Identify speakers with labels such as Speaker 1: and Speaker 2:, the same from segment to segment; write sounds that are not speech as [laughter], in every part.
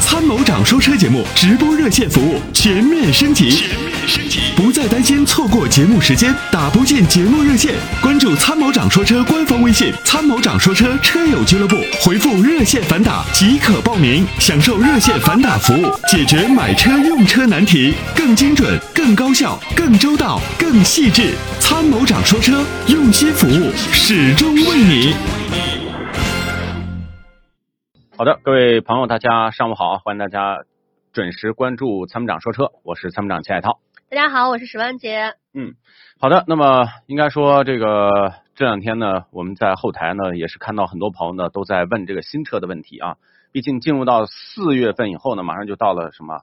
Speaker 1: 参谋长说车节目直播热线服务全面升级，全面升级，不再担心错过节目时间，打不进节目热线。关注参谋长说车官方微信“参谋长说车车友俱乐部”，回复“热线反打”即可报名，享受热线反打服务，解决买车用车难题，更精准、更高效、更周到、更细致。参谋长说车，用心服务，始终为你。
Speaker 2: 好的，各位朋友，大家上午好，欢迎大家准时关注参谋长说车，我是参谋长钱海涛。
Speaker 3: 大家好，我是史万杰。
Speaker 2: 好的，那么应该说这个这两天呢，我们在后台呢也是看到很多朋友呢都在问这个新车的问题啊，毕竟进入到四月份以后呢，马上就到了什么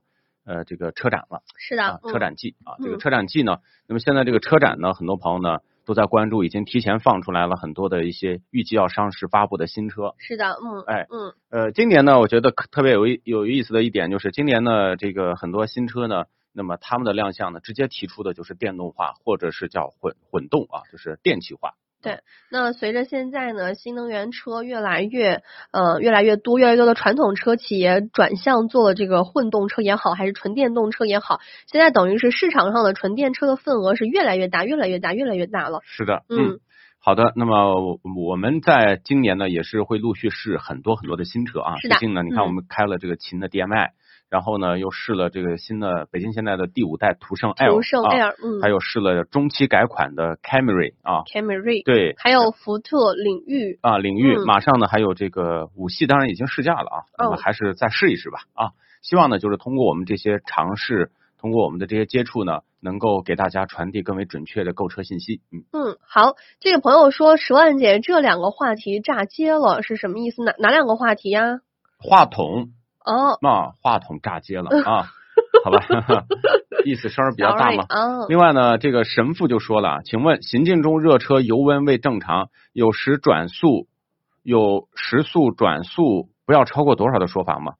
Speaker 2: 呃这个车展了。
Speaker 3: 是的，
Speaker 2: 啊，
Speaker 3: 嗯
Speaker 2: 车展季啊，这个
Speaker 3: 嗯
Speaker 2: 车展季呢，那么现在这个车展呢，很多朋友呢都在关注，已经提前放出来了很多的一些预计要上市发布的新车。
Speaker 3: 是的，嗯，
Speaker 2: 哎
Speaker 3: 嗯，
Speaker 2: 呃，今年呢，我觉得可特别有意有意思的一点就是，今年呢，这个很多新车呢，那么他们的亮相呢，直接提出的就是电动化，或者是叫混混动啊，就是电气化。
Speaker 3: 那随着现在呢，新能源车越来越，呃，越来越多，越来越多的传统车企也转向做了这个混动车也好，还是纯电动车也好，现在等于是市场上的纯电车的份额是越来越大，越来越大，越来越大了。
Speaker 2: 是的，
Speaker 3: 嗯，
Speaker 2: 好的，那么我我们在今年呢，也是会陆续试很多很多的新车啊。
Speaker 3: 是
Speaker 2: 最
Speaker 3: 的
Speaker 2: 近呢，你看
Speaker 3: 嗯
Speaker 2: 我们开了这个秦的 DMI，、然后呢又试了这个新的北京现代的第五代途胜 L，
Speaker 3: 途胜
Speaker 2: 啊
Speaker 3: L，嗯
Speaker 2: 还有试了中期改款的 Camry 啊，
Speaker 3: ，Camry，，
Speaker 2: 对
Speaker 3: 还有福特领域，
Speaker 2: 啊，领域
Speaker 3: 嗯
Speaker 2: 马上呢还有这个五系，当然已经试驾了啊，那么
Speaker 3: 哦
Speaker 2: 还是再试一试吧啊。希望呢就是通过我们这些尝试，通过我们的这些接触呢，能够给大家传递更为准确的购车信息。嗯。
Speaker 3: 嗯，好，这个朋友说，十万姐这两个话题炸街了，是什么意思？哪哪两个话题呀？
Speaker 2: 话筒
Speaker 3: 哦，
Speaker 2: 啊，话筒炸街了
Speaker 3: [laughs]
Speaker 2: 啊，好吧， [laughs] 意思声儿比较大
Speaker 3: sorry，
Speaker 2: 嘛。
Speaker 3: 啊，
Speaker 2: 另外呢，这个神父就说了，啊请问行进中热车油温未正常，有时转速有时速转速不要超过多少的说法吗？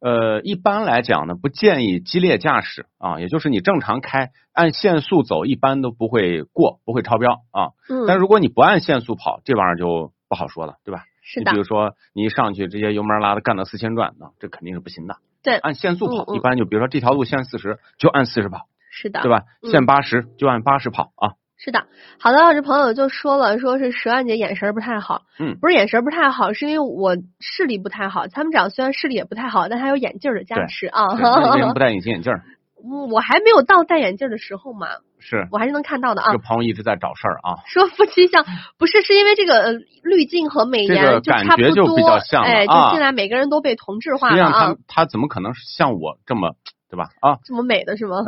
Speaker 2: 呃，一般来讲呢，不建议激烈驾驶啊，也就是你正常开，按限速走，一般都不会过，不会超标啊。
Speaker 3: 嗯，
Speaker 2: 但如果你不按限速跑，这玩意儿就不好说了，对吧？
Speaker 3: 是
Speaker 2: 你
Speaker 3: 的
Speaker 2: 比，如说，你一上去直接油门拉的干到四千转，那这肯定是不行的。
Speaker 3: 对
Speaker 2: 按限速跑，
Speaker 3: 嗯嗯
Speaker 2: 一般就比如说这条路限四十，就按四十跑，
Speaker 3: 是的，
Speaker 2: 对？吧？
Speaker 3: 嗯
Speaker 2: 限八十就按八十跑啊。
Speaker 3: 是的，好的，这朋友就说了，说是十万姐眼神儿不太好，
Speaker 2: 嗯
Speaker 3: 不是眼神儿不太好，是因为我视力不太好。参谋长虽然视力也不太好，但他有眼镜儿的加
Speaker 2: 对
Speaker 3: 持啊。
Speaker 2: 对那你为什么不戴隐形眼
Speaker 3: [laughs]
Speaker 2: 镜儿？
Speaker 3: 嗯我还没有到戴眼镜儿的时候嘛，
Speaker 2: 是
Speaker 3: 我还是能看到的
Speaker 2: 这
Speaker 3: 啊
Speaker 2: 个。朋友一直在找事儿啊。
Speaker 3: 说夫妻相不是是因为这个呃滤镜和美
Speaker 2: 这
Speaker 3: 颜
Speaker 2: 个
Speaker 3: 就
Speaker 2: 感
Speaker 3: 差不
Speaker 2: 觉
Speaker 3: 多，
Speaker 2: 就比较像了
Speaker 3: 哎，就
Speaker 2: 啊
Speaker 3: 进来每个人都被同质
Speaker 2: 实
Speaker 3: 化
Speaker 2: 际
Speaker 3: 了
Speaker 2: 上
Speaker 3: 啊
Speaker 2: 他，他怎么可能是像我这么对吧？啊，
Speaker 3: 这么美的是吗？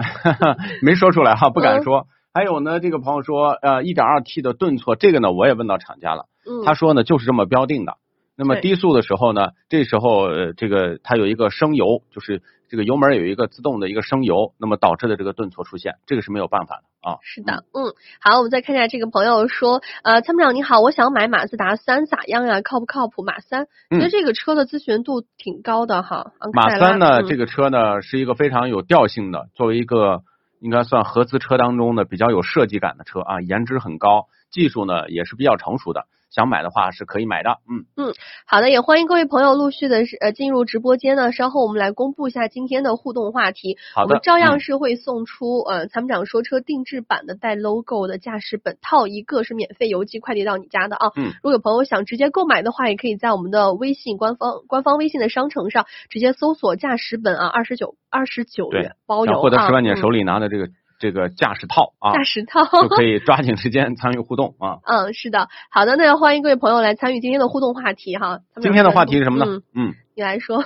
Speaker 2: 没说出来哈，不敢
Speaker 3: 嗯
Speaker 2: 说。还有呢，这个朋友说，呃，一点二 T 的顿挫，这个呢我也问到厂家了。
Speaker 3: 嗯，
Speaker 2: 他说呢，就是这么标定的。那么
Speaker 3: 对
Speaker 2: 低速的时候呢，这时候呃，这个它有一个升油，就是这个油门有一个自动的一个升油，那么导致的这个顿挫出现，这个是没有办法的啊。
Speaker 3: 是的，嗯，好，我们再看一下这个朋友说，呃，参谋长你好，我想买马自达三，咋样呀？靠不靠谱？马三，
Speaker 2: 嗯
Speaker 3: 觉得这个车的咨询度挺高的哈。昂克
Speaker 2: 马
Speaker 3: 赛拉
Speaker 2: 三呢，
Speaker 3: 嗯、
Speaker 2: 这个车呢是一个非常有调性的，作为一个应该算合资车当中呢比较有设计感的车啊，颜值很高，技术呢也是比较成熟的，想买的话是可以买的，嗯。
Speaker 3: 好的，也欢迎各位朋友陆续的呃进入直播间呢，稍后我们来公布一下今天的互动话题。
Speaker 2: 好
Speaker 3: 我
Speaker 2: 的，
Speaker 3: 们照样
Speaker 2: 嗯
Speaker 3: 是会送出、呃参谋长说车定制版的带 logo 的驾驶本套一个，是免费邮寄快递到你家的啊。
Speaker 2: 嗯
Speaker 3: 如果有朋友想直接购买的话，也可以在我们的微信官方官方微信的商城上直接搜索驾驶本啊，二十九二十九
Speaker 2: 对
Speaker 3: 元包
Speaker 2: 想
Speaker 3: 邮
Speaker 2: 获得
Speaker 3: 啊，
Speaker 2: 十万姐
Speaker 3: 嗯
Speaker 2: 手里拿的这个、这个驾驶套啊，
Speaker 3: 驾驶套。
Speaker 2: 就可以抓紧时间参与互动啊。
Speaker 3: [laughs] 嗯，是的，好的，那要欢迎各位朋友来参与今天的互动话题哈。参谋长
Speaker 2: 今天的
Speaker 3: 说
Speaker 2: 话题是什么呢
Speaker 3: 嗯，？
Speaker 2: 嗯，
Speaker 3: 你来说，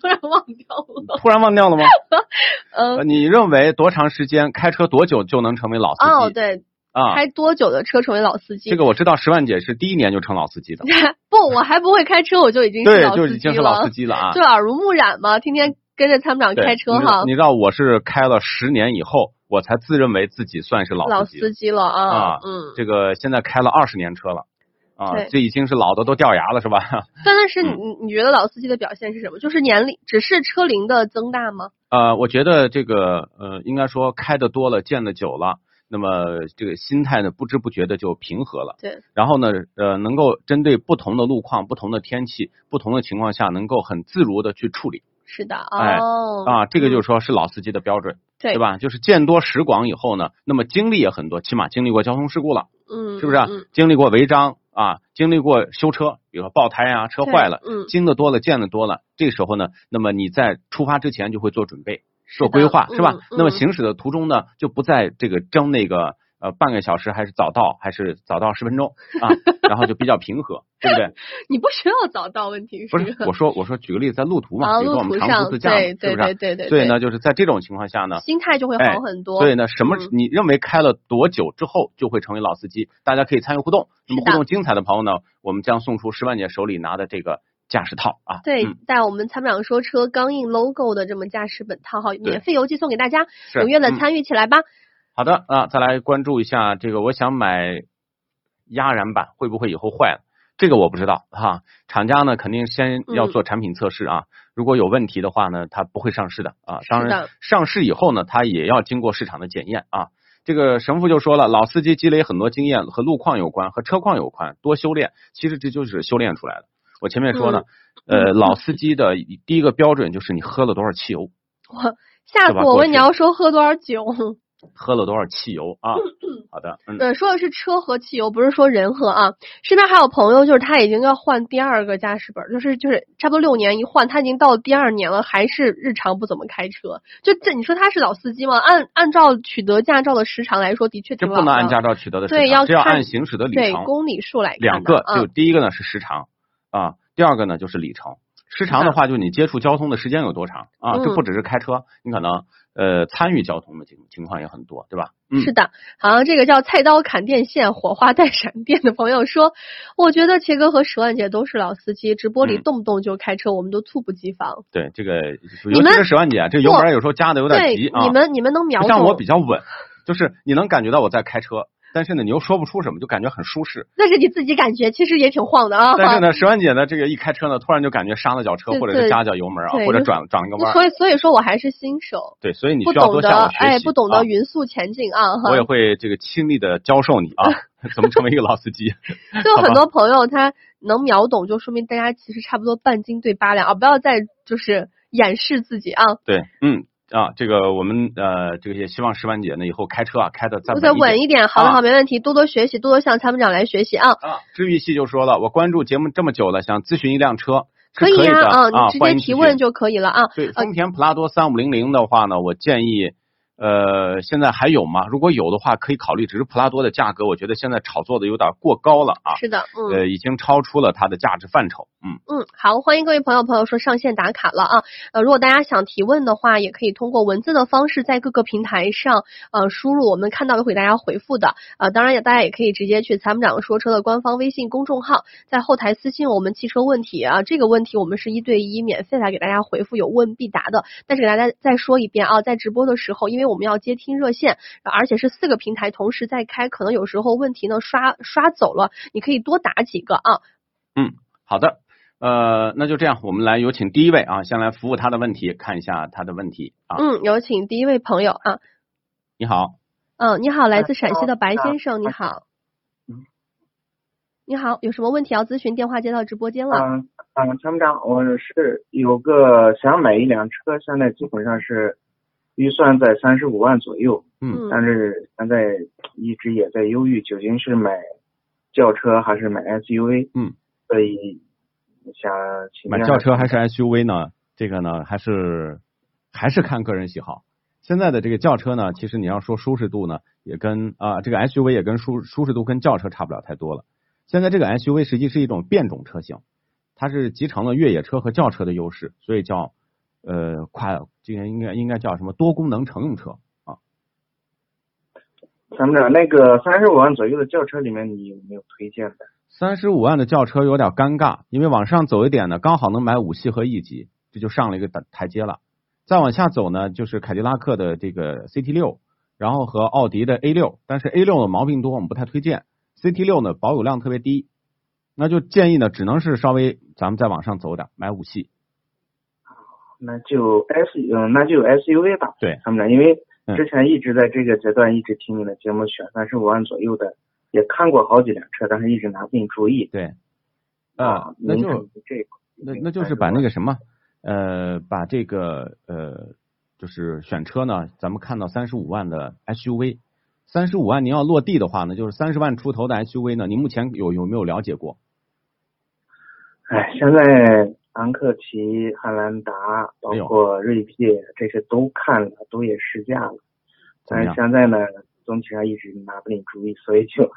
Speaker 3: 突然忘掉了。
Speaker 2: 突然忘掉了
Speaker 3: [laughs]
Speaker 2: 吗？
Speaker 3: 嗯，
Speaker 2: 呃你认为多长时间开车多久就能成为老司机？
Speaker 3: 哦，对，
Speaker 2: 啊，
Speaker 3: 开多久的车成为老司机？
Speaker 2: 这个我知道，十万姐是第一年就成老司机的，
Speaker 3: [laughs] 不，我还不会开车，我就已经是
Speaker 2: 对
Speaker 3: 老，
Speaker 2: 就
Speaker 3: 司
Speaker 2: 已
Speaker 3: 机
Speaker 2: 经是
Speaker 3: 了
Speaker 2: 老司机
Speaker 3: [laughs]
Speaker 2: 了啊。
Speaker 3: 就耳濡目染嘛，天天跟着参谋长
Speaker 2: 对
Speaker 3: 开车
Speaker 2: 你知道
Speaker 3: 哈
Speaker 2: 你，知道我是开了十年以后，我才自认为自己算是老
Speaker 3: 老
Speaker 2: 司机。
Speaker 3: 司机了啊
Speaker 2: 啊，
Speaker 3: 嗯，
Speaker 2: 这个现在开了二十年车了，啊，
Speaker 3: 对
Speaker 2: 这已经是老的都掉牙了，是吧？ [laughs]
Speaker 3: 但但是你
Speaker 2: 嗯
Speaker 3: 你觉得老司机的表现是什么？就是年龄，只是车龄的增大吗？
Speaker 2: 呃，我觉得这个呃，应该说开的多了，见的久了，那么这个心态呢，不知不觉的就平和了。
Speaker 3: 对。
Speaker 2: 然后呢，呃，能够针对不同的路况、不同的天气、不同的情况下，能够很自如的去处理。
Speaker 3: 是的，
Speaker 2: 哎
Speaker 3: 哦，
Speaker 2: 啊，
Speaker 3: [laughs]
Speaker 2: 这个就是说是老司机的标准，
Speaker 3: 对
Speaker 2: 对？吧？就是见多识广以后呢，那么经历也很多，起码经历过交通事故了，
Speaker 3: 嗯，
Speaker 2: 是不是啊、
Speaker 3: 嗯，
Speaker 2: 经历过违章啊，经历过修车，比如说爆胎啊，车
Speaker 3: 对
Speaker 2: 坏了，
Speaker 3: 嗯，
Speaker 2: 经的多了，见的多了，这时候呢，那么你在出发之前就会做准备，做
Speaker 3: 的
Speaker 2: 规划，是吧？
Speaker 3: 嗯
Speaker 2: 那
Speaker 3: 嗯
Speaker 2: 么行驶的途中呢，就不在这个争那个呃半个小时还是早到还是早到十分钟
Speaker 3: [laughs]
Speaker 2: 啊，然后就比较平和，对不对？
Speaker 3: 你不需要早到，问题
Speaker 2: [laughs] 不是，我说我说举个例子，在路途嘛，
Speaker 3: 啊，
Speaker 2: 比如
Speaker 3: 路
Speaker 2: 说我
Speaker 3: 途
Speaker 2: 们长
Speaker 3: 上，
Speaker 2: 途自驾嘛，
Speaker 3: 对
Speaker 2: 是
Speaker 3: 对
Speaker 2: 不是啊
Speaker 3: 对？对对，
Speaker 2: 所以
Speaker 3: 对
Speaker 2: 呢，，就是在这种情况下呢，
Speaker 3: 心态就会
Speaker 2: 哎
Speaker 3: 好很多。
Speaker 2: 所以呢，什么
Speaker 3: 嗯
Speaker 2: 你认为开了多久之后就会成为老司机？大家可以参与互动。那么
Speaker 3: 是
Speaker 2: 互
Speaker 3: 的
Speaker 2: 动精彩的朋友呢，我们将送出十万姐手里拿的这个驾驶套啊。
Speaker 3: 对
Speaker 2: 嗯，
Speaker 3: 带我们参谋长说车钢印 logo 的这么驾驶本套哈，免费邮寄送给大家，
Speaker 2: 是
Speaker 3: 踊跃的
Speaker 2: 嗯
Speaker 3: 参与起来吧。
Speaker 2: 好的啊，再来关注一下这个，我想买压燃版，会不会以后坏了？这个我不知道哈、厂家呢肯定先要
Speaker 3: 嗯
Speaker 2: 做产品测试啊，如果有问题的话呢，它不会上市的啊。当
Speaker 3: 是的
Speaker 2: 然，上市以后呢，它也要经过市场的检验啊。这个神父就说了，老司机积累很多经验，和路况有关，和车况有关，多修炼，其实这就是修炼出来的。我前面说了，
Speaker 3: 嗯
Speaker 2: 呃，老司机的第一个标准就是你喝了多少汽油，
Speaker 3: 下
Speaker 2: 对
Speaker 3: 次
Speaker 2: 吧
Speaker 3: 我
Speaker 2: 过
Speaker 3: 问
Speaker 2: 去嗯
Speaker 3: 你要说喝多少酒，
Speaker 2: 喝了多少汽油
Speaker 3: [laughs]
Speaker 2: 啊？好的，嗯，
Speaker 3: 对，呃说的是车和汽油，不是说人和啊。身边还有朋友，就是他已经要换第二个驾驶本儿，就是就是差不多六年一换，他已经到第二年了，还是日常不怎么开车。就这，你说他是老司机吗？按按照取得驾照的时长来说，的确
Speaker 2: 这
Speaker 3: 挺
Speaker 2: 不
Speaker 3: 老
Speaker 2: 能
Speaker 3: 的
Speaker 2: 按驾照取得的时
Speaker 3: 对
Speaker 2: 长，
Speaker 3: 要
Speaker 2: 这要
Speaker 3: 看
Speaker 2: 按行驶的里
Speaker 3: 对
Speaker 2: 程。
Speaker 3: 公里数来看
Speaker 2: 两
Speaker 3: 的
Speaker 2: 个，
Speaker 3: 啊
Speaker 2: 就第一个呢是时长啊，第二个呢就是里程。时长的话，就你接触交通的时间有多长啊？这
Speaker 3: 嗯
Speaker 2: 不只是开车，你可能呃参与交通的情情况也很多，对吧？嗯
Speaker 3: 是，的，好像这个叫菜刀砍电线，火花带闪电的朋友说，我觉得杰哥和十万姐都是老司机，直播里
Speaker 2: 嗯
Speaker 3: 动不动就开车，我们都猝不及防。
Speaker 2: 对这个，
Speaker 3: 你
Speaker 2: 尤其
Speaker 3: 们
Speaker 2: 是十万姐，啊这个油
Speaker 3: 不
Speaker 2: 门有时候加的有点
Speaker 3: 对
Speaker 2: 急啊。，
Speaker 3: 你们你们能秒
Speaker 2: 不
Speaker 3: 懂？
Speaker 2: 像我比较稳，就是你能感觉到我在开车，但是呢你又说不出什么，就感觉很舒适。
Speaker 3: 那是你自己感觉，其实也挺晃的啊。
Speaker 2: 但是呢，十万姐呢这个一开车呢，突然就感觉刹了脚车，
Speaker 3: 对
Speaker 2: 或者是
Speaker 3: 对
Speaker 2: 加了脚油门啊，
Speaker 3: 对
Speaker 2: 或者
Speaker 3: 就
Speaker 2: 转转一个弯儿。
Speaker 3: 所以所以说我还是新手，
Speaker 2: 对，所以你
Speaker 3: 不
Speaker 2: 需要
Speaker 3: 懂
Speaker 2: 多
Speaker 3: 得
Speaker 2: 向我学习。
Speaker 3: 哎，不懂
Speaker 2: 啊
Speaker 3: 得匀速前进啊哈
Speaker 2: 我。也会这个亲力的教授你
Speaker 3: [laughs]
Speaker 2: 啊，怎么成为一个老司机。
Speaker 3: 就有
Speaker 2: 好吧
Speaker 3: 很多朋友他能秒懂，就说明大家其实差不多半斤对八两啊，不要再就是掩饰自己啊，
Speaker 2: 对，嗯啊，这个我们呃，这个也希望石万姐呢以后开车啊开的再
Speaker 3: 再
Speaker 2: 稳
Speaker 3: 稳
Speaker 2: 一
Speaker 3: 一
Speaker 2: 点。
Speaker 3: 点。好的
Speaker 2: 啊
Speaker 3: 好，没问题，多多学习，多多向参谋长来学习啊。
Speaker 2: 啊，治愈系就说了，我关注节目这么久了，想咨询一辆车是
Speaker 3: 以
Speaker 2: 的
Speaker 3: 啊，
Speaker 2: 啊，
Speaker 3: 啊，你直接
Speaker 2: 欢迎
Speaker 3: 提
Speaker 2: 咨
Speaker 3: 问
Speaker 2: 询。
Speaker 3: 就可以了啊。
Speaker 2: 对，丰田普拉多三五零零的话呢，我建议。呃，现在还有吗？如果有的话，可以考虑。只是普拉多的价格，我觉得现在炒作的有点过高了啊，
Speaker 3: 是的，嗯
Speaker 2: 呃，已经超出了它的价值范畴。嗯，
Speaker 3: 嗯，好，欢迎各位朋友，朋友说上线打卡了啊。呃，如果大家想提问的话，也可以通过文字的方式在各个平台上呃输入，我们看到会给大家回复的。呃，当然也大家也可以直接去参谋长说车的官方微信公众号，在后台私信我们汽车问题啊，这个问题我们是一对一免费来给大家回复，有问必答的。但是给大家再说一遍啊，在直播的时候，因为我们要接听热线，呃而且是四个平台同时在开，可能有时候问题呢刷刷走了，你可以多打几个啊。
Speaker 2: 嗯好的，呃，那就这样，我们来有请第一位啊，先来服务他的问题，看一下他的问题啊。
Speaker 3: 嗯，有请第一位朋友啊，
Speaker 2: 你好，
Speaker 3: 嗯，你好，来
Speaker 4: 哎
Speaker 3: 自陕西的白
Speaker 4: 你好
Speaker 3: 先生，你好，
Speaker 2: 嗯
Speaker 3: 你好，有什么问题要咨询？电话接到直播间了，
Speaker 4: 嗯嗯，参谋长，我是有个想买一辆车，现在基本上是预算在三十五万左右，
Speaker 2: 嗯
Speaker 4: 但是现在一直也在犹豫，究竟是买轿车还是买 SUV。
Speaker 2: 嗯，
Speaker 4: 所以想请
Speaker 2: 买
Speaker 4: 教
Speaker 2: 轿车还是 SUV 呢？这个呢，还是还是看个人喜好。现在的这个轿车呢，其实你要说舒适度呢，也跟啊、这个 SUV 也跟舒舒适度跟轿车差不了太多了。现在这个 SUV 实际是一种变种车型，它是集成了越野车和轿车的优势，所以叫呃跨这个应该应该叫什么多功能乘用车。
Speaker 4: 参谋长，那个三十五万左右的轿车里面，你有没有推荐的？
Speaker 2: 三十五万的轿车有点尴尬，因为往上走一点呢，刚好能买五系和 E 级，这就上了一个台台阶了。再往下走呢，就是凯迪拉克的这个 CT 六，然后和奥迪的 A 六，但是 A 六的毛病多，我们不太推荐。CT 六呢，保有量特别低，那就建议呢，只能是稍微咱们再往上走点，买五系。
Speaker 4: 那就 S 嗯，那就 SUV 吧。
Speaker 2: 对，
Speaker 4: 参谋长，因为
Speaker 2: 嗯
Speaker 4: 之前一直在这个阶段一直听你的节目，选三十五万左右的，也看过好几辆车，但是一直拿不定主意。
Speaker 2: 对，
Speaker 4: 啊，
Speaker 2: 呃那
Speaker 4: 您
Speaker 2: 就
Speaker 4: 看这个
Speaker 2: 那那就是把那个什么，呃，把这个呃，就是选车呢，咱们看到三十五万的 SUV，三十五万您要落地的话呢，就是三十万出头的 SUV 呢，您目前有有没有了解过？
Speaker 4: 哎，现在昂克旗、汉兰达，包
Speaker 2: 哎
Speaker 4: 括锐界这些都看了，都也试驾了，
Speaker 2: 怎
Speaker 4: 但
Speaker 2: 么样
Speaker 4: 是现在呢，总体上一直拿不定主意，所以就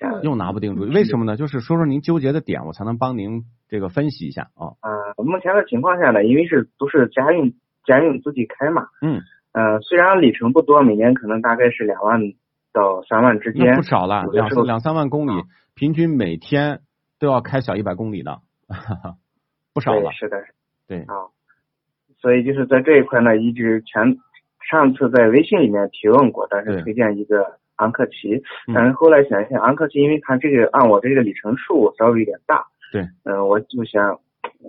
Speaker 4: 想
Speaker 2: 又拿不定主意，为什么呢？就是说说您纠结的点，我才能帮您这个分析一下啊。
Speaker 4: 啊、目前的情况下呢，因为是都是家用家用自己开嘛，
Speaker 2: 嗯，
Speaker 4: 呃，虽然里程不多，每年可能大概是两万到三万之
Speaker 2: 那
Speaker 4: 间
Speaker 2: 不，少了，
Speaker 4: 有的
Speaker 2: 两
Speaker 4: 时候
Speaker 2: 两三万公
Speaker 4: 啊
Speaker 2: 里，平均每天都要开小一百公里的， [laughs] 不少了
Speaker 4: 对，。是的，
Speaker 2: 对
Speaker 4: 啊，所以就是在这一块呢，一直前上次在微信里面提问过，但
Speaker 2: 对
Speaker 4: 是推荐一个昂克旗，
Speaker 2: 嗯
Speaker 4: 但是后来想一想，昂克旗因为它这个按我这个里程数稍微有点大，
Speaker 2: 对，
Speaker 4: 嗯、我就想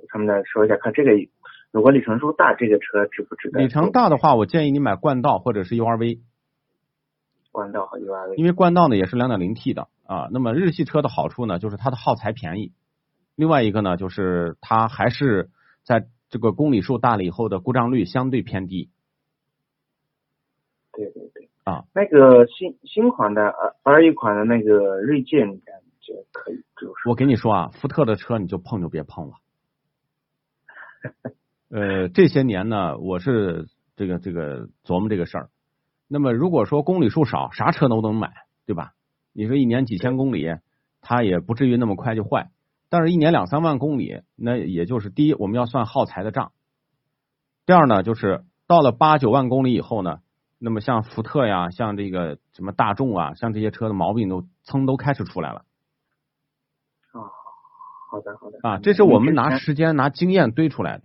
Speaker 4: 他们来说一下，看这个如果里程数大，这个车值不值得？
Speaker 2: 里程大的话，我建议你买冠道或者是 URV，
Speaker 4: 冠道和 URV，
Speaker 2: 因为冠道呢也是 2.0T 的啊。那么日系车的好处呢，就是它的耗材便宜，另外一个呢就是它还是在这个公里数大了以后的故障率相对偏低。
Speaker 4: 对对对，
Speaker 2: 啊，
Speaker 4: 那个新新款的呃二一款的那个锐界，你感觉可以就是
Speaker 2: 我跟你说啊，福特的车你就碰就别碰了。呃，这些年呢，我是这个这个琢磨这个事儿。那么如果说公里数少，啥车都能买，对吧？你说一年几千公里，它也不至于那么快就坏。但是，一年两三万公里，那也就是第一，我们要算耗材的账；第二呢，就是到了八九万公里以后呢，那么像福特呀、像这个什么大众啊、像这些车的毛病都噌都开始出来了。
Speaker 4: 啊好的好的
Speaker 2: 啊，这是我们
Speaker 4: 你
Speaker 2: 拿
Speaker 4: 之前
Speaker 2: 时间、拿经验堆出来的。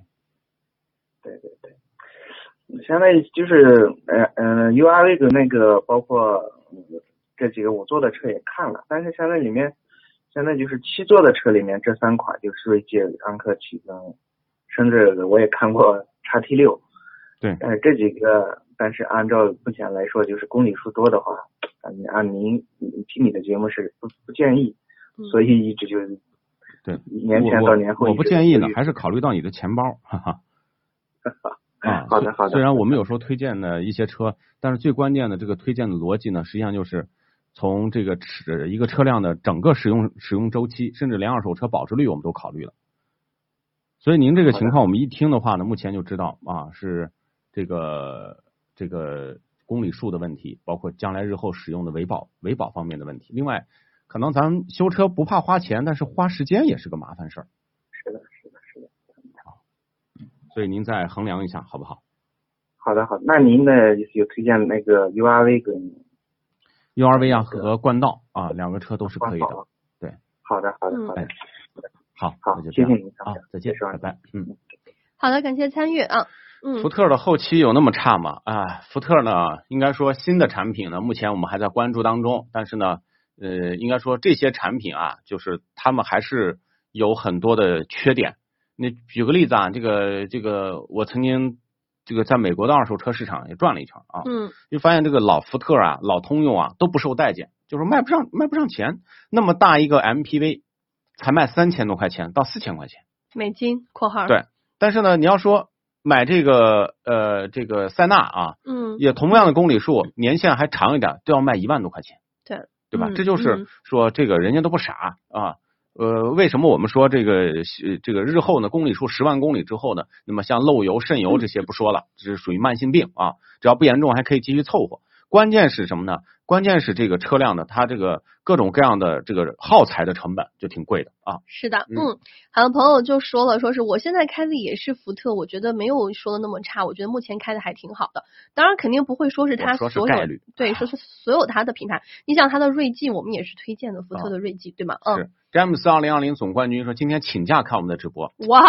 Speaker 4: 对对对，相当于就是呃嗯、呃、URV 的那个包括、嗯这几个五座的车也看了，但是相当于里面相当于就是七座的车里面这三款就是锐界、昂克旗跟甚至我也看过叉 T 六，
Speaker 2: 对
Speaker 4: 但是呃这几个，但是按照目前来说，就是公里数多的话，感觉按您你听你的节目是不不建议，
Speaker 3: 嗯
Speaker 4: 所以一直就
Speaker 2: 对，
Speaker 4: 年前
Speaker 2: 我
Speaker 4: 到年后
Speaker 2: 我
Speaker 4: 一
Speaker 2: 不
Speaker 4: 直
Speaker 2: 建议呢
Speaker 4: 都，是
Speaker 2: 还是考虑到你的钱包，哈
Speaker 4: [laughs]
Speaker 2: 哈。啊，
Speaker 4: 好的好的
Speaker 2: 虽然我们有时候推荐的一些车，但是最关键的这个推荐的逻辑呢，实际上就是从这个车一个车辆的整个使用使用周期，甚至连二手车保值率我们都考虑了。所以您这个情况，我们一听的话呢，目前就知道啊，是这个这个公里数的问题，包括将来日后使用的维保维保方面的问题。另外，可能咱们修车不怕花钱，但是花时间也是个麻烦事儿，
Speaker 4: 是的是的是的。
Speaker 2: 所以您再衡量一下好不好
Speaker 4: 好的好的，那您呢有推荐那个 URV 跟
Speaker 2: ？URV 啊
Speaker 4: 这个
Speaker 2: 和冠道啊两个车都是可以的
Speaker 4: 好。
Speaker 2: 对，
Speaker 4: 好的，好的，好的，
Speaker 2: 嗯好，
Speaker 4: 好
Speaker 2: 那就
Speaker 4: 谢
Speaker 2: 这
Speaker 4: 谢
Speaker 2: 样
Speaker 4: 您
Speaker 2: 啊
Speaker 4: 张亮，
Speaker 2: 再见
Speaker 4: 谢谢，
Speaker 2: 拜拜，嗯。
Speaker 3: 好的，感谢参与啊，嗯
Speaker 2: 福，特的后期有那么差吗？啊，福特呢，应该说新的产品呢，目前我们还在关注当中，但是呢，呃，应该说这些产品啊，就是他们还是有很多的缺点。那举个例子啊，这个这个，我曾经这个在美国的二手车市场也转了一圈啊，
Speaker 3: 嗯
Speaker 2: 就发现这个老福特啊、老通用啊都不受待见，就是卖不上卖不上钱。那么大一个 MPV 才卖三千多块钱到四千块钱。
Speaker 3: 美金（括号）
Speaker 2: 对但是呢，你要说买这个呃这个塞纳啊，
Speaker 3: 嗯，
Speaker 2: 也同样的公里数，年限还长一点，都要卖一万多块钱，
Speaker 3: 对
Speaker 2: 对吧？
Speaker 3: 嗯
Speaker 2: 这就是
Speaker 3: 嗯
Speaker 2: 说这个人家都不傻啊。呃，为什么我们说这个呃这个日后呢，公里数十万公里之后呢，那么像漏油、渗油这
Speaker 3: 嗯
Speaker 2: 些不说了，这是属于慢性病啊，只要不严重还可以继续凑合。关键是什么呢？关键是这个车辆呢，它这个各种各样的这个耗材的成本就挺贵的啊。
Speaker 3: 是的，
Speaker 2: 嗯
Speaker 3: 嗯，还有朋友就说了，说是我现在开的也是福特，我觉得没有说的那么差，我觉得目前开的还挺好的。当然肯定不会说是它
Speaker 2: 我说是
Speaker 3: 所
Speaker 2: 概
Speaker 3: 有
Speaker 2: 率 [laughs]
Speaker 3: 对，说是所有它的品牌，你想它的锐际，我们也是推荐的福特的锐际，对吗？嗯，
Speaker 2: 哦是詹姆斯二零二零总冠军说今天请假看我们的直播，给点赞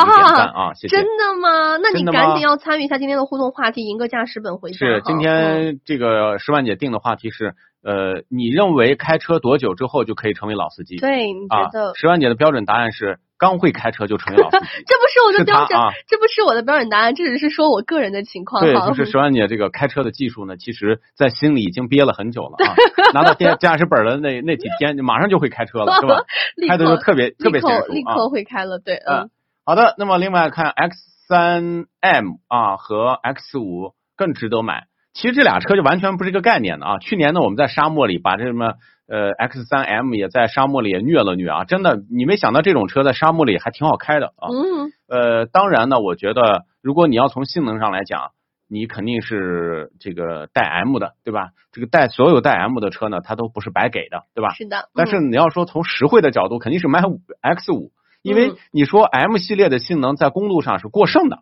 Speaker 3: 哇，
Speaker 2: 啊，谢谢。
Speaker 3: 真的吗？那你
Speaker 2: 真的
Speaker 3: 赶
Speaker 2: 吗
Speaker 3: 紧要参与一下今天的互动话题，赢个驾驶本回家哈。
Speaker 2: 是今
Speaker 3: 嗯
Speaker 2: 天这个十万姐定的话题是，呃，你认为开车多久之后就可以成为老司机？
Speaker 3: 对，你觉
Speaker 2: 啊
Speaker 3: 得，
Speaker 2: 十万姐的标准答案是刚会开车就成
Speaker 3: [laughs]
Speaker 2: 为老司机。
Speaker 3: 这不是我的
Speaker 2: 是他
Speaker 3: 标准
Speaker 2: 啊，
Speaker 3: 这不是我的标准答案，这只是说我个人的情况
Speaker 2: 对，
Speaker 3: 哈。 [laughs]
Speaker 2: 就是十万姐这个开车的技术呢，其实在心里已经憋了很久了
Speaker 3: [laughs]
Speaker 2: 啊。拿到驾驾驶本的那那几天，马上就会开车了，是吧？
Speaker 3: [laughs] 立
Speaker 2: 开的时候
Speaker 3: 刻
Speaker 2: 特别特
Speaker 3: 立
Speaker 2: 别娴
Speaker 3: 刻
Speaker 2: 熟
Speaker 3: 立
Speaker 2: 啊
Speaker 3: 刻。会开了，对，
Speaker 2: 嗯
Speaker 3: 嗯，
Speaker 2: 好的，那么另外看 X 三 M 啊和 X 五更值得买。其实这俩车就完全不是一个概念的啊！去年呢，我们在沙漠里把这什么呃 X 三 M 也在沙漠里也虐了虐啊！真的，你没想到这种车在沙漠里还挺好开的啊！
Speaker 3: 嗯，
Speaker 2: 呃，当然呢，我觉得如果你要从性能上来讲，你肯定是这个带 M 的，对吧？这个带所有带 M 的车呢，它都不是白给的，对吧？
Speaker 3: 是的。
Speaker 2: 但是
Speaker 3: 嗯
Speaker 2: 你要说从实惠的角度，肯定是买五 X 五，因为
Speaker 3: 嗯
Speaker 2: 你说 M 系列的性能在公路上是过剩的，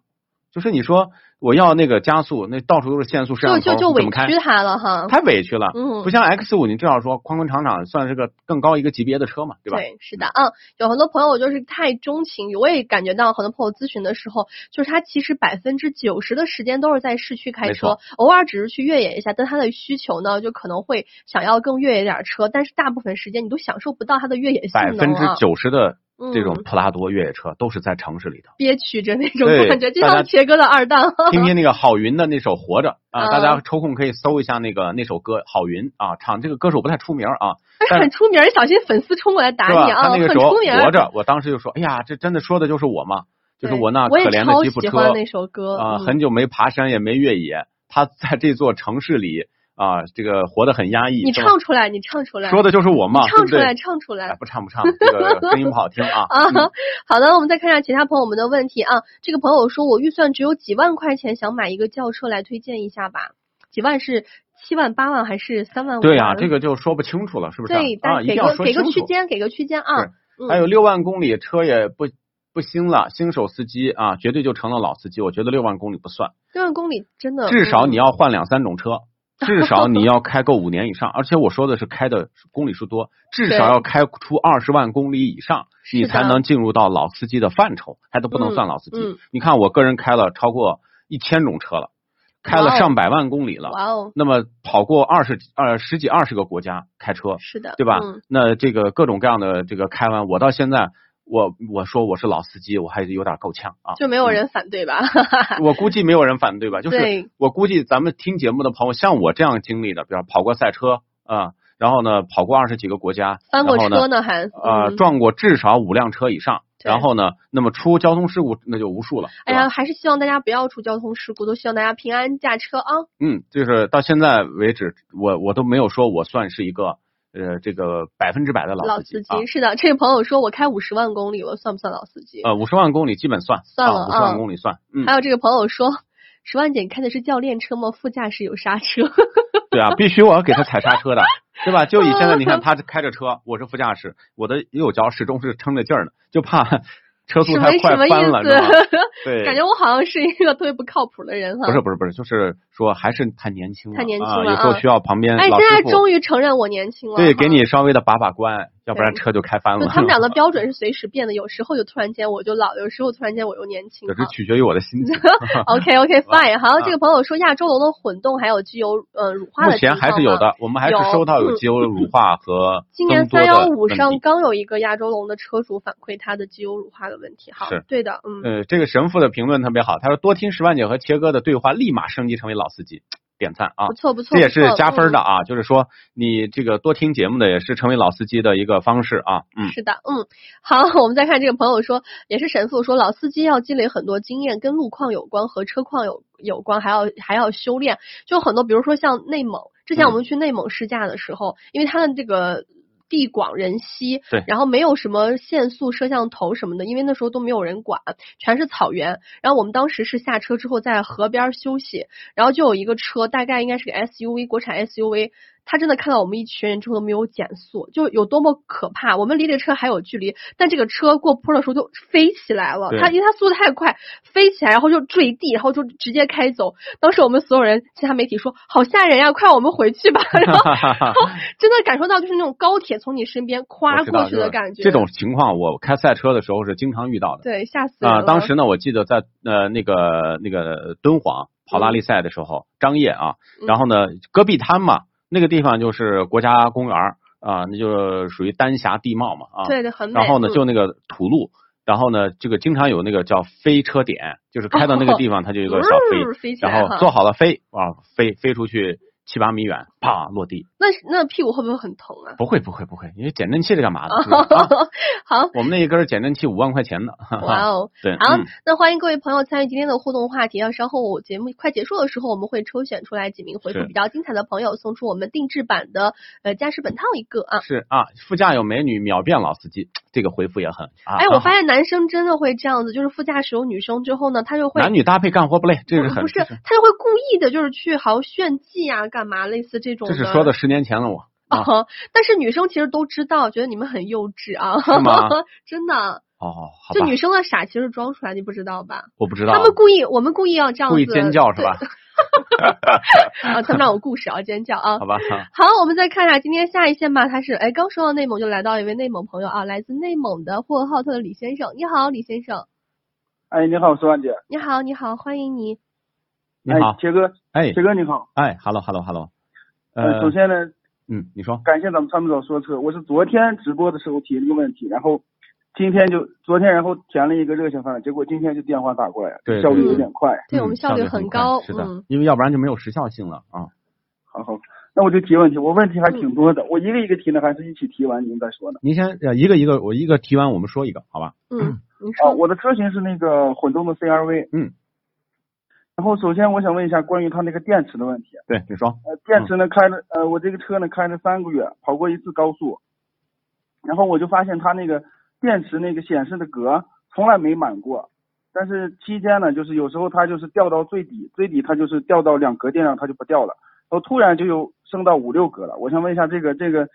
Speaker 2: 就是你说我要那个加速，那到处都是限速摄
Speaker 3: 就
Speaker 2: 像
Speaker 3: 就
Speaker 2: 头，
Speaker 3: 就
Speaker 2: 怎
Speaker 3: 委
Speaker 2: 么开？
Speaker 3: 屈他了哈。
Speaker 2: 太委屈了。
Speaker 3: 嗯
Speaker 2: 不像 X 五，你至少说宽宽敞敞，算是个更高一个级别的车嘛，对吧？
Speaker 3: 对，是的，嗯，有很多朋友就是太钟情于，我也感觉到很多朋友咨询的时候，就是他其实百分之九十的时间都是在市区开
Speaker 2: 没
Speaker 3: 车
Speaker 2: 错，
Speaker 3: 偶尔只是去越野一下，但他的需求呢，就可能会想要更越野点儿车，但是大部分时间你都享受不到它的越野性
Speaker 2: 百
Speaker 3: 能
Speaker 2: 分之
Speaker 3: 啊，
Speaker 2: 九十的这种
Speaker 3: 嗯
Speaker 2: 普拉多越野车都是在城市里
Speaker 3: [laughs]
Speaker 2: 的。
Speaker 3: 憋屈着那种
Speaker 2: 对
Speaker 3: 感觉，就
Speaker 2: 大
Speaker 3: 像
Speaker 2: 家
Speaker 3: 切割的二档，
Speaker 2: [laughs] 听听那个郝云的那首《活着》啊，
Speaker 3: 嗯
Speaker 2: 大家抽空可以搜一下那个那首歌，郝云啊唱这个歌手不太出名
Speaker 3: [laughs]
Speaker 2: 啊，
Speaker 3: 但
Speaker 2: 但
Speaker 3: 是很出名儿，小心粉丝冲过来打
Speaker 2: 是吧？
Speaker 3: 你啊，
Speaker 2: 他那
Speaker 3: 很
Speaker 2: 个时候
Speaker 3: 出名儿。
Speaker 2: 活着，我当时就说，哎呀，这真的说的就是我嘛，就是
Speaker 3: 对
Speaker 2: 我那
Speaker 3: 我
Speaker 2: 可
Speaker 3: 也
Speaker 2: 怜
Speaker 3: 超
Speaker 2: 的吉普
Speaker 3: 喜
Speaker 2: 车
Speaker 3: 欢那首歌
Speaker 2: 啊、
Speaker 3: 嗯
Speaker 2: 很久没爬山也没越野，他在这座城市里啊、这个活得很压抑。
Speaker 3: 你
Speaker 2: 这
Speaker 3: 唱出来，你唱出
Speaker 2: 么
Speaker 3: 来，
Speaker 2: 说的就是我嘛，
Speaker 3: 你唱
Speaker 2: 对不
Speaker 3: 出
Speaker 2: 对
Speaker 3: 来，唱出来
Speaker 2: 哎。不唱不唱，
Speaker 3: [laughs]
Speaker 2: 这个声音不好听啊。
Speaker 3: 啊，好的，我们再看一下其他朋友们的问题啊。这个朋友说，我预算只有几万块钱，想买一个轿车来推荐一下吧。几万是七万、八万还是三万？
Speaker 2: 对啊
Speaker 3: 呀、
Speaker 2: 呀，这个就说不清楚了，是不是？
Speaker 3: 对，
Speaker 2: 啊，
Speaker 3: 但
Speaker 2: 一
Speaker 3: 给
Speaker 2: 定
Speaker 3: 个、
Speaker 2: 要说
Speaker 3: 给
Speaker 2: 清
Speaker 3: 个
Speaker 2: 楚。
Speaker 3: 区间，给个区间啊
Speaker 2: 是。
Speaker 3: 嗯，
Speaker 2: 还有六万公里，车也不不新了，新手司机啊，绝对就成了老司机。我觉得六万公里不算，
Speaker 3: 六万公里真的，
Speaker 2: 至少
Speaker 3: 嗯
Speaker 2: 你要换两三种车，至少你要开够五年以上，而且我说的是开的公里数多，至
Speaker 3: 对
Speaker 2: 少要开出二十万公里以上，
Speaker 3: 是
Speaker 2: 你
Speaker 3: 的
Speaker 2: 才能进入到老司机的范畴，还都不能算老司机。
Speaker 3: 嗯嗯
Speaker 2: 你看，我个人开了超过一千种车了，开
Speaker 3: 哇哦
Speaker 2: 了上百万公里了，
Speaker 3: 哇哦，
Speaker 2: 那么跑过二十呃十几二十个国家开车，
Speaker 3: 是的，
Speaker 2: 对吧？
Speaker 3: 嗯，
Speaker 2: 那这个各种各样的这个开完，我到现在我我说我是老司机，我还有点够呛
Speaker 3: [laughs]
Speaker 2: 啊。
Speaker 3: 就没有人反对吧？哈哈哈。
Speaker 2: 嗯我估计没有人反对吧？就是
Speaker 3: 对
Speaker 2: 我估计咱们听节目的朋友，像我这样经历的，比如跑过赛车啊、然后呢跑过二十几个国家，
Speaker 3: [laughs] 翻过
Speaker 2: 然后
Speaker 3: 车
Speaker 2: 呢
Speaker 3: 呢还？
Speaker 2: 呃
Speaker 3: 嗯
Speaker 2: 撞过至少五辆车以上，
Speaker 3: 对
Speaker 2: 然后呢，那么出交通事故那就无数了。
Speaker 3: 哎
Speaker 2: 对吧
Speaker 3: 呀，还是希望大家不要出交通事故，都希望大家平安驾车啊！
Speaker 2: 嗯，就是到现在为止，我我都没有说我算是一个呃这个百分之百的
Speaker 3: 老
Speaker 2: 老
Speaker 3: 司
Speaker 2: 司
Speaker 3: 机、
Speaker 2: 啊。
Speaker 3: 是的，这个朋友说我开五十万公里，我算不算老司机？
Speaker 2: 呃，五十万公里基本算，
Speaker 3: 算了
Speaker 2: 五十万
Speaker 3: 嗯
Speaker 2: 公里算，嗯
Speaker 3: 还，有这个朋友说，十万姐开的是教练车吗？副驾驶有刹车。
Speaker 2: 对啊，必须我要给他踩刹车的，对吧？就以现在你看，他开着车，我是副驾驶，我的右脚始终是撑着劲儿呢，就怕 [laughs] 车速
Speaker 3: 什么
Speaker 2: 太快
Speaker 3: 什么
Speaker 2: 翻了，
Speaker 3: 意
Speaker 2: 是
Speaker 3: [laughs]
Speaker 2: 吧？
Speaker 3: 思？
Speaker 2: 对，
Speaker 3: 感觉我好像是一个特别不靠谱的人哈。
Speaker 2: 不是不是不是，就是说还是太年轻了，
Speaker 3: 太年轻
Speaker 2: 啊，
Speaker 3: 了
Speaker 2: 有时候
Speaker 3: 啊
Speaker 2: 需要旁边
Speaker 3: 哎，
Speaker 2: 老
Speaker 3: 现
Speaker 2: 师
Speaker 3: 在
Speaker 2: 傅
Speaker 3: 终于承认我年轻了。
Speaker 2: 对
Speaker 3: 哈
Speaker 2: 给。你稍微的把把关，要不然
Speaker 3: 对
Speaker 2: 车就开翻
Speaker 3: 就
Speaker 2: 了。
Speaker 3: 他们俩的标准是随时变的， [laughs] 有时候就突然间我就老了，有时候突然间我又年轻
Speaker 2: [laughs] 就
Speaker 3: 了。
Speaker 2: 是取决于我的
Speaker 3: [laughs]
Speaker 2: 心情。 [laughs]
Speaker 3: OK OK fine，好，
Speaker 2: 啊
Speaker 3: 这个朋友说亚洲龙的混动还有机油呃乳化
Speaker 2: 目
Speaker 3: 的情
Speaker 2: 前
Speaker 3: 况
Speaker 2: 还是有
Speaker 3: 吗。
Speaker 2: 的，我们还是
Speaker 3: 有
Speaker 2: 收到
Speaker 3: 嗯
Speaker 2: 有机油乳化和
Speaker 3: [laughs] 今年
Speaker 2: 增多
Speaker 3: 三
Speaker 2: 的
Speaker 3: 幺五
Speaker 2: 问
Speaker 3: 上
Speaker 2: 题
Speaker 3: 刚有一个亚洲龙的车主反馈他的机油乳化的问题，好
Speaker 2: 是，
Speaker 3: 对的，嗯，
Speaker 2: 呃，这个神父的评论特别好，他说多听十万姐和切哥的对话，立马升级成为老司机，点赞啊
Speaker 3: 不！错不错，
Speaker 2: 这也是
Speaker 3: 不错
Speaker 2: 加
Speaker 3: 嗯
Speaker 2: 分的啊，就是说你这个多听节目的也是成为老司机的一个方式啊，
Speaker 3: [laughs]
Speaker 2: 嗯，
Speaker 3: 是的，嗯，好， [laughs] 我们再看这个朋友说，也是神父说，老司机要积累很多经验，跟路况有关，和车况有有关，还要还要修炼，就很多，比如说像内蒙，之前我们去内蒙试驾的时候，因为它的这个。地广人稀，
Speaker 2: 对
Speaker 3: 然后没有什么限速摄像头什么的，因为那时候都没有人管，全是草原。然后我们当时是下车之后在河边儿休息，然后就有一个车，大概应该是个 SUV，国产 SUV，他真的看到我们一群人之后都没有减速，就有多么可怕。我们离这个车还有距离，但这个车过坡的时候就飞起来了。
Speaker 2: 对
Speaker 3: 它因为它速度太快，飞起来，然后就坠地，然后就直接开走。当时我们所有人，其他媒体说好吓人呀，快我们回去
Speaker 2: [laughs]
Speaker 3: 吧。然后
Speaker 2: 哈哈哈。
Speaker 3: [laughs] 真的感受到就是那种高铁从你身边
Speaker 2: 我
Speaker 3: 跨
Speaker 2: 知道
Speaker 3: 过去
Speaker 2: 就
Speaker 3: 的
Speaker 2: 是
Speaker 3: 感觉。
Speaker 2: 这种情况我开赛车的时候是经常遇到的
Speaker 3: 对吓死人
Speaker 2: 啊、
Speaker 3: 了。
Speaker 2: 当时呢，我记得在呃那个那个敦煌跑拉力赛的时候，张掖啊，
Speaker 3: 嗯
Speaker 2: 然后呢戈壁滩嘛，那个地方就是国家公园儿啊、那就属于丹霞地貌嘛啊，
Speaker 3: 对对很美。
Speaker 2: 然后呢，
Speaker 3: 嗯
Speaker 2: 就那个土路，然后呢，这个经常有那个叫飞车点，就是开到那个地方，它就有一个小飞，
Speaker 3: 呜飞起来
Speaker 2: 然后
Speaker 3: 哈
Speaker 2: 做好了飞啊，飞飞出去七八米远，啪落地，
Speaker 3: 那那屁股会不会很疼啊？
Speaker 2: 不会不会不会，因为减震器是干嘛
Speaker 3: 哦
Speaker 2: 的？是吧啊
Speaker 3: [laughs] 好，
Speaker 2: 我们那一根减震器五万块钱呢。
Speaker 3: 哇哦！
Speaker 2: 对，
Speaker 3: 好
Speaker 2: 嗯，
Speaker 3: 那欢迎各位朋友参与今天的互动话题啊！稍后我节目快结束的时候，我们会抽选出来几名回复
Speaker 2: 是
Speaker 3: 比较精彩的朋友，送出我们定制版的呃驾驶本套一个啊！
Speaker 2: 是啊，副驾有美女，秒变老司机，这个回复也很啊。
Speaker 3: 哎，我
Speaker 2: 很好
Speaker 3: 发现男生真的会这样子，就是副驾驶有女生之后呢，他就会嗯
Speaker 2: 男女搭配干活不累，这是很
Speaker 3: 不是他就会故意的，就是去好炫技啊，干嘛类似这种
Speaker 2: 这是说的十年前了我。啊
Speaker 3: 哦，但是女生其实都知道，觉得你们很幼稚啊，
Speaker 2: 是吗
Speaker 3: [laughs] 真的，
Speaker 2: 哦，好
Speaker 3: 就
Speaker 2: 吧
Speaker 3: 女，生的傻其实装出来，你不知道吧？
Speaker 2: 我不知道
Speaker 3: 他，们故意，我们故意要这样子，
Speaker 2: 故意尖叫是吧？
Speaker 3: 对？啊，他们让我故事啊， [laughs] 尖叫啊
Speaker 2: 好。吧，
Speaker 3: 好，我们再看一下今天下一线吧，他是哎刚说到内蒙就来到一位内蒙朋友啊，来自内蒙的呼和浩特的李先生，你好，李先生，
Speaker 5: 哎，你好，苏万姐。
Speaker 3: 你好，你好，欢迎你，
Speaker 2: 你好
Speaker 5: 哎，，杰哥，
Speaker 2: 哎
Speaker 5: 杰哥你好。
Speaker 2: 哎，hello hello hello，
Speaker 5: 呃，首
Speaker 2: 呃，
Speaker 5: 先呢，
Speaker 2: 嗯，你说，
Speaker 5: 感谢咱们参谋长说车。我是昨天直播的时候提了个问题，然后今天就昨天然后填了一个热线方案，结果今天就电话打过来，
Speaker 2: 对
Speaker 5: 效率
Speaker 3: 对
Speaker 5: 有点快。
Speaker 3: 对
Speaker 2: 嗯
Speaker 3: 我们效率
Speaker 2: 率
Speaker 3: 很
Speaker 2: 很
Speaker 3: 高
Speaker 2: 快是的
Speaker 3: 嗯，
Speaker 2: 因为要不然就没有时效性了啊。
Speaker 5: 好好，那我就提问题，我问题还
Speaker 3: 嗯
Speaker 5: 挺多的，我一个一个提呢，还是一起提完您再说呢？
Speaker 2: 您先呃一个一个，我一个提完我们说一个，好吧？
Speaker 3: 嗯，你说，
Speaker 5: 啊，我的车型是那个混动的 CRV。
Speaker 2: 嗯。
Speaker 5: 然后首先我想问一下关于它那个电池的问题。
Speaker 2: 对，你说，
Speaker 5: 呃，电池呢开了，呃，我这个车呢开了三个月，跑过一次高速，然后我就发现它那个电池那个显示的格从来没满过，但是期间呢，就是有时候它就是掉到最底，最底它就是掉到两格电量它就不掉了，然后突然就又升到五六格了。我想问一下这个这个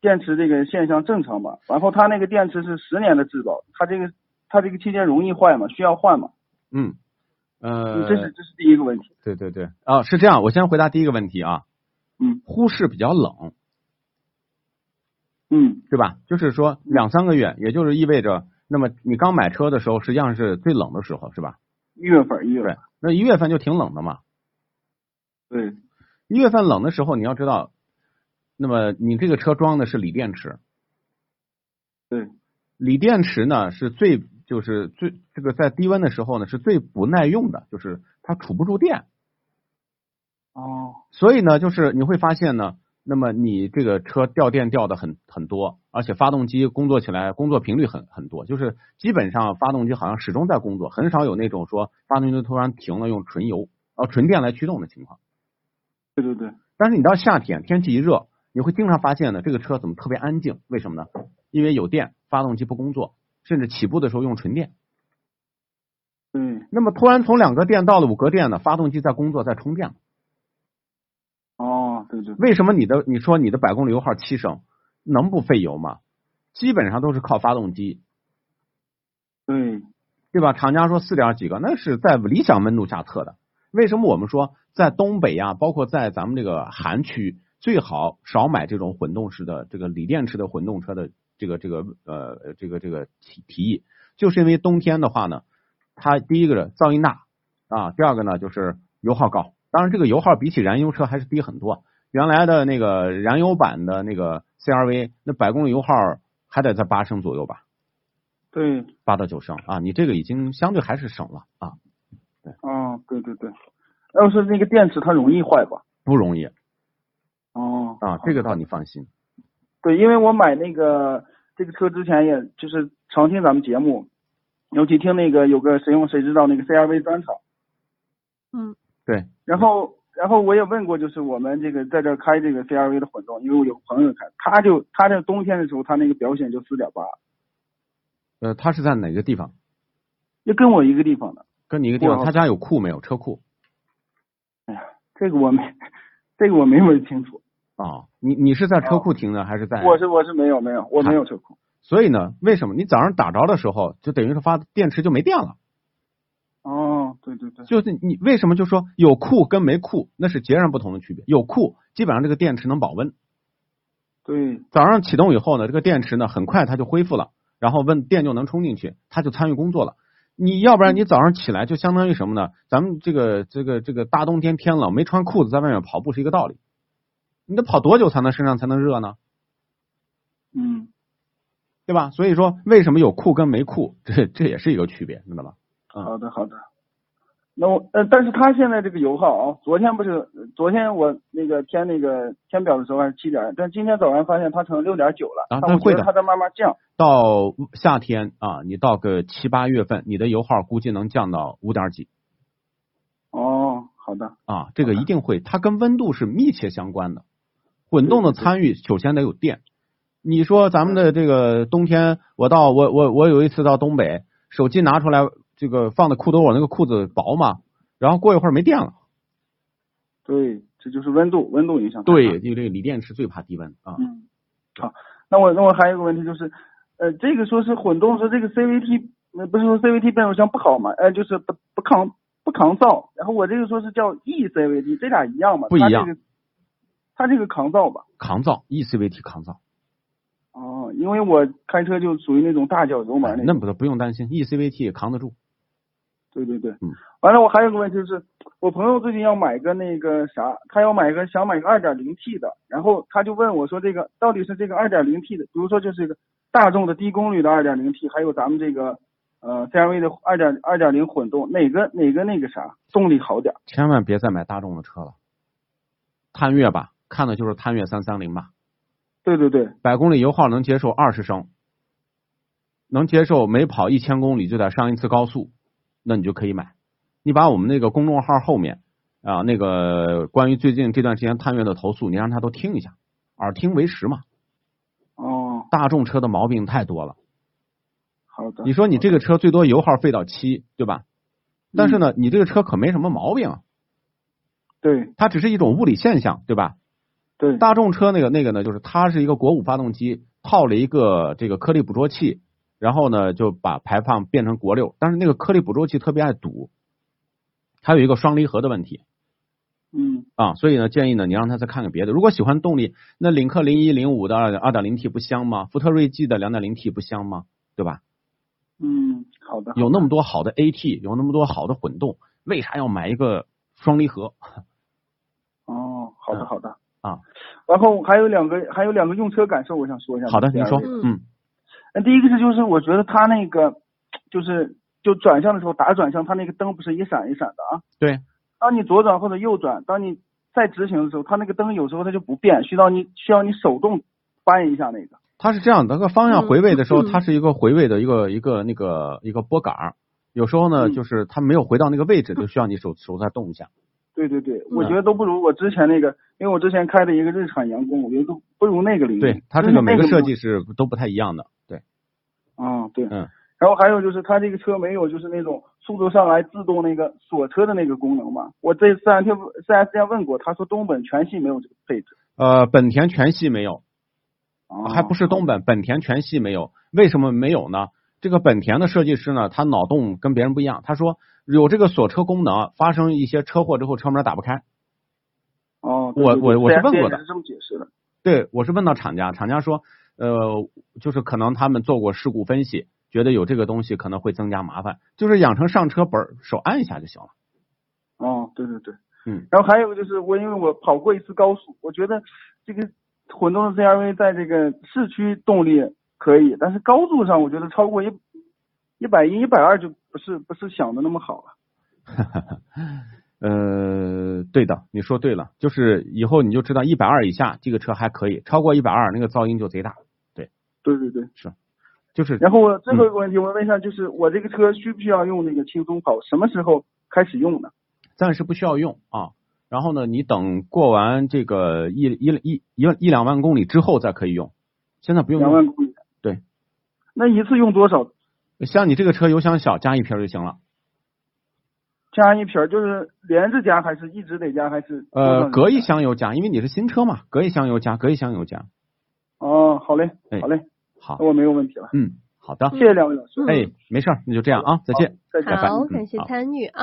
Speaker 5: 电池这个现象正常吗？然后它那个电池是十年的质保，它这个它这个期间容易坏吗？需要换吗？
Speaker 2: 嗯，呃，
Speaker 5: 这是这是第一个问题。
Speaker 2: 对对对，啊，是这样，我先回答第一个问题啊，
Speaker 5: 嗯
Speaker 2: 忽视比较冷，
Speaker 5: 嗯
Speaker 2: 对吧？就是说两三个月，也就是意味着，那么你刚买车的时候，实际上是最冷的时候，是吧？
Speaker 5: 一月份一月
Speaker 2: 对
Speaker 5: 份，
Speaker 2: 那一月份就挺冷的嘛。
Speaker 5: 对
Speaker 2: 一月份冷的时候，你要知道，那么你这个车装的是锂电池，
Speaker 5: 对
Speaker 2: 锂电池呢是最就是最这个在低温的时候呢是最不耐用的，就是它储不住电，
Speaker 5: 哦
Speaker 2: 所以呢就是你会发现呢，那么你这个车掉电掉的很很多，而且发动机工作起来工作频率很很多，就是基本上发动机好像始终在工作，很少有那种说发动机突然停了用纯油呃纯电来驱动的情况。
Speaker 5: 对对对。
Speaker 2: 但是你到夏天天气一热，你会经常发现呢，这个车怎么特别安静？为什么呢？因为有电，发动机不工作，甚至起步的时候用纯电。
Speaker 5: 对，
Speaker 2: 那么突然从两格电到了五格电呢，发动机在工作，在充电了。
Speaker 5: 哦，对对，
Speaker 2: 为什么你的你说你的百公里油耗七升，能不费油吗？基本上都是靠发动机，
Speaker 5: 对，
Speaker 2: 对吧？厂家说四点几个，那是在理想温度下测的。为什么我们说在东北呀，包括在咱们这个寒区，最好少买这种混动式的这个锂电池的混动车的这个这个呃这个这个提提议，就是因为冬天的话呢，它第一个是噪音大啊，第二个呢就是油耗高。当然，这个油耗比起燃油车还是低很多。原来的那个燃油版的那个 CRV，那百公里油耗还得在八升左右吧。
Speaker 5: 对，
Speaker 2: 八到九升啊，你这个已经相对还是省了啊，
Speaker 5: 哦，对对对。要是那个电池它容易坏吧？
Speaker 2: 不容易
Speaker 5: 哦，
Speaker 2: 啊，这个倒你放心。
Speaker 5: 对，因为我买那个这个车之前，也就是常听咱们节目，尤其听那个有个谁用谁知道那个 CRV 专场，
Speaker 2: 对，
Speaker 5: 然后然后我也问过，就是我们这个在这儿开这个 CRV 的混动，因为我有朋友开，他就他在冬天的时候，他那个表显就四点八，
Speaker 2: 呃，他是在哪个地方？
Speaker 5: 就跟我一个地方的。
Speaker 2: 跟你一个地方，
Speaker 5: 我
Speaker 2: 他家有库没有？车库
Speaker 5: 哎呀，这个我没，这个我没问清楚，
Speaker 2: 啊？你你是在车库停的还是在？
Speaker 5: 啊我是我是没有没有我没
Speaker 2: 啊
Speaker 5: 有车库。
Speaker 2: 所以呢，为什么你早上打着的时候，就等于是发电池就没电了？
Speaker 5: 哦，对对对，
Speaker 2: 就是你为什么就说有库跟没库，那是截然不同的区别。有库基本上这个电池能保温，
Speaker 5: 对，
Speaker 2: 早上启动以后呢，这个电池呢很快它就恢复了，然后问电就能充进去，它就参与工作了。你要不然你早上起来就相当于什么呢？咱们这个这个这个大冬天天冷没穿裤子在外面跑步是一个道理。你得跑多久才能身上才能热呢？
Speaker 5: 嗯，
Speaker 2: 对吧？所啊以说为什么有裤跟没裤，这这也是一个区别，明白吧？
Speaker 5: 好的好的。那我呃，但是它现在这个油耗啊，昨天不是昨天我那个填那个填表的时候还是七点，但今天早上发现它成六点九了，
Speaker 2: 啊
Speaker 5: 但我
Speaker 2: 它会的
Speaker 5: 觉得它在慢慢降。
Speaker 2: 到夏天啊，你到个七八月份，你的油耗估计能降到五点几
Speaker 5: 哦，好的，
Speaker 2: 啊，这个一定会，它跟温度是密切相关的。滚动的参与，首先得有电。你说咱们的这个冬天，我到我我我有一次到东北，手机拿出来，这个放在裤兜，我那个裤子薄嘛，然后过一会儿没电了。
Speaker 5: 对，这就是温度，温度影响。
Speaker 2: 对，，啊因为这个锂电池最怕低温啊。
Speaker 5: 嗯，好，那我那我还有一个问题就是，呃，这个说是混动说这个 CVT，呃，不是说 CVT 变速箱不好嘛，呃，就是不不抗不抗噪，然后我这个说是叫 E eCVT，这俩一样吗？
Speaker 2: 不一样
Speaker 5: 它这个它这个抗噪吧？
Speaker 2: 抗噪，eCVT ，E 抗噪，
Speaker 5: 哦，因为我开车就属于那种大脚油门
Speaker 2: 哎
Speaker 5: 那
Speaker 2: 那
Speaker 5: 种。
Speaker 2: 不不用担心，eCVT ，E 也扛得住。
Speaker 5: 对对对，
Speaker 2: 嗯
Speaker 5: 完了我还有个问题就是，我朋友最近要买个那个啥，他要买个想买个二点零 T 的，然后他就问我说这个到底是这个二点零 T 的，比如说就是一个大众的低功率的二点零 T，还有咱们这个呃 CRV 的二点二点零混动，哪个哪个那个啥动力好点儿？
Speaker 2: 千万别再买大众的车了，探岳吧，看的就是探岳三三零吧，
Speaker 5: 对对对，
Speaker 2: 百公里油耗能接受二十升，能接受每跑一千公里就得上一次高速，那你就可以买。你把我们那个公众号后面啊、那个关于最近这段时间探岳的投诉，你让他都听一下，耳听为实嘛。
Speaker 5: 哦，
Speaker 2: 大众车的毛病太多了。
Speaker 5: 好的。
Speaker 2: 你说你这个车最多油耗费到七，对吧？但是呢，你这个车可没什么毛病啊，
Speaker 5: 嗯对
Speaker 2: 它只是一种物理现象，对吧？
Speaker 5: 对
Speaker 2: 大众车那个那个呢，就是它是一个国五发动机，套了一个这个颗粒捕捉器，然后呢就把排放变成国六，但是那个颗粒捕捉器特别爱堵，还有一个双离合的问题
Speaker 5: 嗯
Speaker 2: 啊，所以呢建议呢你让他再看看别的。如果喜欢动力，那领克零一零五的二二点零 T 不香吗？福特锐际的两点零 T 不香吗？对吧？
Speaker 5: 嗯，好的。
Speaker 2: 有那
Speaker 5: 么
Speaker 2: 么多好的 AT，有那么多好的混动，为啥要买一个双离合？
Speaker 5: 哦，好的好的
Speaker 2: 啊。
Speaker 5: 然后还有两个还有两个用车感受，我想说一下。
Speaker 2: 好的，您说，
Speaker 5: CRV
Speaker 2: 嗯，
Speaker 5: 那第一个是就是我觉得它那个就是就转向的时候打转向，它那个灯不是一闪一闪的啊。
Speaker 2: 对。
Speaker 5: 当你左转或者右转，当你在直行的时候，它那个灯有时候它就不变，需要你需要你手动扳一下那个。
Speaker 2: 它是这样的，那个方向回位的时候，
Speaker 3: 嗯嗯
Speaker 2: 它是一个回位的一个一个那个一个拨杆儿，有时候呢，
Speaker 5: 嗯
Speaker 2: 就是它没有回到那个位置，就需要你手手再动一下。
Speaker 5: 对对对，我
Speaker 2: 嗯
Speaker 5: 觉得都不如我之前那个，因为我之前开的一个日产阳光，我觉得都不如那个灵敏。
Speaker 2: 对，它这
Speaker 5: 就是
Speaker 2: 个
Speaker 5: 嗯哎那
Speaker 2: 每个
Speaker 5: 个
Speaker 2: 设计是都不太一样的。对，
Speaker 5: 啊，对，
Speaker 2: 嗯。
Speaker 5: 然后还有就是它这个车没有就是那种速度上来自动那个锁车的那个功能嘛？我这四 S 店四 S 店问过，他说东本全系没有这个配置。
Speaker 2: 呃，本田全系没有，
Speaker 5: 啊，
Speaker 2: 还不是东本，本田全系没有。为什么没有呢？这个本田的设计师呢，他脑洞跟别人不一样，他说有这个锁车功能，发生一些车祸之后车门打不开。
Speaker 5: 哦，
Speaker 2: 我我我是问过的
Speaker 5: 的，是这么解释的。
Speaker 2: 对，我是问到厂家，厂家说，呃，就是可能他们做过事故分析，觉得有这个东西可能会增加麻烦，就是养成上车本儿手按一下就行了。
Speaker 5: 哦，对对对，
Speaker 2: 嗯。
Speaker 5: 然后还有一个就是我因为我跑过一次高速，我觉得这个混动的 CRV 在这个市区动力可以，但是高速上我觉得超过一一百一、一百二就不是不是想的那么好了。
Speaker 2: 呃，对的，你说对了，就是以后你就知道一百二以下这个车还可以，超过一百二那个噪音就贼大，
Speaker 5: 对对对。
Speaker 2: 就是
Speaker 5: 然后我最
Speaker 2: 嗯
Speaker 5: 后一个问题，我问一下，就是我这个车需不需要用那个轻松跑？什么时候开始用呢？
Speaker 2: 暂时不需要用啊。然后呢，你等过完这个一一一一万一两万公里之后再可以用，现在不用
Speaker 5: 两
Speaker 2: 用。
Speaker 5: 万公里。
Speaker 2: 对。
Speaker 5: 那一次用多少？
Speaker 2: 像你这个车油箱小，加一瓶儿就行了。
Speaker 5: 加一瓶儿，就是连着加还是一直得加还是？
Speaker 2: 呃，隔一
Speaker 5: 下。
Speaker 2: 箱油加，因为你是新车嘛，隔一箱油加，隔一箱油加。
Speaker 5: 哦，好嘞
Speaker 2: 哎，
Speaker 5: 好嘞，
Speaker 2: 好
Speaker 5: 那，我没有问题了，
Speaker 2: 嗯，好的，
Speaker 5: 哦谢谢两位老师。
Speaker 3: 嗯
Speaker 2: 哎，没事儿，那就这样啊，再见。
Speaker 5: 再见。
Speaker 3: 好，
Speaker 2: 嗯
Speaker 3: 感谢
Speaker 2: 好
Speaker 3: 参与啊。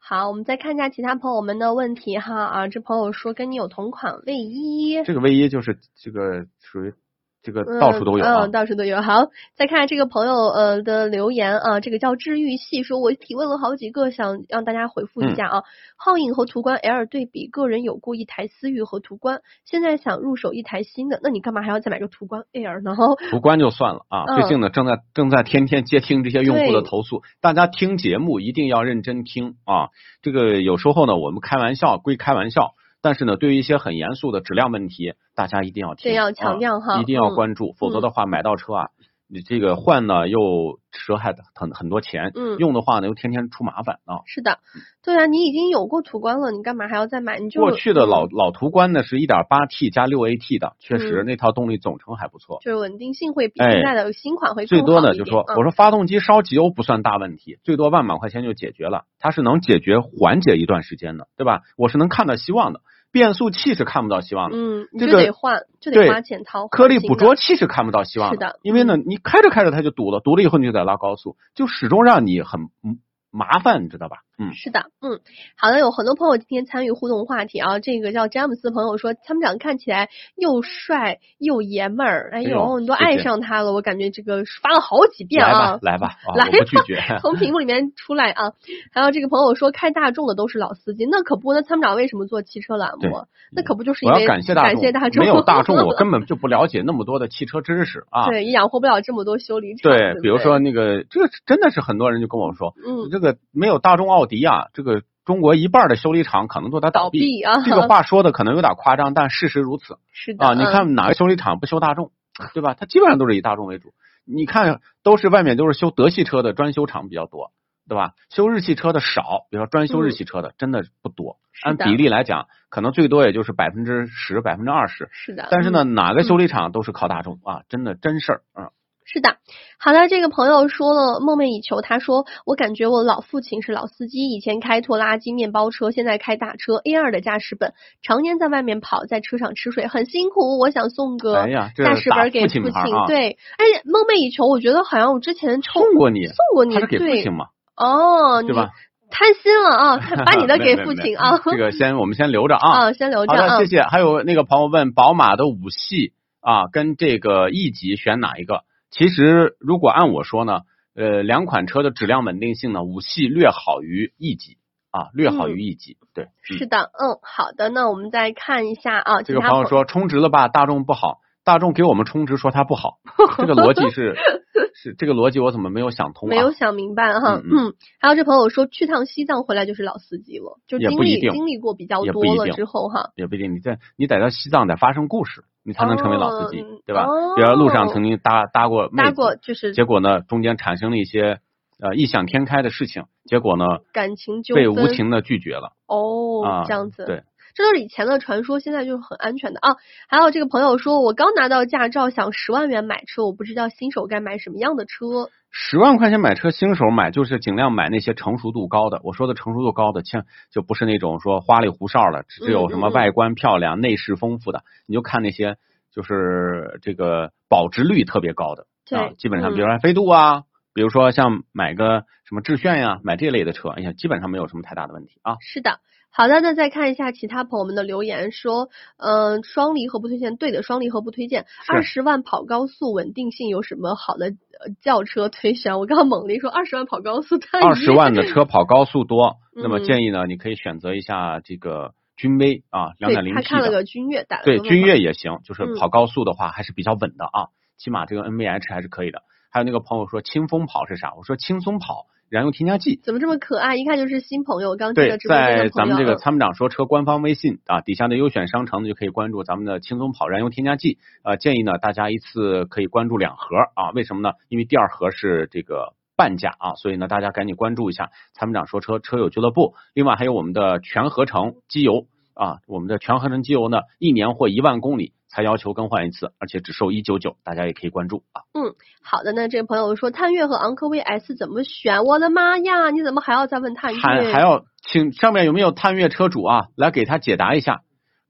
Speaker 3: 好，我们再看一下其他朋友们的问题哈啊，这朋友说跟你有同款卫衣，
Speaker 2: 这个卫衣就是这个属于这个到处都有啊。
Speaker 3: 嗯，嗯到处都有。好，再看这个朋友呃的留言啊，这个叫治愈系说，我提问了好几个，想让大家回复一下
Speaker 2: 嗯
Speaker 3: 啊。皓影和途观 L 对比，个人有过一台思域和途观，现在想入手一台新的，那你干嘛还要再买个途观 L 呢？ [laughs]
Speaker 2: 途观就算了啊，
Speaker 3: 嗯
Speaker 2: 最近呢正在正在天天接听这些用户的
Speaker 3: 对
Speaker 2: 投诉，大家听节目一定要认真听啊。这个有时候呢，我们开玩笑归开玩笑，但是呢，对于一些很严肃的质量问题，大家一定要听，
Speaker 3: 这要强调哈
Speaker 2: 啊，一定要
Speaker 3: 嗯
Speaker 2: 关注，否则的话买到车啊，你这个换呢又折害很很多钱，
Speaker 3: 嗯
Speaker 2: 用的话呢又天天出麻烦啊。
Speaker 3: 是的，对啊，你已经有过途观了，你干嘛还要再买？你就
Speaker 2: 过去的老
Speaker 3: 嗯
Speaker 2: 老途观呢是一点八 T 加六 AT 的，确实
Speaker 3: 嗯
Speaker 2: 那套动力总成还不错。
Speaker 3: 就是稳定性会比
Speaker 2: 哎
Speaker 3: 现在的新款会更
Speaker 2: 最
Speaker 3: 好
Speaker 2: 多呢
Speaker 3: 一
Speaker 2: 就
Speaker 3: 点
Speaker 2: 说，
Speaker 3: 嗯
Speaker 2: 我说发动机烧机油不算大问题，最多万把块钱就解决了，它是能解决缓解一段时间的，对吧？我是能看到希望的，变速器是看不到希望的，
Speaker 3: 嗯，你
Speaker 2: 这
Speaker 3: 就
Speaker 2: 个
Speaker 3: 得换，就得
Speaker 2: 对
Speaker 3: 花钱掏。
Speaker 2: 颗粒
Speaker 3: 换新
Speaker 2: 捕
Speaker 3: 的
Speaker 2: 捉器是看不到希望的，
Speaker 3: 是的嗯
Speaker 2: 因为呢，你开着开着它就堵了，堵了以后你就得拉高速，就始终让你很嗯麻烦，你知道吧？嗯，
Speaker 3: 是的，嗯，好的，有很多朋友今天参与互动话题啊。这个叫詹姆斯的朋友说，参谋长看起来又帅又爷们儿，哎
Speaker 2: 哎
Speaker 3: 呦，
Speaker 2: 呦
Speaker 3: 你都
Speaker 2: 谢
Speaker 3: 爱
Speaker 2: 谢
Speaker 3: 上他了，我感觉这个发了好几遍
Speaker 2: 来
Speaker 3: 啊
Speaker 2: 吧。
Speaker 3: [laughs]
Speaker 2: 来吧，啊，
Speaker 3: 来
Speaker 2: 我不拒绝。
Speaker 3: 从屏幕里面出来啊！还有这个朋友说，开大众的都是老司机，那可不，那参谋长为什么做汽车栏
Speaker 2: 对
Speaker 3: 目？啊那可不就是因
Speaker 2: 我
Speaker 3: 为
Speaker 2: 要感谢大众，没有大
Speaker 3: [laughs]
Speaker 2: 众，我根本就不了解那么多的汽车知识啊。
Speaker 3: 对，也养活不了这么多修理厂。
Speaker 2: 对
Speaker 3: 对，不
Speaker 2: 比如
Speaker 3: 对
Speaker 2: 说，那个，这个真的是很多人就跟我说，
Speaker 3: 嗯，
Speaker 2: 这个没有大众奥迪啊，这个中国一半的修理厂可能都得
Speaker 3: 倒
Speaker 2: 倒闭。
Speaker 3: 闭啊，
Speaker 2: 这个话说的可能有点夸张，但事实如此
Speaker 3: 是的
Speaker 2: 啊！你
Speaker 3: 嗯
Speaker 2: 看哪个修理厂不修大众，对吧？它基本上都是以大众为主。你看，都是外面都是修德系车的专修厂比较多，对吧？修日系车的少，比如说专修日系车的真的不多。
Speaker 3: 嗯是
Speaker 2: 按
Speaker 3: 的
Speaker 2: 比例来讲，可能最多也就是百分之十、百分之二十。
Speaker 3: 是的，
Speaker 2: 但是呢，
Speaker 3: 嗯
Speaker 2: 哪个修理厂都是靠大众啊，真的真事儿啊。
Speaker 3: 是的，好的，这个朋友说了梦寐以求，他说我感觉我老父亲是老司机，以前开拖拉机、面包车，现在开大车，A 二的驾驶本，常年在外面跑，在车上吃水，很辛苦。我想送个
Speaker 2: 哎呀，这
Speaker 3: 驾驶
Speaker 2: 打
Speaker 3: 本给
Speaker 2: 父
Speaker 3: 父亲，
Speaker 2: 亲牌啊，
Speaker 3: 对，而且梦寐以求，我觉得好像我之前抽
Speaker 2: 送过你，
Speaker 3: 送过你，
Speaker 2: 他是给父
Speaker 3: 对
Speaker 2: 亲嘛，
Speaker 3: 哦，
Speaker 2: 对吧？
Speaker 3: 你贪心了啊，把你的
Speaker 2: [laughs] 没
Speaker 3: 给
Speaker 2: 有没有
Speaker 3: 父
Speaker 2: 没有
Speaker 3: 亲啊，
Speaker 2: 这个先我们先留着啊。
Speaker 3: 啊，先留着
Speaker 2: 好
Speaker 3: 啊
Speaker 2: 的，谢，谢。还有那个朋友问，宝马的五系啊，跟这个 E 级选哪一个？其实如果按我说呢，呃，两款车的质量稳定性呢，五系略好于 E 级啊，略好于 E 级。对，嗯
Speaker 3: [laughs] 是的，嗯，好的，那我们再看一下啊，其
Speaker 2: 这个
Speaker 3: 他
Speaker 2: 朋友说充值了吧，大众不好，大众给我们充值说它不
Speaker 3: [laughs]
Speaker 2: 好，这个逻辑是是这个逻辑我怎么没有想通啊？
Speaker 3: 没有想明白哈，
Speaker 2: 嗯嗯
Speaker 3: 嗯， [clears throat] 还有这朋友说去趟西藏回来就是老司机了，就
Speaker 2: 也
Speaker 3: 经
Speaker 2: 不一
Speaker 3: 历
Speaker 2: 定
Speaker 3: 经历过比较
Speaker 2: 也不
Speaker 3: 多
Speaker 2: 一
Speaker 3: 了
Speaker 2: 定
Speaker 3: 之后哈，
Speaker 2: 也不一定，你在你得到西藏得发生故事，你才能成为老司机，
Speaker 3: 哦
Speaker 2: 对吧
Speaker 3: 哦？
Speaker 2: 比如路上曾经搭搭过妹
Speaker 3: 搭
Speaker 2: 子
Speaker 3: 过就是
Speaker 2: 结果呢，中间产生了一些呃异想天开的事情，结果呢
Speaker 3: 感情纠纷
Speaker 2: 被无情的拒绝了
Speaker 3: 哦，
Speaker 2: 啊，
Speaker 3: 这样子，
Speaker 2: 对，
Speaker 3: 这都是以前的传说，现在就是很安全的啊。还有这个朋友说，我刚拿到驾照，想十万元买车，我不知道新手该买什么样的车，
Speaker 2: 十万块钱买车，新手买就是尽量买那些成熟度高的。我说的成熟度高的，千就不是那种说花里胡哨的，只有什
Speaker 3: 嗯
Speaker 2: 么
Speaker 3: 嗯
Speaker 2: 外观漂亮、内饰丰富的，你就看那些就是这个保值率特别高的啊
Speaker 3: 对，
Speaker 2: 基本上
Speaker 3: 嗯
Speaker 2: 比如说飞度啊，比如说像买个什么致炫呀、买这类的车，哎呀，基本上没有什么太大的问题啊。
Speaker 3: 是的。好的，那再看一下其他朋友们的留言，说，嗯、双离合不推荐，对的，双离合不推荐。
Speaker 2: 是
Speaker 3: 二十万跑高速稳定性有什么好的呃轿车推选？我刚刚猛地一说二十万跑高速，太
Speaker 2: 二十万的车跑高速多，那么
Speaker 3: 嗯
Speaker 2: 建议呢，你可以选择一下这个君威啊，两点
Speaker 3: 对
Speaker 2: 零
Speaker 3: 他
Speaker 2: T
Speaker 3: 看了
Speaker 2: 的，
Speaker 3: 个君越，打了
Speaker 2: 对
Speaker 3: 个问
Speaker 2: 君
Speaker 3: 号
Speaker 2: 越也行，就是
Speaker 3: 嗯
Speaker 2: 跑高速的话还是比较稳的啊，起码这个 NVH 还是可以的。还有那个朋友说轻风跑是啥？我说轻松跑燃油添加剂。
Speaker 3: 怎么这么可爱？一看就是新朋友，刚进
Speaker 2: 对
Speaker 3: 了，直播间
Speaker 2: 在
Speaker 3: 的
Speaker 2: 咱
Speaker 3: 朋友。
Speaker 2: 们这个参谋长说车官方微信啊底下的优选商城呢，就可以关注咱们的轻松跑燃油添加剂。呃，建议呢大家一次可以关注两盒啊，为什么呢？因为第二盒是这个半价啊，所以呢大家赶紧关注一下参谋长说车车友俱乐部。另外还有我们的全合成机油啊，我们的全合成机油呢一年或一万公里才要求更换一次，而且只售一九九，大家也可以关注啊。
Speaker 3: 嗯好的，那这个朋友说探岳和昂科威 S 怎么选？我的妈呀，你怎么还要再问探岳？
Speaker 2: 还还要请上面有没有探岳车主啊，来给他解答一下，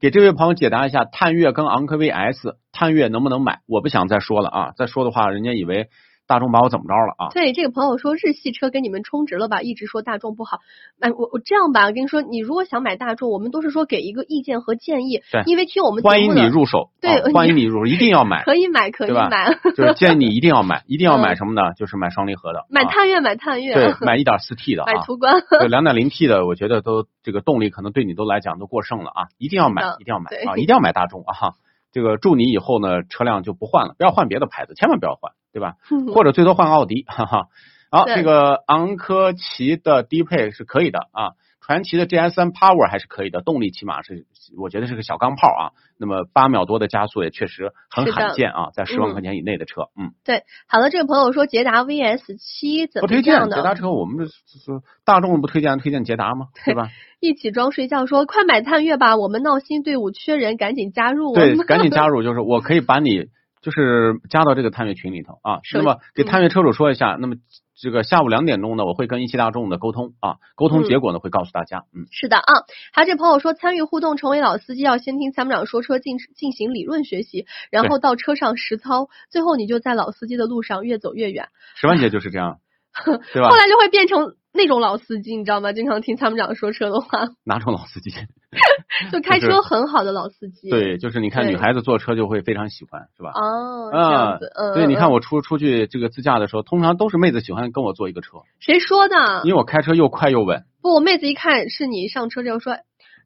Speaker 2: 给这位朋友解答一下，探岳跟昂科威 S，探岳能不能买？我不想再说了啊，再说的话人家以为。大众把我怎么着了啊？
Speaker 3: 对，这个朋友说日系车跟你们充值了吧？一直说大众不好。哎，我我这样吧，我跟你说，你如果想买大众，我们都是说给一个意见和建议。
Speaker 2: 对
Speaker 3: 因为听我们节
Speaker 2: 欢
Speaker 3: 目
Speaker 2: 迎
Speaker 3: 的
Speaker 2: 你入手，
Speaker 3: 对
Speaker 2: 啊欢迎你入手，一定要买，
Speaker 3: 可以买，可以
Speaker 2: 对吧
Speaker 3: 买，
Speaker 2: [laughs] 就是建议你一定要买，一定要买
Speaker 3: 嗯
Speaker 2: 什么呢？就是买双离合的，
Speaker 3: [laughs] 买
Speaker 2: 啊
Speaker 3: 探岳，买探 [laughs] 岳，
Speaker 2: 对，买一点四 T 的
Speaker 3: 买
Speaker 2: 啊，
Speaker 3: 途 [laughs] 观。
Speaker 2: 对，两点零 T 的，我觉得都这个动力可能对你都来讲都过剩了啊，一定要买
Speaker 3: 是的，
Speaker 2: 一定要
Speaker 3: 嗯
Speaker 2: 买
Speaker 3: 对
Speaker 2: 啊，一定要买大众啊。这个祝你以后呢车辆就不换了，不要换别的牌子，千万不要换，对吧？或者最多换个奥迪，哈哈。好，
Speaker 3: 嗯对
Speaker 2: 这个昂科旗的低配是可以的啊，传奇的 GS 三 Power 还是可以的，动力起码是我觉得是个小钢炮啊。那么八秒多的加速也确实很
Speaker 3: 是的
Speaker 2: 罕见啊，在十万
Speaker 3: 嗯
Speaker 2: 块钱以内的车，嗯，
Speaker 3: 好了，这个朋友说捷达 VS 七怎
Speaker 2: 不
Speaker 3: 么
Speaker 2: 推
Speaker 3: 样
Speaker 2: 荐捷达
Speaker 3: 呢？
Speaker 2: 车，我们这这大众不推荐，推荐捷达吗？对吧？
Speaker 3: 一起装睡觉说快买探岳吧，我们闹心队伍缺人，赶紧加入我
Speaker 2: 对
Speaker 3: 们。，
Speaker 2: 赶紧加入，就是我可以把你就是加到这个探岳群里头啊。
Speaker 3: 是
Speaker 2: 那么给
Speaker 3: 嗯
Speaker 2: 探岳车主说一下，那么这个下午两点钟呢，我会跟一汽大众的沟通啊，沟通
Speaker 3: 嗯
Speaker 2: 结果呢会告诉大家。嗯，
Speaker 3: 是的啊，还有这朋友说，参与互动成为老司机，要先听参谋长说车进进行理论学习，然后到车上实操，最后你就在老司机的路上越走越远。
Speaker 2: 石万姐就是
Speaker 3: [laughs]
Speaker 2: 这样，对吧
Speaker 3: 后？
Speaker 2: [laughs]
Speaker 3: 来就会变成那种老司机，你知道吗？经常听参谋长说车的话，
Speaker 2: 哪种老司机？
Speaker 3: 就开
Speaker 2: 就是
Speaker 3: 车很好的老司机。，
Speaker 2: 对，就是你看
Speaker 3: 对
Speaker 2: 女孩子坐车就会非常喜欢，是吧？
Speaker 3: 哦，这样子，嗯，
Speaker 2: 啊所以你
Speaker 3: 嗯
Speaker 2: 看
Speaker 3: 嗯
Speaker 2: 我出出去这个自驾的时候，通常都是妹子喜欢跟我坐一个车，
Speaker 3: 谁说的？
Speaker 2: 因为我开车又快又稳。
Speaker 3: 不，我妹子一看是你上车就说，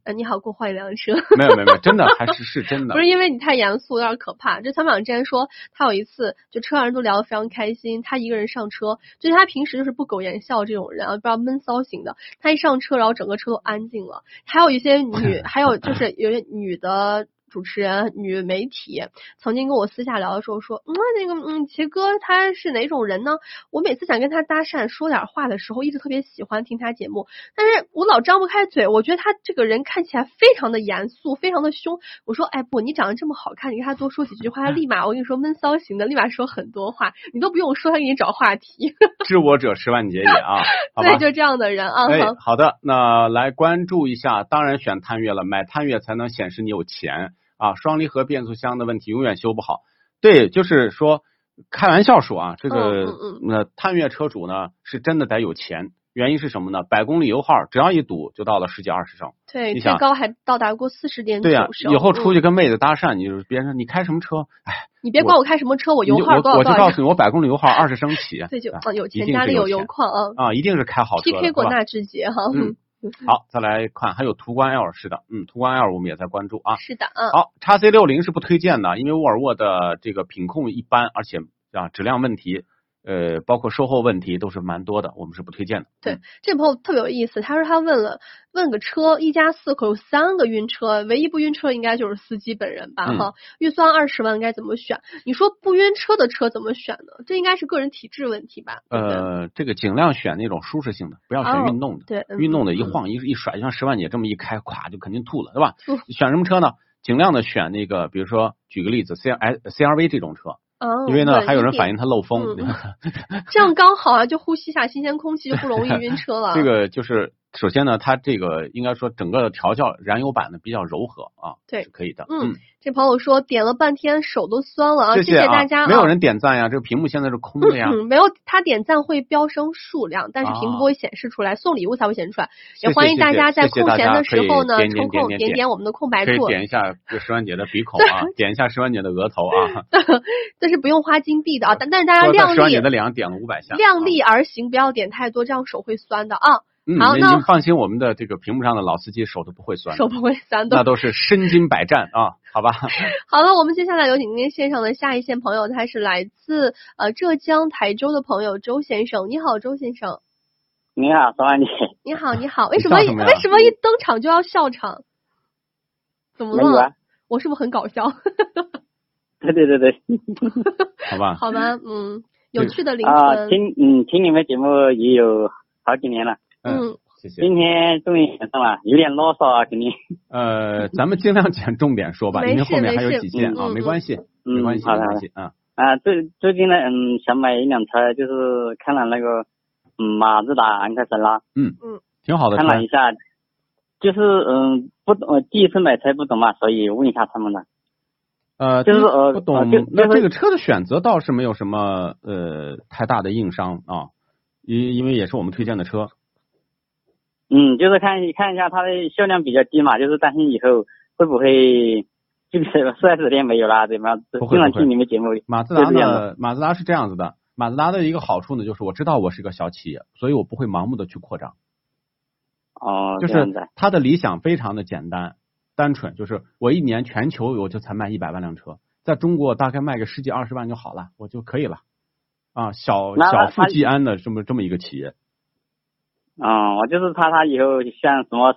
Speaker 3: 呃，你好，给我换一辆车。
Speaker 2: 没有没有没有，真的还是是真
Speaker 3: [laughs]
Speaker 2: 的
Speaker 3: 不。是因为你太严肃，有点可怕。就参谋长之前说，他有一次就车上人都聊得非常开心，他一个人上车，就是他平时就是不苟言笑这种人，啊，不知道闷骚型的。他一上车，然后整个车都安静了。还有一些
Speaker 2: [laughs]
Speaker 3: 女，还有就是有些女的。主持人、女媒体曾经跟我私下聊的时候说，嗯，那个，嗯，杰哥他是哪种人呢？我每次想跟他搭讪、说点话的时候，一直特别喜欢听他节目，但是我老张不开嘴，我觉得他这个人看起来非常的严肃，非常的凶。我说，哎不，你长得这么好看，你跟他多说几句话，他立马我跟你说闷骚型的，立马说很多话，你都不用说，他给你找话题。 [laughs]
Speaker 2: 知我者，十万节也啊，好吧
Speaker 3: 对，。就这样的人啊。
Speaker 2: 哎
Speaker 3: 好，
Speaker 2: 好的，那来关注一下，当然选探岳了，买探岳才能显示你有钱啊。双离合变速箱的问题永远修不好，对，就是说开玩笑说啊，这
Speaker 3: 嗯
Speaker 2: 个
Speaker 3: 嗯
Speaker 2: 那探岳车主呢是真的得有钱，原因是什么呢？百公里油耗只要一堵就到了十几二十升，
Speaker 3: 对，
Speaker 2: 你
Speaker 3: 最
Speaker 2: 想
Speaker 3: 高还到达过四十点
Speaker 2: 对呀、
Speaker 3: 九升。
Speaker 2: 以后出
Speaker 3: 嗯
Speaker 2: 去跟妹子搭讪，你就是别人说你开什么车，哎，
Speaker 3: 你别
Speaker 2: 我
Speaker 3: 管我开什么车，我油
Speaker 2: 你就
Speaker 3: 耗
Speaker 2: 我
Speaker 3: 多少
Speaker 2: 我
Speaker 3: 多
Speaker 2: 就
Speaker 3: 少
Speaker 2: 告诉。你，我百公里
Speaker 3: [laughs]
Speaker 2: 油耗二十升起，
Speaker 3: 对，就
Speaker 2: 啊
Speaker 3: 嗯有
Speaker 2: 一
Speaker 3: 钱
Speaker 2: 定
Speaker 3: 家
Speaker 2: 是
Speaker 3: 里
Speaker 2: 有
Speaker 3: 油
Speaker 2: 钱
Speaker 3: 矿啊。
Speaker 2: 啊，一定是开好车的
Speaker 3: PK
Speaker 2: 是吧
Speaker 3: 广纳智捷哈，
Speaker 2: 嗯好，再来看，还有途观 L 是的，嗯，途观 L 我们也在关注啊。
Speaker 3: 是的啊，
Speaker 2: 好，x C 六零是不推荐的，因为沃尔沃的这个品控一般，而且啊质量问题，呃，包括售后问题都是蛮多的，我们是不推荐的。
Speaker 3: 对
Speaker 2: 嗯，
Speaker 3: 这朋友特别有意思，他说他问了问个车，一家四口有三个晕车，唯一不晕车应该就是司机本人吧
Speaker 2: 嗯
Speaker 3: 哈。预算二十万该怎么选？你说不晕车的车怎么选呢？这应该是个人体质问题吧？对不对
Speaker 2: 呃，这个尽量选那种舒适性的，不要
Speaker 3: 哦
Speaker 2: 选运动的，
Speaker 3: 对，嗯
Speaker 2: 运动的一晃一一甩，就像十万姐这么一开，咵就肯定吐了，对吧
Speaker 3: 嗯？
Speaker 2: 选什么车呢？尽量的选那个，比如说举个例子，C R 哎 C R V 这种车，
Speaker 3: 哦
Speaker 2: 因为呢
Speaker 3: 稳
Speaker 2: 还有人
Speaker 3: 一
Speaker 2: 反
Speaker 3: 点
Speaker 2: 映它漏风，
Speaker 3: 嗯
Speaker 2: 对吧
Speaker 3: 这样刚好啊，就呼吸一下新鲜空气，就不
Speaker 2: [laughs]
Speaker 3: 容易晕车了。
Speaker 2: 这个就是首先呢，它这个应该说整个调教燃油版呢比较柔和啊，
Speaker 3: 对
Speaker 2: 是可以的。
Speaker 3: 嗯，这朋友说点了半天手都酸了啊，
Speaker 2: 谢
Speaker 3: 谢
Speaker 2: 啊
Speaker 3: 大家啊，
Speaker 2: 没有人点赞呀，这个屏幕现在是空的呀。 [laughs]
Speaker 3: 嗯，没有，他点赞会飙升数量，但是屏幕
Speaker 2: 啊
Speaker 3: 会显示出来，送礼物才会显示出来。
Speaker 2: 谢
Speaker 3: 也欢
Speaker 2: 谢
Speaker 3: 迎大
Speaker 2: 谢
Speaker 3: 家在
Speaker 2: 谢谢
Speaker 3: 空
Speaker 2: 大
Speaker 3: 闲
Speaker 2: 家
Speaker 3: 的
Speaker 2: 可
Speaker 3: 时
Speaker 2: 以
Speaker 3: 候呢，
Speaker 2: 点
Speaker 3: 抽
Speaker 2: 点
Speaker 3: 空
Speaker 2: 点
Speaker 3: 点
Speaker 2: 点
Speaker 3: 点我们的空白
Speaker 2: 可以
Speaker 3: 处，
Speaker 2: 点一下这石万姐的鼻孔啊，点一下石万姐的额头啊，
Speaker 3: 这是不用花金币的啊，但但是 [laughs] 大家
Speaker 2: 说到石
Speaker 3: 量
Speaker 2: 万
Speaker 3: 力
Speaker 2: 姐的脸上点了五百下。
Speaker 3: 量力而行，不要点太多，这样手会酸的啊，
Speaker 2: 嗯，
Speaker 3: 好
Speaker 2: 你
Speaker 3: 那
Speaker 2: 你放心，我们的这个屏幕上的老司机手都不会酸
Speaker 3: [laughs]
Speaker 2: 的，
Speaker 3: 手不会酸
Speaker 2: 那
Speaker 3: 的。
Speaker 2: 都是身经百战啊，好吧？
Speaker 3: 好了，我们接下来有请今天线上的下一线朋友，他是来自呃浙江台州的朋友周先生，你好，周先生，
Speaker 6: [laughs] 你好，
Speaker 3: [laughs]
Speaker 6: 三万姐，
Speaker 3: 你好，你好，为
Speaker 2: 你
Speaker 3: 什么
Speaker 2: 笑
Speaker 3: 一
Speaker 2: 什么呀
Speaker 3: 为什么一登场就要笑场？怎么
Speaker 6: 没有
Speaker 3: 了？
Speaker 6: 啊？
Speaker 3: 我是不是很搞笑？
Speaker 6: 对对
Speaker 3: [laughs]
Speaker 6: 对对，
Speaker 2: 好吧？
Speaker 3: 好吧，嗯，有
Speaker 2: 对
Speaker 3: 趣的灵
Speaker 6: 啊、
Speaker 3: 魂，
Speaker 6: 听嗯听你们节目也有好几年了，
Speaker 2: 嗯，
Speaker 3: 嗯，
Speaker 2: 谢谢。
Speaker 6: 今天终于选上了， [laughs] 有点啰嗦啊，肯定。
Speaker 2: 呃，咱们尽量讲重点说吧，
Speaker 3: 没
Speaker 2: 因为
Speaker 3: 事
Speaker 2: 后面
Speaker 3: 没
Speaker 2: 还有
Speaker 3: 事
Speaker 2: 几件啊，
Speaker 3: 嗯
Speaker 2: 没
Speaker 3: 嗯
Speaker 2: 关系，没
Speaker 6: 嗯，
Speaker 2: 关系，
Speaker 6: 好
Speaker 2: 没
Speaker 6: 的好
Speaker 2: 关
Speaker 6: 的。
Speaker 2: 系啊。
Speaker 6: 啊，最最近呢，嗯，想买一辆车，就是看了那个嗯马自达昂克赛拉，
Speaker 2: 嗯挺好的车
Speaker 6: 看了一下，就是嗯不懂，呃第一次买车不懂嘛，所以问一下他们的。
Speaker 2: 呃，
Speaker 7: 就是呃
Speaker 2: 不懂
Speaker 7: 啊就。
Speaker 2: 那
Speaker 7: 就是
Speaker 2: 这个车的选择倒是没有什么呃太大的硬伤啊，因因为也是我们推荐的车。
Speaker 7: 嗯，就是看一看一下它的销量比较低嘛，就是担心以后会不会这个四 S 店没有啦，怎么样？
Speaker 2: 不
Speaker 7: 经
Speaker 2: 会
Speaker 7: 常
Speaker 2: 不会
Speaker 7: 听你们节目，
Speaker 2: 马自达
Speaker 7: 就是这样的
Speaker 2: 呢，马自达是这样子的，马自达的一个好处呢，就是我知道我是个小企业，所以我不会盲目的去扩张。
Speaker 7: 哦，
Speaker 2: 就
Speaker 7: 这样子
Speaker 2: 是，他的理想非常的简单单纯，就是我一年全球我就才卖一百万辆车，在中国大概卖个十几二十万就好了，我就可以了。啊，小
Speaker 7: 那
Speaker 2: 小富
Speaker 7: 他
Speaker 2: 即安的这么这么一个企业，
Speaker 7: 嗯，我就是怕它以后像什么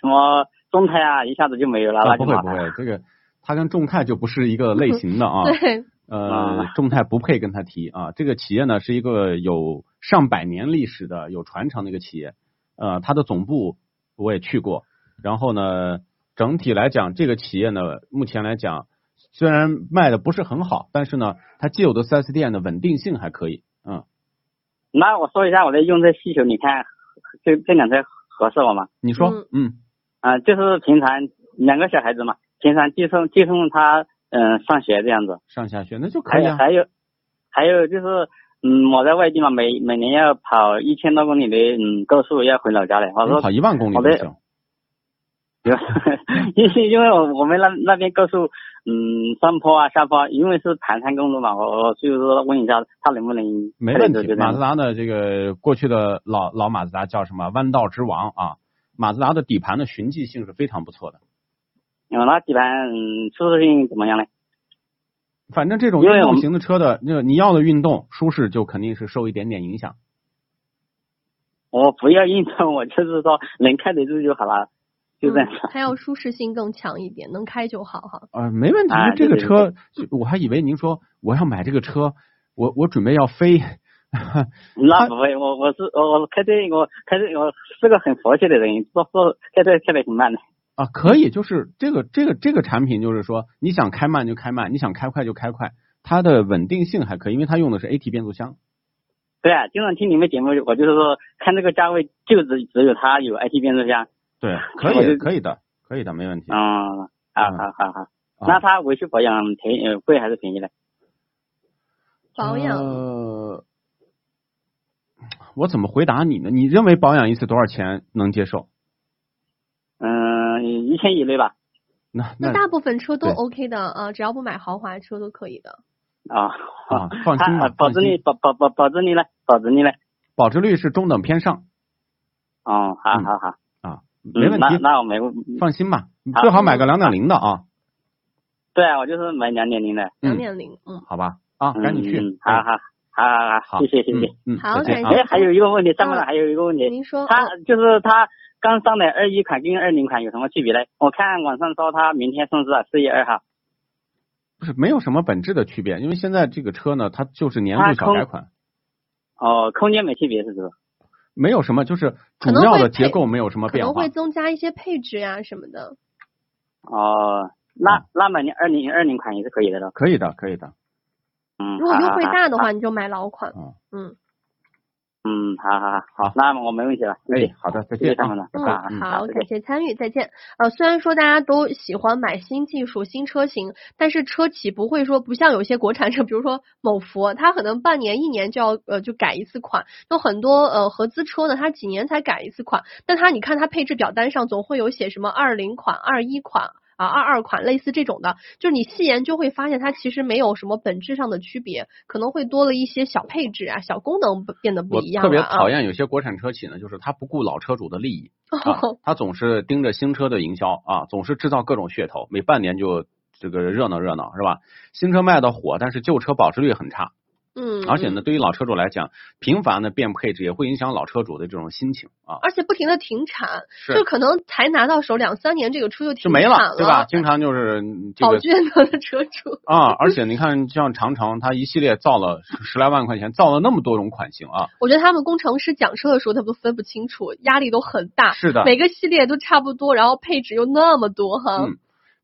Speaker 7: 什么中泰啊，一下子就没有了，
Speaker 2: 啊
Speaker 7: 那
Speaker 2: 不
Speaker 7: 就
Speaker 2: 会
Speaker 7: 麻
Speaker 2: 不
Speaker 7: 烦。
Speaker 2: 会，这个它跟众泰就不是一个类型的啊。
Speaker 3: 对，
Speaker 2: 呃
Speaker 7: 啊，
Speaker 2: 众泰不配跟他提啊。这个企业呢是一个有上百年历史的、有传承的一个企业。呃，它的总部我也去过，然后呢，整体来讲，这个企业呢，目前来讲虽然卖的不是很好，但是呢，它既有的 4S 店的稳定性还可以。嗯，
Speaker 7: 那我说一下我的用车需求，你看这这辆车合适我吗？
Speaker 2: 你说，
Speaker 3: 嗯
Speaker 2: 嗯
Speaker 7: 啊、就是平常两个小孩子嘛，平常接送接送他嗯、呃上学这样子，
Speaker 2: 上下学那就可
Speaker 7: 还
Speaker 2: 以
Speaker 7: 有、
Speaker 2: 啊。
Speaker 7: 还有还有就是嗯我在外地嘛，每每年要跑一千多公里的嗯高速要回老家来，我
Speaker 2: 你
Speaker 7: 说
Speaker 2: 跑一万公里
Speaker 7: 好
Speaker 2: 都
Speaker 7: 的
Speaker 2: 行。
Speaker 7: [laughs] 因为因为我我们那那边高速，嗯，上坡啊下坡啊，因为是盘山公路嘛，我我就是说问一下他能不能
Speaker 2: 没
Speaker 7: 开得
Speaker 2: 问
Speaker 7: 走
Speaker 2: 题。
Speaker 7: 就这
Speaker 2: 马自
Speaker 7: 样。
Speaker 2: 达的这个过去的老老马自达叫什么？弯道之王啊！马自达的底盘的循迹性是非常不错的。
Speaker 7: 嗯，那底盘嗯舒适性怎么样呢？
Speaker 2: 反正这种
Speaker 7: 因为
Speaker 2: 运
Speaker 7: 我
Speaker 2: 动
Speaker 7: 们
Speaker 2: 型的车的，那个你要的运动舒适就肯定是受一点点影响。
Speaker 7: 我不要运动，我就是说能开得住就好了，就这样。
Speaker 3: 嗯它要舒适性更强一点，能开就好哈。
Speaker 2: 呃，没问题，
Speaker 7: 哎
Speaker 2: 这
Speaker 7: 对
Speaker 2: 个
Speaker 7: 对
Speaker 2: 车就我还以为您说我要买这个车，我我准备要飞。啊
Speaker 7: 那不会，我我是我我开车我开车我是个很佛系的人，说说开车开得很慢的。
Speaker 2: 啊，可以，就是这个这个这个产品，就是说你想开慢就开慢，你想开快就开快，它的稳定性还可以，因为它用的是 AT 变速箱。
Speaker 7: 对啊，经常听你们节目，我就是说看这个价位就只只有它有 IT 变速箱。
Speaker 2: 对，可
Speaker 7: 我
Speaker 2: 以，
Speaker 7: 就
Speaker 2: 可以的，可以的，没问题。
Speaker 7: 嗯，好好好好，
Speaker 2: 啊
Speaker 7: 那它维修保养便宜呃贵还是便宜的？
Speaker 3: 保养、
Speaker 2: 呃，我怎么回答你呢？你认为保养一次多少钱能接受？
Speaker 7: 嗯，一千以内吧。
Speaker 2: 那
Speaker 3: 那大部分车都
Speaker 2: 对
Speaker 3: OK 的啊，只要不买豪华车都可以的。
Speaker 7: [laughs] 啊
Speaker 2: 啊，放心吧
Speaker 7: 啊，保
Speaker 2: 放
Speaker 7: 值
Speaker 2: 心
Speaker 7: 率保保保保值率呢？保值率呢？
Speaker 2: 保值率是中等偏上
Speaker 7: 哦，好
Speaker 2: 嗯
Speaker 7: 好好，
Speaker 2: 啊，
Speaker 7: 嗯
Speaker 2: 没问
Speaker 7: 那
Speaker 2: 题，
Speaker 7: 那我没问，
Speaker 2: 放心吧，
Speaker 7: 好
Speaker 2: 最好买个两点零的
Speaker 7: 嗯
Speaker 2: 啊，
Speaker 7: 对啊，我就是买两点零的。
Speaker 3: 两
Speaker 2: 嗯，
Speaker 3: 点零，嗯，
Speaker 2: 好吧，啊，赶紧去
Speaker 7: 嗯，好好好好
Speaker 2: 好，
Speaker 7: 好，谢谢谢谢。
Speaker 2: 嗯，嗯，
Speaker 3: 好
Speaker 2: 再见
Speaker 3: 感谢
Speaker 2: 啊，
Speaker 7: 哎，还有一个问题，上面
Speaker 3: 嗯
Speaker 7: 还有一个问题，
Speaker 3: 您说，
Speaker 7: 它
Speaker 3: 嗯
Speaker 7: 就是它刚上的二一款跟二零款有什么区别呢？我看网上说它明天上市啊，四月二号。
Speaker 2: 不是没有什么本质的区别，因为现在这个车呢，它就是年
Speaker 7: 它
Speaker 2: 度小
Speaker 7: 空
Speaker 2: 改款，
Speaker 7: 哦，空间没区别是不是？
Speaker 2: 没有什么，就是主
Speaker 3: 可能
Speaker 2: 要
Speaker 3: 会
Speaker 2: 的结
Speaker 3: 配
Speaker 2: 构没有什么
Speaker 3: 可
Speaker 2: 啊变
Speaker 3: 能
Speaker 2: 化
Speaker 3: 会，增加一些配置呀、什么的。
Speaker 7: 哦，那那买你二零二零款也是可以的咯。
Speaker 2: 嗯可以的，可以的，
Speaker 7: 嗯，啊
Speaker 3: 如果
Speaker 7: 好
Speaker 3: 优惠大的，
Speaker 7: 好好好
Speaker 3: 话，你就买老款。
Speaker 2: 嗯
Speaker 3: 嗯
Speaker 7: 嗯，好好好，好，那我没问题了。谢谢
Speaker 2: 哎，好的，再
Speaker 7: 谢谢
Speaker 2: 见
Speaker 7: 他
Speaker 2: 啊
Speaker 7: 们，了。啊
Speaker 3: 嗯，
Speaker 7: 好
Speaker 3: 好，
Speaker 7: 再
Speaker 3: 感
Speaker 7: 见
Speaker 3: 谢参与，再见。呃，虽然说大家都喜欢买新技术、新车型，但是车企不会说不像有些国产车，比 [laughs] 如说某福，它可能半年、一年就要呃就改一次款。那很多呃合资车呢，它几年才改一次款，但它你看它配置表单上总会有写什么二零款、二一款。啊，二二款类似这种的，就是你细研究会发现它其实没有什么本质上的区别，可能会多了一些小配置啊、小功能变得不
Speaker 2: 我
Speaker 3: 一样
Speaker 2: 特别
Speaker 3: 了啊，
Speaker 2: 讨。厌有些国产车企呢，就是他不顾老车主的利益，啊他总是盯着新车的营销啊，总是制造各种噱头，每半年就这个热闹热闹是吧？新车卖的火，但是旧车保值率很差，
Speaker 3: 嗯，
Speaker 2: 而且
Speaker 3: 嗯
Speaker 2: 呢，对于老车主来讲，频繁的变配置也会影响老车主的这种心情啊，
Speaker 3: 而且不停的停产，
Speaker 2: 是
Speaker 3: 就可能才拿到手两三年，这个车就
Speaker 2: 就
Speaker 3: 停
Speaker 2: 没
Speaker 3: 产
Speaker 2: 对吧？经常就是嗯这
Speaker 3: 宝
Speaker 2: 个
Speaker 3: 骏的车主，
Speaker 2: 啊，而且你看像长城，它一系列造了十十来万块钱，造了那么多种款型啊，
Speaker 3: 我觉得他们工程师讲车的时候，他们都分不清楚，压力都很大。
Speaker 2: 是的，
Speaker 3: 每个系列都差不多，然后配置又那么多哈。
Speaker 2: 嗯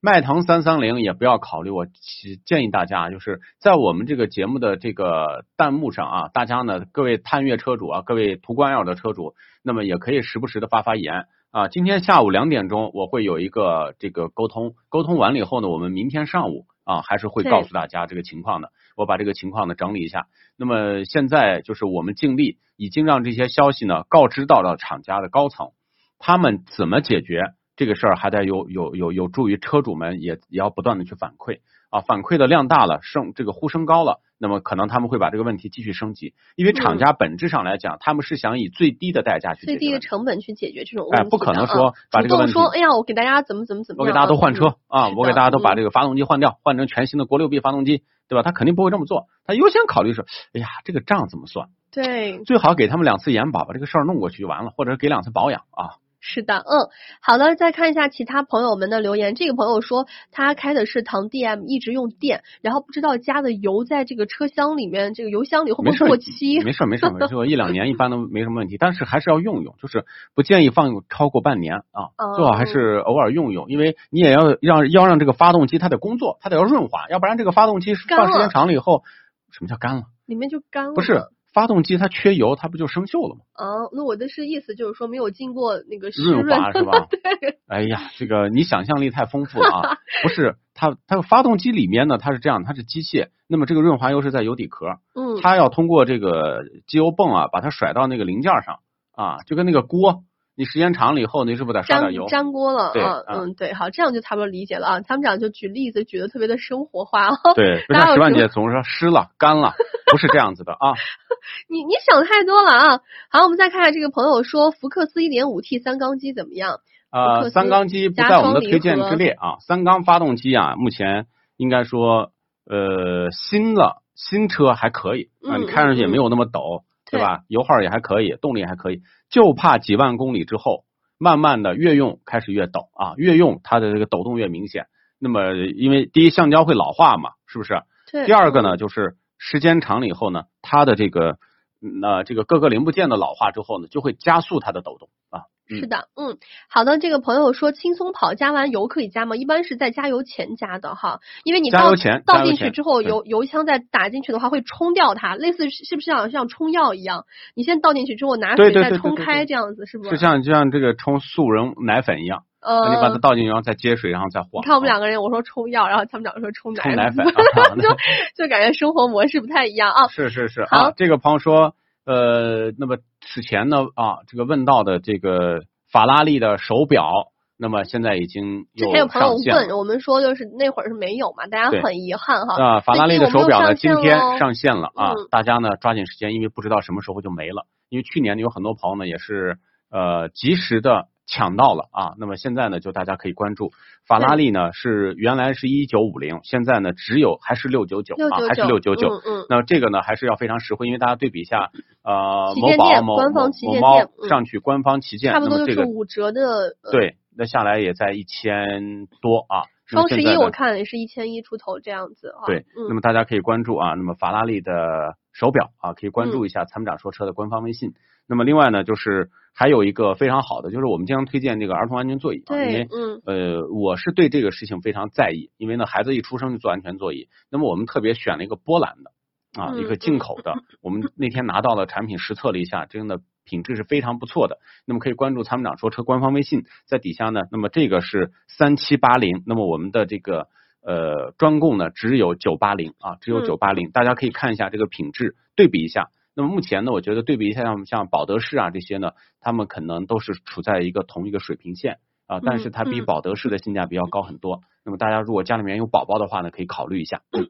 Speaker 2: 迈腾三三零也不要考虑，我其建议大家啊就是在我们这个节目的这个弹幕上啊，大家呢各位探岳车主啊，各位途观 L 的车主，那么也可以时不时的发发言啊。今天下午两点钟我会有一个这个沟通，沟通完了以后呢，我们明天上午啊，还是会
Speaker 3: 对
Speaker 2: 告诉大家这个情况的。我把这个情况呢整理一下。那么现在就是我们尽力已经让这些消息呢告知到了厂家的高层，他们怎么解决这个事儿，还得有有有有助于车主们也也要不断的去反馈啊，反馈的量大了，升这个呼声高了，那么可能他们会把这个问题继续升级，因为厂家本质上来
Speaker 3: 嗯
Speaker 2: 讲，他们是想以最低的代价去解
Speaker 3: 最
Speaker 2: 决
Speaker 3: 低的
Speaker 2: 问题
Speaker 3: 成本去解决这种问题的。
Speaker 2: 哎，不可能
Speaker 3: 啊
Speaker 2: 说把
Speaker 3: 主
Speaker 2: 这个
Speaker 3: 动
Speaker 2: 问题
Speaker 3: 说，哎呀，我给大家怎么怎么怎么样啊，
Speaker 2: 我给大家都换车
Speaker 3: 嗯
Speaker 2: 啊，
Speaker 3: 是
Speaker 2: 我给
Speaker 3: 的
Speaker 2: 大家都把
Speaker 3: 嗯
Speaker 2: 这个发动机换掉，换成全新的国六 B 发动机，对吧？他肯定不会这么做，他优先考虑是，哎呀，这个账怎么算？
Speaker 3: 对，
Speaker 2: 最好给他们两次延保，把这个事儿弄过去就完了，或者是给两次保养啊。
Speaker 3: 是的，嗯，好的，再看一下其他朋友们的留言。这个朋友说他开的是唐 DM，一直用电，然后不知道加的油在这个车厢里面，这个油箱里会不
Speaker 2: 没
Speaker 3: 会
Speaker 2: 事儿
Speaker 3: 哦过期？
Speaker 2: 没事儿没事儿没事儿，一两年一般都没什么问题，但是还是要用用，就是不建议放超过半年啊，
Speaker 3: 哦
Speaker 2: 最好还是偶尔用用，因为你也要让要让这个发动机它得工作，它得要润滑，要不然这个发动机
Speaker 3: 干了嗯
Speaker 2: 放时间长了以后，什么叫干了？
Speaker 3: [laughs] 里面就干了。
Speaker 2: 不是发动机它缺油，它不就生锈了吗？
Speaker 3: 啊，那我的是意思就是说没有经过那个湿
Speaker 2: 润
Speaker 3: 润，
Speaker 2: 滑是吧？
Speaker 3: [laughs]
Speaker 2: 哎呀，这个你想象力太丰富了啊！不是，它它发动机里面呢，它是这样，它是机械，那么这个润滑油是在油底壳，
Speaker 3: 嗯，
Speaker 2: 它要通过这个机油泵啊，把它甩到那个零件上啊，就跟那个锅，你时间长了以后，你是不是得刷
Speaker 3: 粘
Speaker 2: 点油？
Speaker 3: 粘锅了
Speaker 2: 对
Speaker 3: 啊，
Speaker 2: 啊
Speaker 3: 嗯，对，好，这样就差不多理解了啊。他们俩就举例子举的特别的生活化啊， [laughs]
Speaker 2: 对，不
Speaker 3: 大家
Speaker 2: 像
Speaker 3: 有
Speaker 2: 十万
Speaker 3: 什么
Speaker 2: 姐总是说湿了、干了，不是这样子的啊。
Speaker 3: 你你想太多了啊。好，我们再看看这个朋友说福克斯 1.5T 三缸机怎么样？福克
Speaker 2: 呃，
Speaker 3: 斯
Speaker 2: 三缸机不
Speaker 3: 加
Speaker 2: 在我们
Speaker 3: 双
Speaker 2: 的
Speaker 3: 离
Speaker 2: 推荐
Speaker 3: 合
Speaker 2: 之列啊。三缸发动机啊，目前应该说，呃，新了新车还可以啊，
Speaker 3: 嗯
Speaker 2: 你看上去也
Speaker 3: 嗯
Speaker 2: 没有那么陡，
Speaker 3: 对
Speaker 2: 对吧？油耗也还可以，动力也还可以，就怕几万公里之后，慢慢的越用开始越抖啊，越用它的这个抖动越明显。那么，因为第一橡胶会老化嘛，是不是？啊
Speaker 3: 对，嗯
Speaker 2: 第二个呢，就是时间长了以后呢，它的这个那、呃这个各个零部件的老化之后呢，就会加速它的抖动啊。嗯
Speaker 3: 是的，嗯，好的。这个朋友说轻松跑加完油可以加吗？一般是在加油前加的哈，因为你
Speaker 2: 加
Speaker 3: 倒
Speaker 2: 油前
Speaker 3: 倒
Speaker 2: 加油
Speaker 3: 进去
Speaker 2: 前
Speaker 3: 之后，
Speaker 2: 对
Speaker 3: 油油枪再打进去的话会冲掉它，类似是不是像像冲药一样？你先倒进去之后拿
Speaker 2: 对
Speaker 3: 水
Speaker 2: 对
Speaker 3: 再
Speaker 2: 对对
Speaker 3: 冲
Speaker 2: 对
Speaker 3: 开，
Speaker 2: 对
Speaker 3: 这样子是不
Speaker 2: 就像就像这个冲速溶奶粉一样，
Speaker 3: 呃，
Speaker 2: 那你把它倒进去，然后再接水，然后再
Speaker 3: 你
Speaker 2: 晃。
Speaker 3: 看我们
Speaker 2: 啊
Speaker 3: 两个人，我说冲药，然后他们俩说冲
Speaker 2: 冲奶粉，
Speaker 3: 粉，
Speaker 2: 啊
Speaker 3: [laughs] 就感觉生活模式不太一样
Speaker 2: [laughs]
Speaker 3: 啊。
Speaker 2: 是是是
Speaker 3: 好
Speaker 2: 啊。这个朋友说，呃，那么此前呢啊，这个问到的这个法拉利的手表，那么现在已经
Speaker 3: 之
Speaker 2: 又
Speaker 3: 前有朋友
Speaker 2: 上线
Speaker 3: 问，
Speaker 2: 了
Speaker 3: 我们说就是那会儿是没有嘛，大家
Speaker 2: 对
Speaker 3: 很遗憾哈。
Speaker 2: 啊。法拉
Speaker 3: 哎
Speaker 2: 利的手表呢，
Speaker 3: 最近
Speaker 2: 今
Speaker 3: 有没有上线喽
Speaker 2: 天上线了啊
Speaker 3: 嗯，
Speaker 2: 大家呢抓紧时间，因为不知道什么时候就没了。因为去年呢有很多朋友呢也是呃及时的抢到了啊，那么现在呢就大家可以关注法拉利呢是原来是一九五零，现在呢只有还是六九九
Speaker 3: 六
Speaker 2: 啊，还是
Speaker 3: 九
Speaker 2: 六九九。，
Speaker 3: 嗯嗯，
Speaker 2: 那这个呢还是要非常实惠，因为大家对比一下呃
Speaker 3: 旗
Speaker 2: 某
Speaker 3: 舰
Speaker 2: 宝
Speaker 3: 店
Speaker 2: 某
Speaker 3: 官方
Speaker 2: 某
Speaker 3: 旗
Speaker 2: 某
Speaker 3: 舰
Speaker 2: 猫
Speaker 3: 店嗯
Speaker 2: 上去官方旗舰，
Speaker 3: 差不
Speaker 2: 那
Speaker 3: 多
Speaker 2: 么
Speaker 3: 就
Speaker 2: 这
Speaker 3: 是
Speaker 2: 个
Speaker 3: 五折的。呃
Speaker 2: 对，那下来也在一千多啊。那
Speaker 3: 双
Speaker 2: 么
Speaker 3: 十
Speaker 2: 现在
Speaker 3: 一
Speaker 2: 呢
Speaker 3: 我看也是一千一出头这样子啊。
Speaker 2: 对，那
Speaker 3: 嗯
Speaker 2: 么大家可以关注啊，那么法拉利的手表啊，可以
Speaker 3: 嗯
Speaker 2: 关注一下参谋长说车的官方微信。那么另外呢，就是还有一个非常好的，就是我们经常推荐这个儿童安全座椅啊，因
Speaker 3: 对
Speaker 2: 为，
Speaker 3: 嗯
Speaker 2: 呃，我是对这个事情非常在意，因为呢，孩子一出生就坐安全座椅，那么我们特别选了一个波兰的啊，
Speaker 3: 嗯
Speaker 2: 一个进
Speaker 3: [laughs]
Speaker 2: 口的，我们那天拿到了产品实测了一下，真的品质是非常不错的。那么可以关注参谋长说车官方微信，在底下呢，那么这个是三七八零，那么我们的这个呃专供呢只有九八零啊，只有
Speaker 3: 嗯
Speaker 2: 九八零，大家可以看一下这个品质，对比一下。那么目前呢，我觉得对比一下像像保德士啊这些呢，他们可能都是处在一个同一个水平线啊，但是它比
Speaker 3: 嗯
Speaker 2: 保德士的性价比要高很多。那么大家如果家里面有宝宝的话呢，可以考虑一下。嗯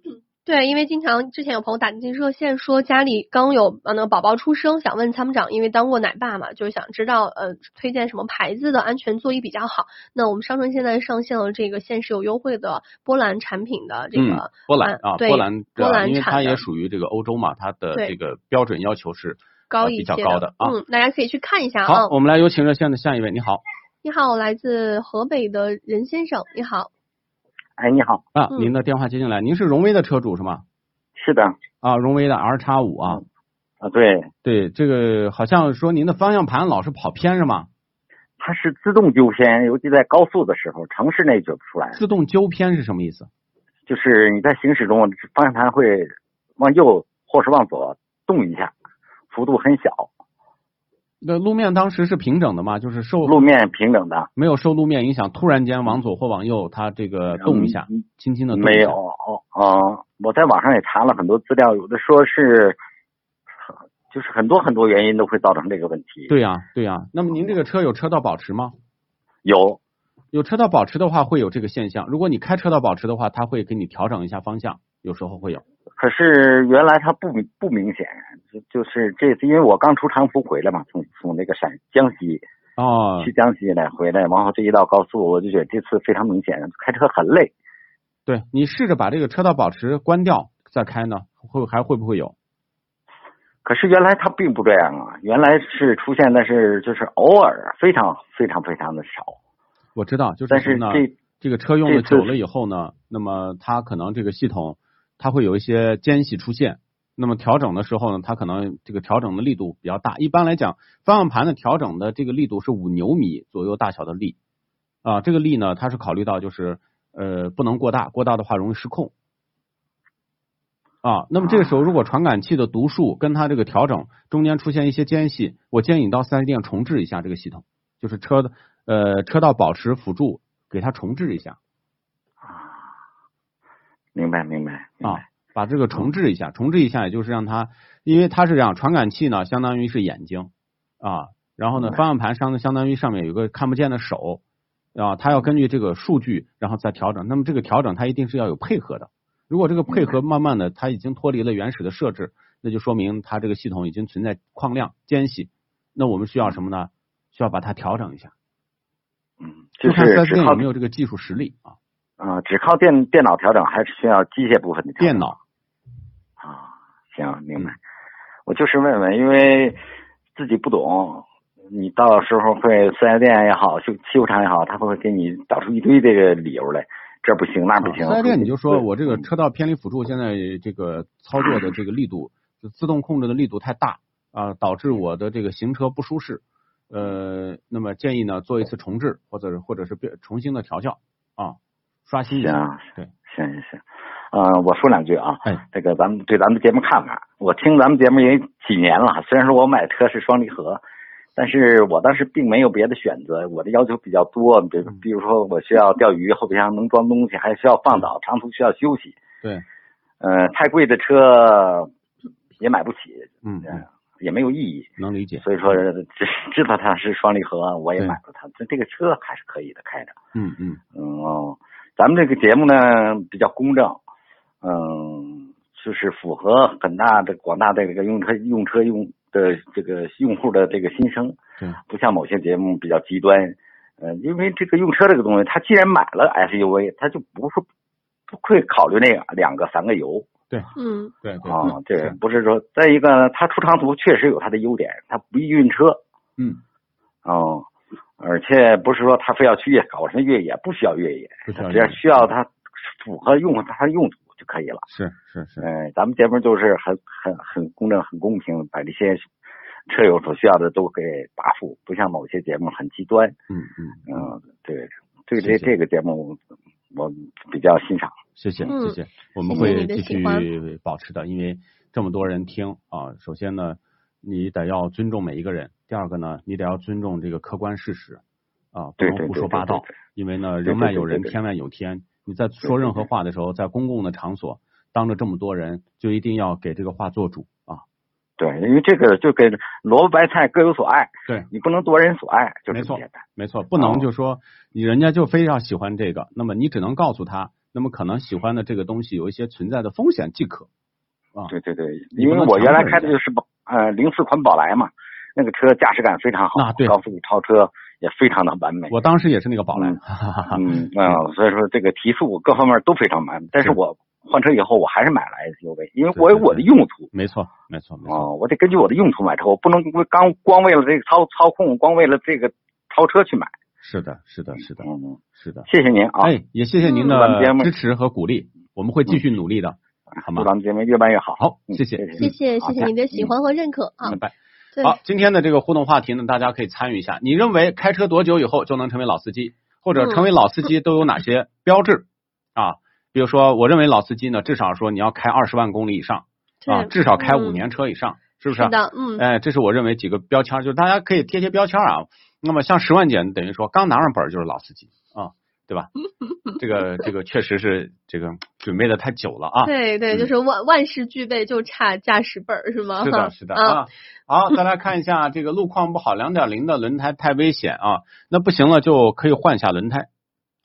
Speaker 3: 对，因为经常之前有朋友打进热线说家里刚有呃那个宝宝出生，想问参谋长，因为当过奶爸嘛，就是想知道呃推荐什么牌子的安全座椅比较好。那我们商城现在上线了这个限时有优惠的波兰产品的这
Speaker 2: 嗯
Speaker 3: 个，
Speaker 2: 波兰
Speaker 3: 啊
Speaker 2: 啊，
Speaker 3: 对
Speaker 2: 波兰
Speaker 3: 波兰
Speaker 2: 的，因为
Speaker 3: 产
Speaker 2: 它
Speaker 3: 的
Speaker 2: 也属于这个欧洲嘛，它的
Speaker 3: 对
Speaker 2: 这个标准要求是
Speaker 3: 高
Speaker 2: 呃
Speaker 3: 一
Speaker 2: 比较
Speaker 3: 些
Speaker 2: 高
Speaker 3: 的
Speaker 2: 的啊。
Speaker 3: 嗯，大家可以去看一下啊
Speaker 2: 好，。我们来有请热线的下一位，你好
Speaker 3: 你好，我来自河北的任先生，你好，
Speaker 6: 哎，你好，
Speaker 2: 啊，
Speaker 3: 嗯
Speaker 2: 您的电话接进来，您是荣威的车主是吗？
Speaker 6: 是的，
Speaker 2: 啊，荣威的 R 叉五啊，
Speaker 6: 啊，对，
Speaker 2: 对，这个好像说您的方向盘老是跑偏是吗？
Speaker 6: 它是自动纠偏，尤其在高速的时候，城市内就不出来了。
Speaker 2: 自动纠偏是什么意思？
Speaker 6: 就是你在行驶中，方向盘会往右或是往左动一下，幅度很小。
Speaker 2: 那路面当时是平整的嘛，就是受
Speaker 6: 路面平整的，
Speaker 2: 没有受路面影响，突然间往左或往右，它这个动一下，
Speaker 6: 嗯
Speaker 2: 轻轻的动一下
Speaker 6: 没有哦哦，我在网上也查了很多资料，有的说是，就是很多很多原因都会造成这个问题。，
Speaker 2: 对呀、对呀、那么您这个车有车道保持吗？
Speaker 6: 有
Speaker 2: 有车道保持的话，会有这个现象。如果你开车道保持的话，它会给你调整一下方向，有时候会有。
Speaker 6: 可是原来它不明不明显，就就是这次因为我刚出长途回来嘛，从从那个陕江西
Speaker 2: 哦
Speaker 6: 去，江西来回来，然后这一道高速我就觉得这次非常明显，开车很累。
Speaker 2: 对你试着把这个车道保持关掉再开呢，会还会不会有？
Speaker 6: 可是原来它并不这样啊，原来是出现的是就是偶尔，啊非常非常非常的少。
Speaker 2: 我知道，就是
Speaker 6: 但
Speaker 2: 什么
Speaker 6: 是
Speaker 2: 呢？
Speaker 6: 这
Speaker 2: 这个车用的
Speaker 6: 这次
Speaker 2: 久了以后呢，那么它可能这个系统它会有一些间隙出现。那么调整的时候呢，它可能这个调整的力度比较大。一般来讲，方向盘的调整的这个力度是五牛米左右大小的力啊。这个力呢，它是考虑到就是呃不能过大，过大的话容易失控啊。那么这个时候，如果传感器的读数跟它这个调整中间出现一些间隙，我建议你到四 S 店重置一下这个系统，就是车的呃车道保持辅助给它重置一下
Speaker 6: 啊明白明白明
Speaker 2: 啊
Speaker 6: 白，，
Speaker 2: 把这个重置一下，重置一下，也就是让它，因为它是这样，传感器呢相当于是眼睛啊，然后呢
Speaker 6: 明白
Speaker 2: 方向盘上相当于上面有一个看不见的手啊，它要根据这个数据然后再调整，那么这个调整它一定是要有配合的，如果这个配合慢慢的它已经脱离了原始的设置，那就说明它这个系统已经存在矿量间隙，那我们需要什么呢？需要把它调整一下，
Speaker 6: 嗯，
Speaker 2: 就
Speaker 6: 就
Speaker 2: 看四
Speaker 6: 是
Speaker 2: S
Speaker 6: 只
Speaker 2: 店
Speaker 6: 靠
Speaker 2: 有没有这个技术实力啊，
Speaker 6: 啊、只靠电电脑调整还是需要机械部分的调整
Speaker 2: 电脑。嗯
Speaker 6: 啊，行，明白。我就是问问，因为自己不懂，你到时候会四 S 店也好，去汽修厂也好，他会给你找出一堆这个理由来，这不行那不行。
Speaker 2: 啊四 S 店你就说
Speaker 6: 对
Speaker 2: 我这个
Speaker 6: 嗯
Speaker 2: 车道偏离辅助现在这个操作的这个力度，就自动控制的力度太大啊、导致我的这个行车不舒适。呃，那么建议呢做一次重置，或者是或者是变重新的调校啊，刷新一
Speaker 6: 行
Speaker 2: 下。对，
Speaker 6: 行行行，呃，我说两句啊，
Speaker 2: 哎，
Speaker 6: 这个咱们对咱们节目看看，我听咱们节目也几年了，虽然说我买车是双离合，但是我当时并没有别的选择，我的要求比较多，比
Speaker 2: 嗯
Speaker 6: 如比如说我需要钓鱼，后备箱能装东西，还需要放倒，长途需要休息，
Speaker 2: 对，
Speaker 6: 呃，太贵的车也买不起，
Speaker 2: 嗯，
Speaker 6: 嗯
Speaker 2: 嗯
Speaker 6: 也没有意义，
Speaker 2: 能理解。
Speaker 6: 所以说知知道它是双离合，我也
Speaker 2: 对
Speaker 6: 买了它，这这个车还是可以的，开着。
Speaker 2: 嗯嗯，
Speaker 6: 嗯，哦，咱们这个节目呢比较公正，嗯，就是符合很大的广大的这个用车用车用的这个用户的这个心声，
Speaker 2: 对，
Speaker 6: 不像某些节目比较极端，呃，因为这个用车这个东西，他既然买了哎 SUV，他就不会不会考虑那两个三个油
Speaker 3: 嗯
Speaker 2: 对对
Speaker 6: 啊，
Speaker 2: 对
Speaker 6: 这，不是说再一个呢，他出长途确实有他的优点，他不易晕车，
Speaker 2: 嗯，
Speaker 6: 哦，而且不是说他非要去越搞什么越野，不需要越野，
Speaker 2: 不需要
Speaker 6: 只要
Speaker 2: 越野
Speaker 6: 需要它符合用户它的用途就可以了。
Speaker 2: 是是是，
Speaker 6: 嗯、咱们节目就是很很很公正、很公平，把这些车友所需要的都给答复，不像某些节目很极端。
Speaker 2: 嗯嗯，
Speaker 6: 嗯、对，对
Speaker 2: 谢
Speaker 6: 这
Speaker 2: 谢
Speaker 6: 这个节目我比较欣赏。
Speaker 2: 谢谢
Speaker 3: 嗯
Speaker 2: 谢谢，我们
Speaker 3: 谢谢
Speaker 2: 会
Speaker 3: 你的
Speaker 2: 继
Speaker 3: 喜欢
Speaker 2: 续保持的，因为这么多人听啊，首先呢，你得要尊重每一个人，第二个呢，你得要尊重这个客观事实啊，不
Speaker 6: 对
Speaker 2: 能
Speaker 6: 对
Speaker 2: 胡
Speaker 6: 对
Speaker 2: 说
Speaker 6: 对
Speaker 2: 八
Speaker 6: 对
Speaker 2: 道
Speaker 6: 对，
Speaker 2: 因为呢，人
Speaker 6: 对对
Speaker 2: 外
Speaker 6: 对
Speaker 2: 有
Speaker 6: 对
Speaker 2: 人，
Speaker 6: 对
Speaker 2: 天外有天，你在
Speaker 6: 对
Speaker 2: 说任
Speaker 6: 对
Speaker 2: 何
Speaker 6: 对
Speaker 2: 话的时候，在公共的场所，当着这么多人，就一定要给这个话做主啊，
Speaker 6: 对，因为这个就跟萝卜白菜各有所爱，
Speaker 2: 对。
Speaker 6: 你不能夺人所爱，就
Speaker 2: 没
Speaker 6: 这
Speaker 2: 错
Speaker 6: 么简单。
Speaker 2: 没错，不能
Speaker 6: 哦
Speaker 2: 就说你人家就非要喜欢这个，那么你只能告诉他，那么可能喜欢的这个东西有一些存在的风险即可。啊
Speaker 6: 对对对，
Speaker 2: 你
Speaker 6: 因
Speaker 2: 不
Speaker 6: 为
Speaker 2: 能
Speaker 6: 我
Speaker 2: 强
Speaker 6: 原来
Speaker 2: 迫人
Speaker 6: 开的
Speaker 2: 家
Speaker 6: 就是宝呃零四款宝来嘛，那个车驾驶感非常好，
Speaker 2: 啊对
Speaker 6: 高速超车也非常的完美。
Speaker 2: 我当时也是那个宝来，
Speaker 6: 嗯
Speaker 2: 哈哈哈哈。
Speaker 6: 嗯啊、所以说这个提速各方面都非常满，但是
Speaker 2: 是
Speaker 6: 我换车以后我还是买了 SUV，因为
Speaker 2: 对
Speaker 6: 我有
Speaker 2: 对
Speaker 6: 我的
Speaker 2: 对
Speaker 6: 用途
Speaker 2: 没错，没错，没
Speaker 6: 啊、
Speaker 2: 错，
Speaker 6: 我得根据我的用途买车，我不能为刚光为了这个操操控，光为了这个超车去买。
Speaker 2: 是的，是的，是的，
Speaker 6: 嗯，
Speaker 2: 是的。
Speaker 6: 谢谢您啊，
Speaker 2: 哎，也谢谢您
Speaker 6: 嗯咱们节
Speaker 2: 的
Speaker 6: 目嗯
Speaker 2: 支持和鼓励，我们会继续努力的，好
Speaker 6: 祝
Speaker 2: 吗
Speaker 6: 咱？们节目越办越好。
Speaker 2: 好
Speaker 6: 嗯
Speaker 2: 谢谢
Speaker 3: 谢谢
Speaker 6: 好
Speaker 3: 谢谢您的
Speaker 6: 嗯
Speaker 3: 喜欢和认可啊
Speaker 2: 拜。拜。
Speaker 3: 对，
Speaker 2: 好，今天的这个互动话题呢，大家可以参与一下。你认为开车多久以后就能成为老司机，或者
Speaker 3: 嗯
Speaker 2: 成为老司机都有哪些标志啊？比如说，我认为老司机呢，至少说你要开二十万公里以上
Speaker 3: 对
Speaker 2: 啊，至少开五
Speaker 3: 嗯
Speaker 2: 年车以上，是不是？
Speaker 3: 是的，嗯，
Speaker 2: 哎，这是我认为几个标签儿，就是大家可以贴贴标签儿啊。那么像十万减，等于说刚拿上本儿就是老司机啊、对
Speaker 3: [laughs]
Speaker 2: 吧？这个这个确实是这个准备的太久了啊。
Speaker 3: 对对，就
Speaker 2: 嗯
Speaker 3: 是万万事俱备，就差驾驶本儿是吗？ [laughs]
Speaker 2: 是的，是的
Speaker 3: 啊，
Speaker 2: 啊。好，再来看一下这个路况不好，两点零的轮胎太危险啊。那不行了，就可以换一下轮胎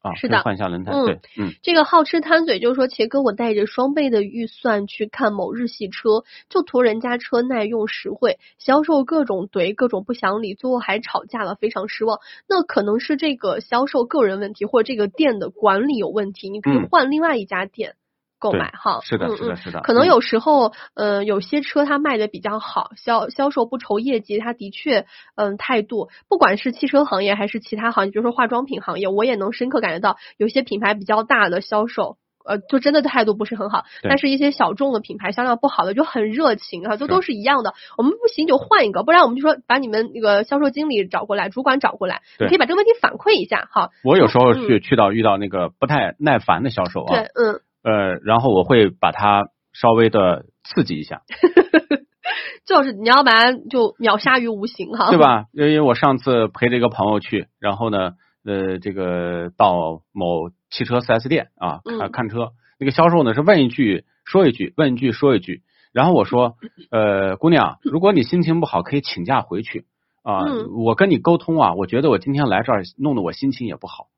Speaker 2: 啊。
Speaker 3: 是
Speaker 2: 可以
Speaker 3: 的
Speaker 2: 换一下轮胎。
Speaker 3: 嗯
Speaker 2: 对，嗯，
Speaker 3: 这个好吃贪嘴就说：“杰哥，我带着双倍的预算去看某日系车，就图人家车耐用实惠，销售各种怼，各种不讲理，最后还吵架了，非常失望。那可能是这个销售个人问题，或者这个店的管理有问题，你可以
Speaker 2: 嗯
Speaker 3: 换另外一家店购
Speaker 2: 对
Speaker 3: 买哈。
Speaker 2: 是的，
Speaker 3: 嗯
Speaker 2: 是
Speaker 3: 嗯
Speaker 2: 的，是的。
Speaker 3: 可能
Speaker 2: 嗯
Speaker 3: 有时候，呃，有些车它卖的比较好，销销售不愁业绩，它的确，嗯、态度，不管是汽车行业还是其他行业，比如说化妆品行业，我也能深刻感觉到，有些品牌比较大的销售。呃，就真的态度不是很好，
Speaker 2: 对
Speaker 3: 但是一些小众的品牌销量不好的就很热情啊，就是都是一样的。我们不行就换一个，不然我们就说把你们那个销售经理找过来，主管找过来，你
Speaker 2: 对
Speaker 3: 可以把这个问题反馈一下，好，
Speaker 2: 我有时候
Speaker 3: 嗯
Speaker 2: 去、去到遇到那个不太耐烦的销售啊，
Speaker 3: 对，嗯，
Speaker 2: 呃，然后我会把它稍微的刺激一下，
Speaker 3: 就是你要把它就秒杀于无形哈，
Speaker 2: 对？吧？因为我上次陪着一个朋友去，然后呢，呃，这个到某汽车 4S 店啊
Speaker 3: 嗯
Speaker 2: 看看车，那个销售呢是问一句说一句，问一句说一句，然后
Speaker 3: [laughs]
Speaker 2: 我说，呃，姑娘，如果你心情不好，可以请假回去啊、
Speaker 3: 嗯
Speaker 2: 我跟你沟通啊，我觉得我今天来这儿弄得我心情也不好，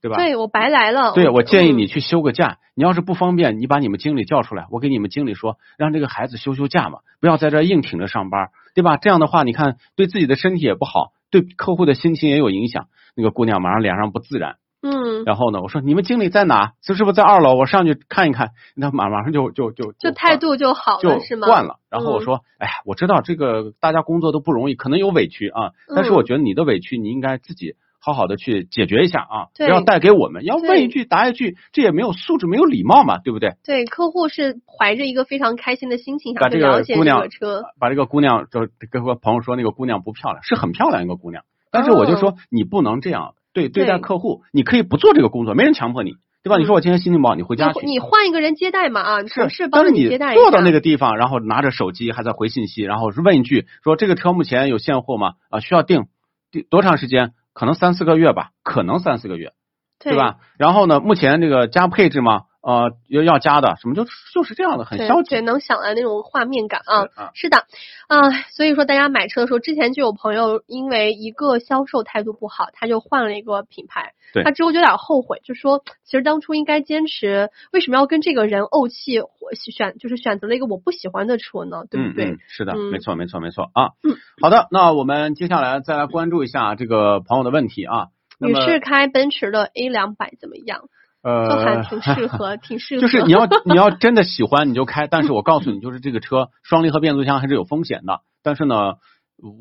Speaker 2: 对吧？
Speaker 3: 对我白来了，
Speaker 2: 对，我建议
Speaker 3: 嗯
Speaker 2: 你去休个假。你要是不方便，你把你们经理叫出来，我给你们经理说，让这个孩子休休假嘛，不要在这儿硬挺着上班，对吧？这样的话，你看对自己的身体也不好，对客户的心情也有影响。那个姑娘马上脸上不自然。
Speaker 3: 嗯，
Speaker 2: 然后呢，我说你们经理在哪？是是不是在二楼？我上去看一看。那马马上就就就
Speaker 3: 就态度就好
Speaker 2: 就
Speaker 3: 了，是吗？
Speaker 2: 惯了。然后我
Speaker 3: 嗯
Speaker 2: 说，哎呀，我知道这个大家工作都不容易，可能有委屈啊，但是
Speaker 3: 嗯
Speaker 2: 我觉得你的委屈你应该自己好好的去解决一下啊，不
Speaker 3: 对
Speaker 2: 要带给我们，要
Speaker 3: 对
Speaker 2: 问一句答一句，这也没有素质，没有礼貌嘛，对不对？
Speaker 3: 对，客户是怀着一个非常开心的心情
Speaker 2: 把
Speaker 3: 想
Speaker 2: 这
Speaker 3: 去了
Speaker 2: 个
Speaker 3: 解这
Speaker 2: 姑娘
Speaker 3: 个车，，
Speaker 2: 把这个姑娘，就跟我朋友说那个姑娘不漂亮，是很漂亮一个姑娘，但是我就说你不能这样对对待
Speaker 3: 哦对嗯
Speaker 2: 客户，你可以不做这个工作，没人强迫你，对吧？你说我今天心情不好，你回
Speaker 3: 你
Speaker 2: 家去
Speaker 3: 换。你换一个人接待嘛啊，同事帮
Speaker 2: 但
Speaker 3: 着
Speaker 2: 是
Speaker 3: 你
Speaker 2: 你
Speaker 3: 接待一下。
Speaker 2: 坐到那个地方，然后拿着手机还在回信息，然后是问一句说这个车目前有现货吗？啊，需要定定多长时间？可能三四个月吧，可能三四个月，
Speaker 3: 对？
Speaker 2: 吧？然后呢，目前这个加配置吗？呃，要要加的，什么就就是这样的，很
Speaker 3: 对
Speaker 2: 消
Speaker 3: 对，
Speaker 2: 极。
Speaker 3: 能想来那种画面感啊。
Speaker 2: 啊
Speaker 3: 是的，啊，所以说大家买车的时候，之前就有朋友因为一个销售态度不好，他就换了一个品牌，
Speaker 2: 对
Speaker 3: 他之后就有点后悔，就说其实当初应该坚持，为什么要跟这个人怄气，我选就是选择了一个我不喜欢的车呢？对不对？ [laughs]
Speaker 2: 嗯嗯、是的，
Speaker 3: 嗯
Speaker 2: 没错，没错，没错啊。
Speaker 3: 嗯
Speaker 2: 好的，那我们接下来再来关注一下这个朋友的问题啊。那
Speaker 3: 女
Speaker 2: 么
Speaker 3: 士开奔驰的 A 两百怎么样？
Speaker 2: 呃，
Speaker 3: 就还挺适合，挺
Speaker 2: [laughs]
Speaker 3: 适合。
Speaker 2: 就
Speaker 3: [laughs]
Speaker 2: 是你要你要真的喜欢你就开，但是我告诉你，就是这个车双离合变速箱还是有风险的。但是呢，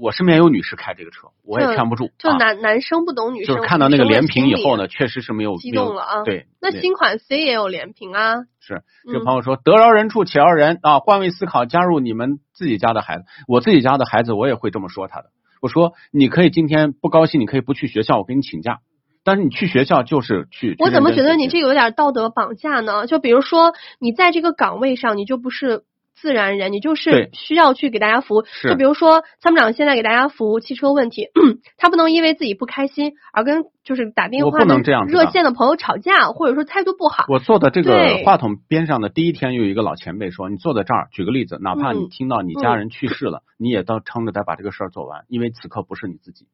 Speaker 2: 我身边有女士开这个车，我也
Speaker 3: 就
Speaker 2: 劝不住。
Speaker 3: 嗯就
Speaker 2: 啊
Speaker 3: 男、男生不懂女
Speaker 2: 就
Speaker 3: 生，
Speaker 2: 是看到那个
Speaker 3: 女生
Speaker 2: 连
Speaker 3: 的
Speaker 2: 屏
Speaker 3: 心
Speaker 2: 以后
Speaker 3: 理啊
Speaker 2: 呢，确实是没有
Speaker 3: 激
Speaker 2: 没有
Speaker 3: 动了啊
Speaker 2: 对，
Speaker 3: 那
Speaker 2: 对
Speaker 3: 新款 C 也有连屏啊。
Speaker 2: 是
Speaker 3: 嗯
Speaker 2: 这个朋友说，得饶人处且饶人啊，换位思考，加入你们自己家的孩子，我自己家的孩子，我也会这么说他的。我说，你可以今天不高兴，你可以不去学校，我给你请假。但是你去学校就是去，
Speaker 3: 我
Speaker 2: 去
Speaker 3: 怎么
Speaker 2: 认
Speaker 3: 觉
Speaker 2: 真
Speaker 3: 得
Speaker 2: 学
Speaker 3: 你
Speaker 2: 习
Speaker 3: 这有点道德绑架呢？就比如说你在这个岗位上，你就不是自然人，你就是
Speaker 2: 对
Speaker 3: 需要去给大家服务。
Speaker 2: 是
Speaker 3: 就比如说参谋长现在给大家服务汽车问题， [clears throat] 他不能因为自己不开心而跟就是打电
Speaker 2: 我
Speaker 3: 话
Speaker 2: 不能
Speaker 3: 跟
Speaker 2: 这样子
Speaker 3: 热
Speaker 2: 的
Speaker 3: 线的朋友吵架，或者说态度不好。
Speaker 2: 我坐的这个
Speaker 3: 对
Speaker 2: 话筒边上的第一天，有一个老前辈说：“你坐在这儿，举个例子，哪怕
Speaker 3: 嗯
Speaker 2: 你听到你家人去世了，你也到撑着再把这个事儿做完，因为此刻不是你自己，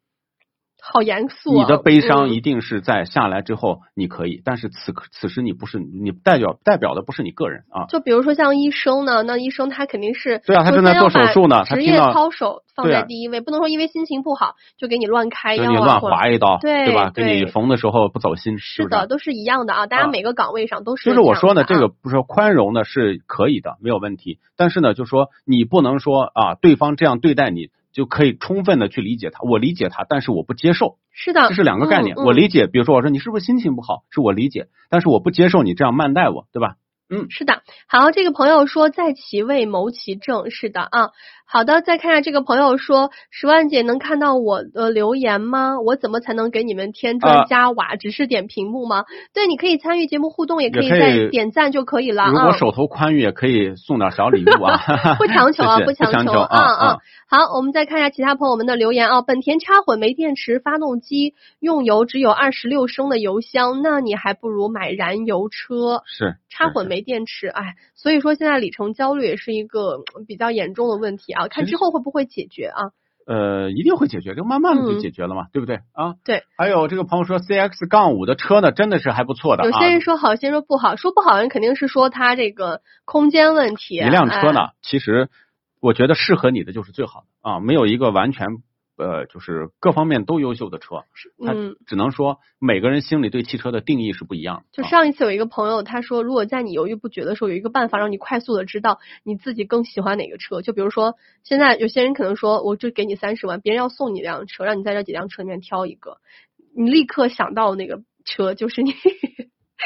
Speaker 3: 好严肃、啊。
Speaker 2: 你的悲
Speaker 3: 嗯
Speaker 2: 伤一定是在下来之后你可以，但是此刻此时你不是你代表代表的不是你个人啊，
Speaker 3: 就比如说像医生呢，那医生他肯定是
Speaker 2: 对啊他
Speaker 3: 首
Speaker 2: 正在
Speaker 3: 先
Speaker 2: 做
Speaker 3: 要把
Speaker 2: 手术呢他
Speaker 3: 职
Speaker 2: 听
Speaker 3: 业
Speaker 2: 到
Speaker 3: 操守放
Speaker 2: 对
Speaker 3: 在
Speaker 2: 啊
Speaker 3: 第一位，不能说因为心情不好就给你乱开
Speaker 2: 给
Speaker 3: 药
Speaker 2: 你
Speaker 3: 啊，
Speaker 2: 乱
Speaker 3: 或者
Speaker 2: 划一刀，
Speaker 3: 对
Speaker 2: 对吧？给
Speaker 3: 对
Speaker 2: 你缝的时候不走心，是
Speaker 3: 是
Speaker 2: 不是
Speaker 3: 的，？都是一样的啊。大家
Speaker 2: 啊
Speaker 3: 每个岗位上都是
Speaker 2: 就
Speaker 3: 这
Speaker 2: 是
Speaker 3: 样的啊。
Speaker 2: 我说呢，这个不是说宽容呢是可以的，没有问题。但是呢，就说你不能说啊，对方这样对待你，就可以充分的去理解他。我理解他，但是我不接受，
Speaker 3: 是的，
Speaker 2: 这是两个概念。
Speaker 3: 嗯嗯
Speaker 2: 我理解，比如说我说你是不是心情不好，是我理解，但是我不接受你这样慢待我，对吧？
Speaker 3: 是的，好，这个朋友说在其位谋其政，是的啊，好的，再看一下这个朋友说，十万姐能看到我的留言吗？我怎么才能给你们添
Speaker 2: 啊
Speaker 3: 砖加瓦？只是点屏幕吗？对，你可以参与节目互动，也可以
Speaker 2: 也可以
Speaker 3: 再点赞就可以了
Speaker 2: 如果
Speaker 3: 啊。
Speaker 2: 手头宽裕，也可以送点小礼物啊，
Speaker 3: [laughs]
Speaker 2: [laughs]
Speaker 3: 不强求啊
Speaker 2: 谢谢
Speaker 3: 不
Speaker 2: 不
Speaker 3: 强求
Speaker 2: 求
Speaker 3: 啊啊
Speaker 2: 啊！
Speaker 3: 好，我们再看一下其他朋友们的留言啊。本田插混没电池，发动机用油只有二十六升的油箱，那你还不如买燃油车。
Speaker 2: 是
Speaker 3: 插
Speaker 2: 是
Speaker 3: 混
Speaker 2: 是
Speaker 3: 没电池，哎，所以说现在里程焦虑也是一个嗯比较严重的问题啊，看
Speaker 2: 其
Speaker 3: 之
Speaker 2: 实
Speaker 3: 后会不会解决啊？
Speaker 2: 呃，一定会解决，就慢慢的
Speaker 3: 嗯
Speaker 2: 就解决了嘛，对不对啊？
Speaker 3: 对。
Speaker 2: 还有这个朋友说，CX 杠五的车呢，真的是还不错的
Speaker 3: 有
Speaker 2: 啊。
Speaker 3: 些人说好，有些人说不好，说不好人肯定是说它这个空间问题。
Speaker 2: 一辆车呢
Speaker 3: 哎，，
Speaker 2: 其实我觉得适合你的就是最好的啊，没有一个完全呃就是各方面都优秀的车，它
Speaker 3: 嗯，
Speaker 2: 只能说每个人心里对汽车的定义是不一样的。
Speaker 3: 就
Speaker 2: 啊
Speaker 3: 上一次有一个朋友他说，如果在你犹豫不决的时候，有一个办法让你快速的知道你自己更喜欢哪个车。就比如说，现在有些人可能说，我就给你三十万，别人要送你一辆车，让你在这几辆车里面挑一个，你立刻想到那个车就是你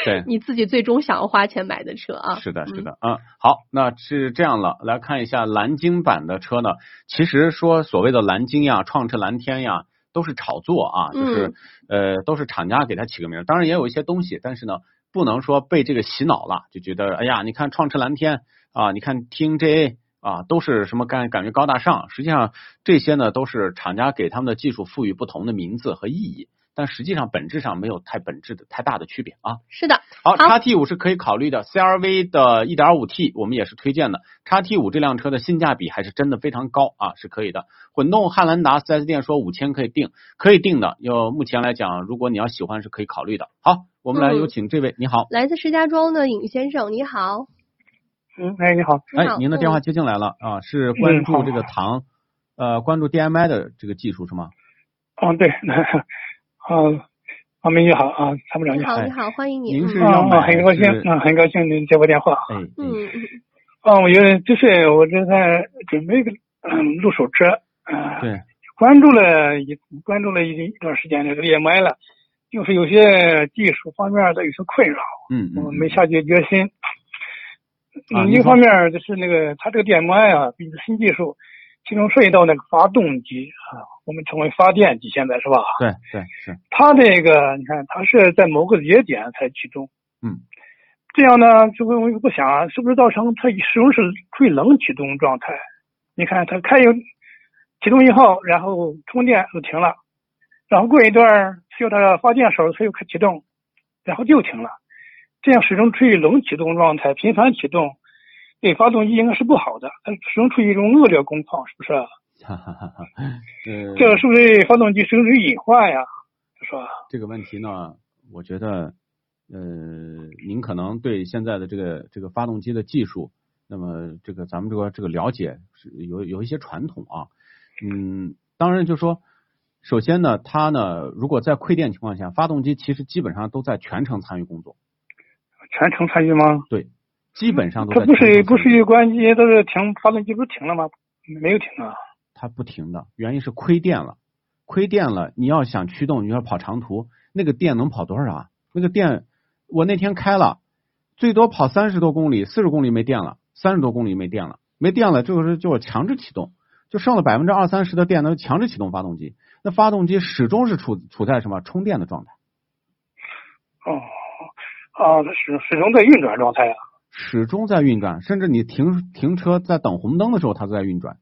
Speaker 2: 对。
Speaker 3: [laughs] 你自己最终想要花钱买的车啊。
Speaker 2: 嗯是的，是
Speaker 3: 嗯。
Speaker 2: 的，嗯，好，那是这样了，来看一下蓝鲸版的车呢。其实说所谓的蓝鲸呀、创驰蓝天呀，都是炒作啊，就是、
Speaker 3: 嗯
Speaker 2: 呃，都是厂家给它起个名儿。当然也有一些东西，但是呢，不能说被这个洗脑了，就觉得哎呀，你看创驰蓝天啊，你看 TNGA 啊，都是什么感感觉高大上。实际上这些呢，都是厂家给他们的技术赋予不同的名字和意义，但实际上本质上没有太本质的太大的区别啊。
Speaker 3: 是的，
Speaker 2: 好，
Speaker 3: 好
Speaker 2: 叉 T 五是可以考虑的，CRV 的 1.5T 我们也是推荐的。叉 T 五这辆车的性价比还是真的非常高啊，是可以的。混动汉兰达 4S 店说五千可以定，可以定的。要目前来讲，如果你要喜欢是可以考虑的。好，我们来
Speaker 3: 嗯
Speaker 2: 有请这位，你好，
Speaker 3: 来自石家庄的尹先生，你好，
Speaker 8: 嗯，哎，你好，
Speaker 3: 你
Speaker 2: 哎
Speaker 3: 好，
Speaker 2: 您的电话
Speaker 3: 嗯
Speaker 2: 接进来了啊，是关
Speaker 8: 嗯好
Speaker 2: 注这个糖，呃，关注 DMI 的这个技术是吗？
Speaker 8: 嗯，对， [laughs] 啊，王明宇好啊，参谋长
Speaker 3: 你
Speaker 8: 你好，
Speaker 3: 好，
Speaker 2: 哎
Speaker 3: 你好，欢迎你。
Speaker 2: 您是
Speaker 3: 嗯
Speaker 2: 要
Speaker 8: 啊，啊
Speaker 2: 买
Speaker 8: 很高兴
Speaker 2: 是，
Speaker 8: 啊，很高兴您接我电话。
Speaker 2: 哎，
Speaker 3: 嗯
Speaker 2: 嗯，
Speaker 3: 嗯
Speaker 8: 啊，我觉得就是我正在准备个嗯入手车，啊，
Speaker 2: 哎对，
Speaker 8: 关注了一关注了一一段时间这个 EMI 了，就是有些技术方面的有些困扰，
Speaker 2: 嗯嗯，
Speaker 8: 我没下决决心。
Speaker 2: 啊
Speaker 8: 嗯，
Speaker 2: 您
Speaker 8: 一
Speaker 2: 说
Speaker 8: 方面就是那个它这个 DMI 啊，比如新技术，其中涉及到那个发动机啊，我们称为发电机，现在是吧？
Speaker 2: 对对是， [laughs]
Speaker 8: 它这个你看，它是在某个节点才启动，
Speaker 2: 嗯，
Speaker 8: 这样呢，就会我就不想啊是不是造成它始终是处于冷启动状态？你看它开有启动以后，然后充电就停了，然后过一段儿需要它发电时候，它又开启动，然后又停了，这样始终处于冷启动状态，频繁启动，对发动机应该是不好的，它始终处于一种恶劣工况，是不是？
Speaker 2: 哈哈哈哈，呃
Speaker 8: 这是不是对发动机是一种隐患呀？是吧？
Speaker 2: 这个问题呢，我觉得，呃，您可能对现在的这个这个发动机的技术，那么这个咱们这个这个了解是有有一些传统啊，嗯，当然就说，首先呢，它呢，如果在馈电情况下，发动机其实基本上都在全程参与工作，
Speaker 8: 全程参与吗？
Speaker 2: 基本上都
Speaker 8: 它
Speaker 2: 在
Speaker 8: 不
Speaker 2: 全
Speaker 8: 是
Speaker 2: 程参
Speaker 8: 不
Speaker 2: 与
Speaker 8: 是有关机都是停，发动机不是停了吗？没有停啊。
Speaker 2: 它不停的，原因是亏电了，亏电了，你要想驱动，你要跑长途，那个电能跑多少啊？那个电，我那天开了，最多跑三十多公里，四十公里没电了，三十多公里没电了，没电了，这个时候就强制启动，就剩了百分之二三十的电，能强制启动发动机，那发动机始终是处处在什么充电的状态。
Speaker 8: 哦，啊，它始始终在运转状态啊。
Speaker 2: 始终在运转，甚至你停停车在等红灯的时候，它都在运转。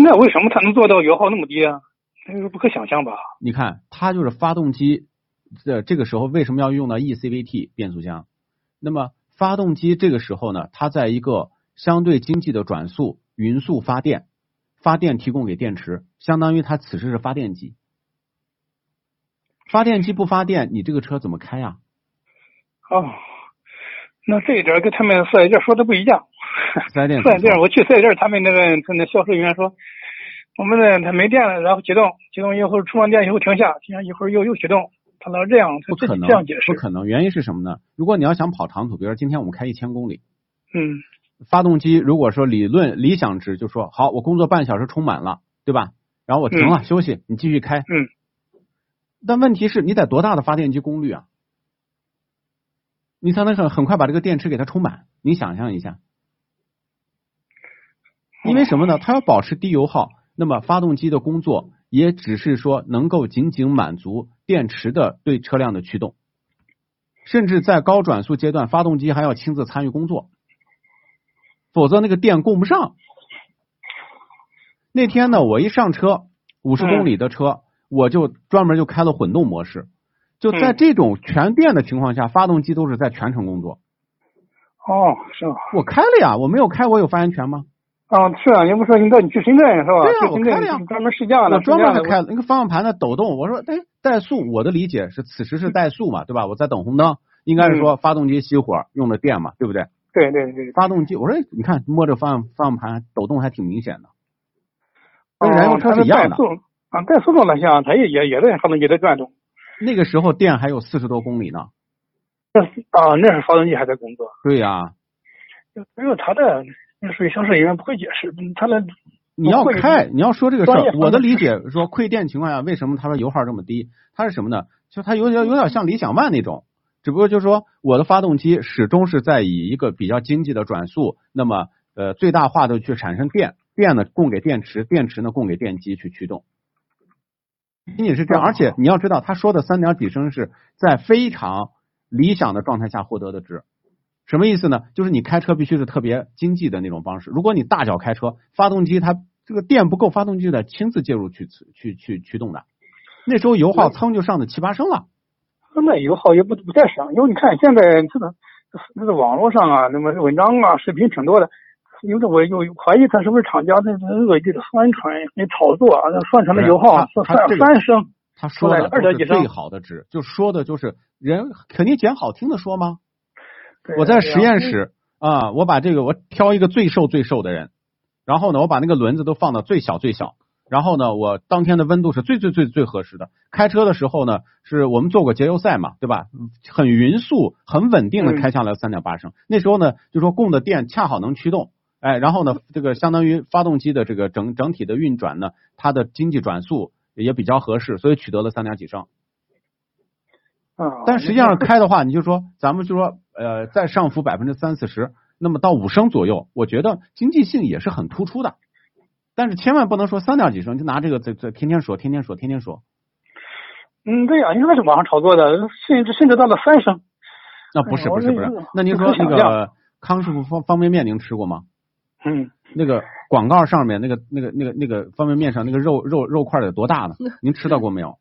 Speaker 8: 那为什么它能做到油耗那么低啊？那个不可想象吧？
Speaker 2: 你看，它就是发动机呃这这个时候为什么要用到 E ECVT 变速箱？那么发动机这个时候呢，它在一个相对经济的转速匀速发电，发电提供给电池，相当于它此时是发电机。发电机不发电，你这个车怎么开呀、
Speaker 8: 哦，那这一点跟他们四 S 店说的不一样。
Speaker 2: 4S 店
Speaker 8: 四
Speaker 2: 怎
Speaker 8: S
Speaker 2: 么
Speaker 8: 店，
Speaker 2: 说
Speaker 8: 我去四 S 店，他们那个他那销售人员说，我们的它没电了，然后启动，启动以后充完电以后停下，停下一会儿又又启动，他老这样，他
Speaker 2: 不
Speaker 8: 自
Speaker 2: 可
Speaker 8: 己
Speaker 2: 能
Speaker 8: 这样解，释
Speaker 2: 不。可能。原因是什么呢？如果你要想跑长途，比如说今天我们开一千公里，
Speaker 8: 嗯
Speaker 2: 发动机如果说理论理想值，就说好，我工作半小时充满了，对吧？然后我停了、休息，你继续开。
Speaker 8: 嗯。
Speaker 2: 但问题是你得多大的发电机功率啊？你才能很很快把这个电池给它充满？你想象一下，因为什么呢？它要保持低油耗，那么发动机的工作也只是说能够仅仅满足电池的对车辆的驱动，甚至在高转速阶段，发动机还要亲自参与工作，否则那个电供不上。那天呢，我一上车，五十
Speaker 8: 嗯
Speaker 2: 公里的车，我就专门就开了混动模式。就在
Speaker 8: 嗯
Speaker 2: 这种全电的情况下，发动机都是在全程工作。
Speaker 8: 哦，是啊吧？
Speaker 2: 我开了呀，啊我没有开，我有发言权吗？
Speaker 8: 啊，是啊，您不说您到你去深圳是吧？
Speaker 2: 对啊
Speaker 8: 去
Speaker 2: 我
Speaker 8: 深
Speaker 2: 开了呀
Speaker 8: 圳专门试驾
Speaker 2: 我
Speaker 8: 了，
Speaker 2: 专门还
Speaker 8: 试驾
Speaker 2: 开
Speaker 8: 了
Speaker 2: 了那个方向盘的抖动，我说，哎，怠速，我的理解是此时是怠速嘛，对吧？我在等红灯，应该
Speaker 8: 嗯
Speaker 2: 是说发动机熄火用的电嘛，对不对？
Speaker 8: 对对对，
Speaker 2: 发动机，我说，哎你看摸着方向方向盘抖动还挺明显的，跟燃油车是一样的
Speaker 8: 哦它怠速啊，怠速状态下，它也也也在发动机在转动，
Speaker 2: 那个时候电还有四十多公里呢。
Speaker 8: 那是啊，那是发动机还在工作，
Speaker 2: 对呀、
Speaker 8: 没有它的那属于相适应，不会解释，嗯它的
Speaker 2: 你要
Speaker 8: 会
Speaker 2: 开，你要说这个事
Speaker 8: 专业
Speaker 2: 儿，
Speaker 8: 方面
Speaker 2: 我的理解是说亏电情况下，为什么他说油耗这么低？它是什么呢？就它有点有点像理想 ONE 那种，只不过就是说我的发动机始终是在以一个比较经济的转速，那么呃最大化的去产生电，电呢供给电池，电池呢供给电机去驱动，仅仅是
Speaker 8: 哦
Speaker 2: 这样。而且你要知道，他说的三点几升是在非常理想的状态下获得的值。什么意思呢？就是你开车必须是特别经济的那种方式。如果你大脚开车，发动机它这个电不够，发动机得亲自介入去去去驱动的。那时候油耗噌就上的七八升了。
Speaker 8: 那油耗也不不再省，因为你看现在这个这个网络上啊，那么文章啊、视频挺多的，有的我有怀疑他是不是厂家在恶意的宣传、那炒作啊，那宣传的油耗
Speaker 2: 不是他他
Speaker 8: 三
Speaker 2: 这个
Speaker 8: 三升，
Speaker 2: 他说的
Speaker 8: 出来了
Speaker 2: 都是
Speaker 8: 2.几升
Speaker 2: 最好的值，就说的就是人肯定捡好听的说吗？
Speaker 8: 对
Speaker 2: 我在
Speaker 8: 对啊
Speaker 2: 实验室啊，我把这个我挑一个最瘦最瘦的人，然后呢，我把那个轮子都放到最小最小，然后呢，我当天的温度是最最最最合适的。开车的时候呢，是我们做过节油赛嘛，对吧？很匀速、很稳
Speaker 8: 嗯
Speaker 2: 定的开下来三点八升。那时候呢，就说供的电恰好能驱动，哎，然后呢，这个相当于发动机的这个整整体的运转呢，它的经济转速也比较合适，所以取得了三点几升。
Speaker 8: 啊，
Speaker 2: 但实际上开的话，你就说咱们就说呃，再上浮百分之三四十，那么到五升左右，我觉得经济性也是很突出的。但是千万不能说三点几升，就拿这个这这天天说，天天说，天天说，
Speaker 8: 嗯，对呀、应该是网上炒作的，甚至甚至到了三升，
Speaker 2: 那不是
Speaker 8: 哎
Speaker 2: 不是
Speaker 8: 我
Speaker 2: 不是
Speaker 8: 这个。
Speaker 2: 那您
Speaker 8: 不
Speaker 2: 说
Speaker 8: 可
Speaker 2: 那
Speaker 8: 想
Speaker 2: 个康师傅方方便面您吃过吗？
Speaker 8: 嗯，
Speaker 2: 那个广告上面那个那个那个那个方便面上那个肉肉肉块得多大呢？您吃到过没有？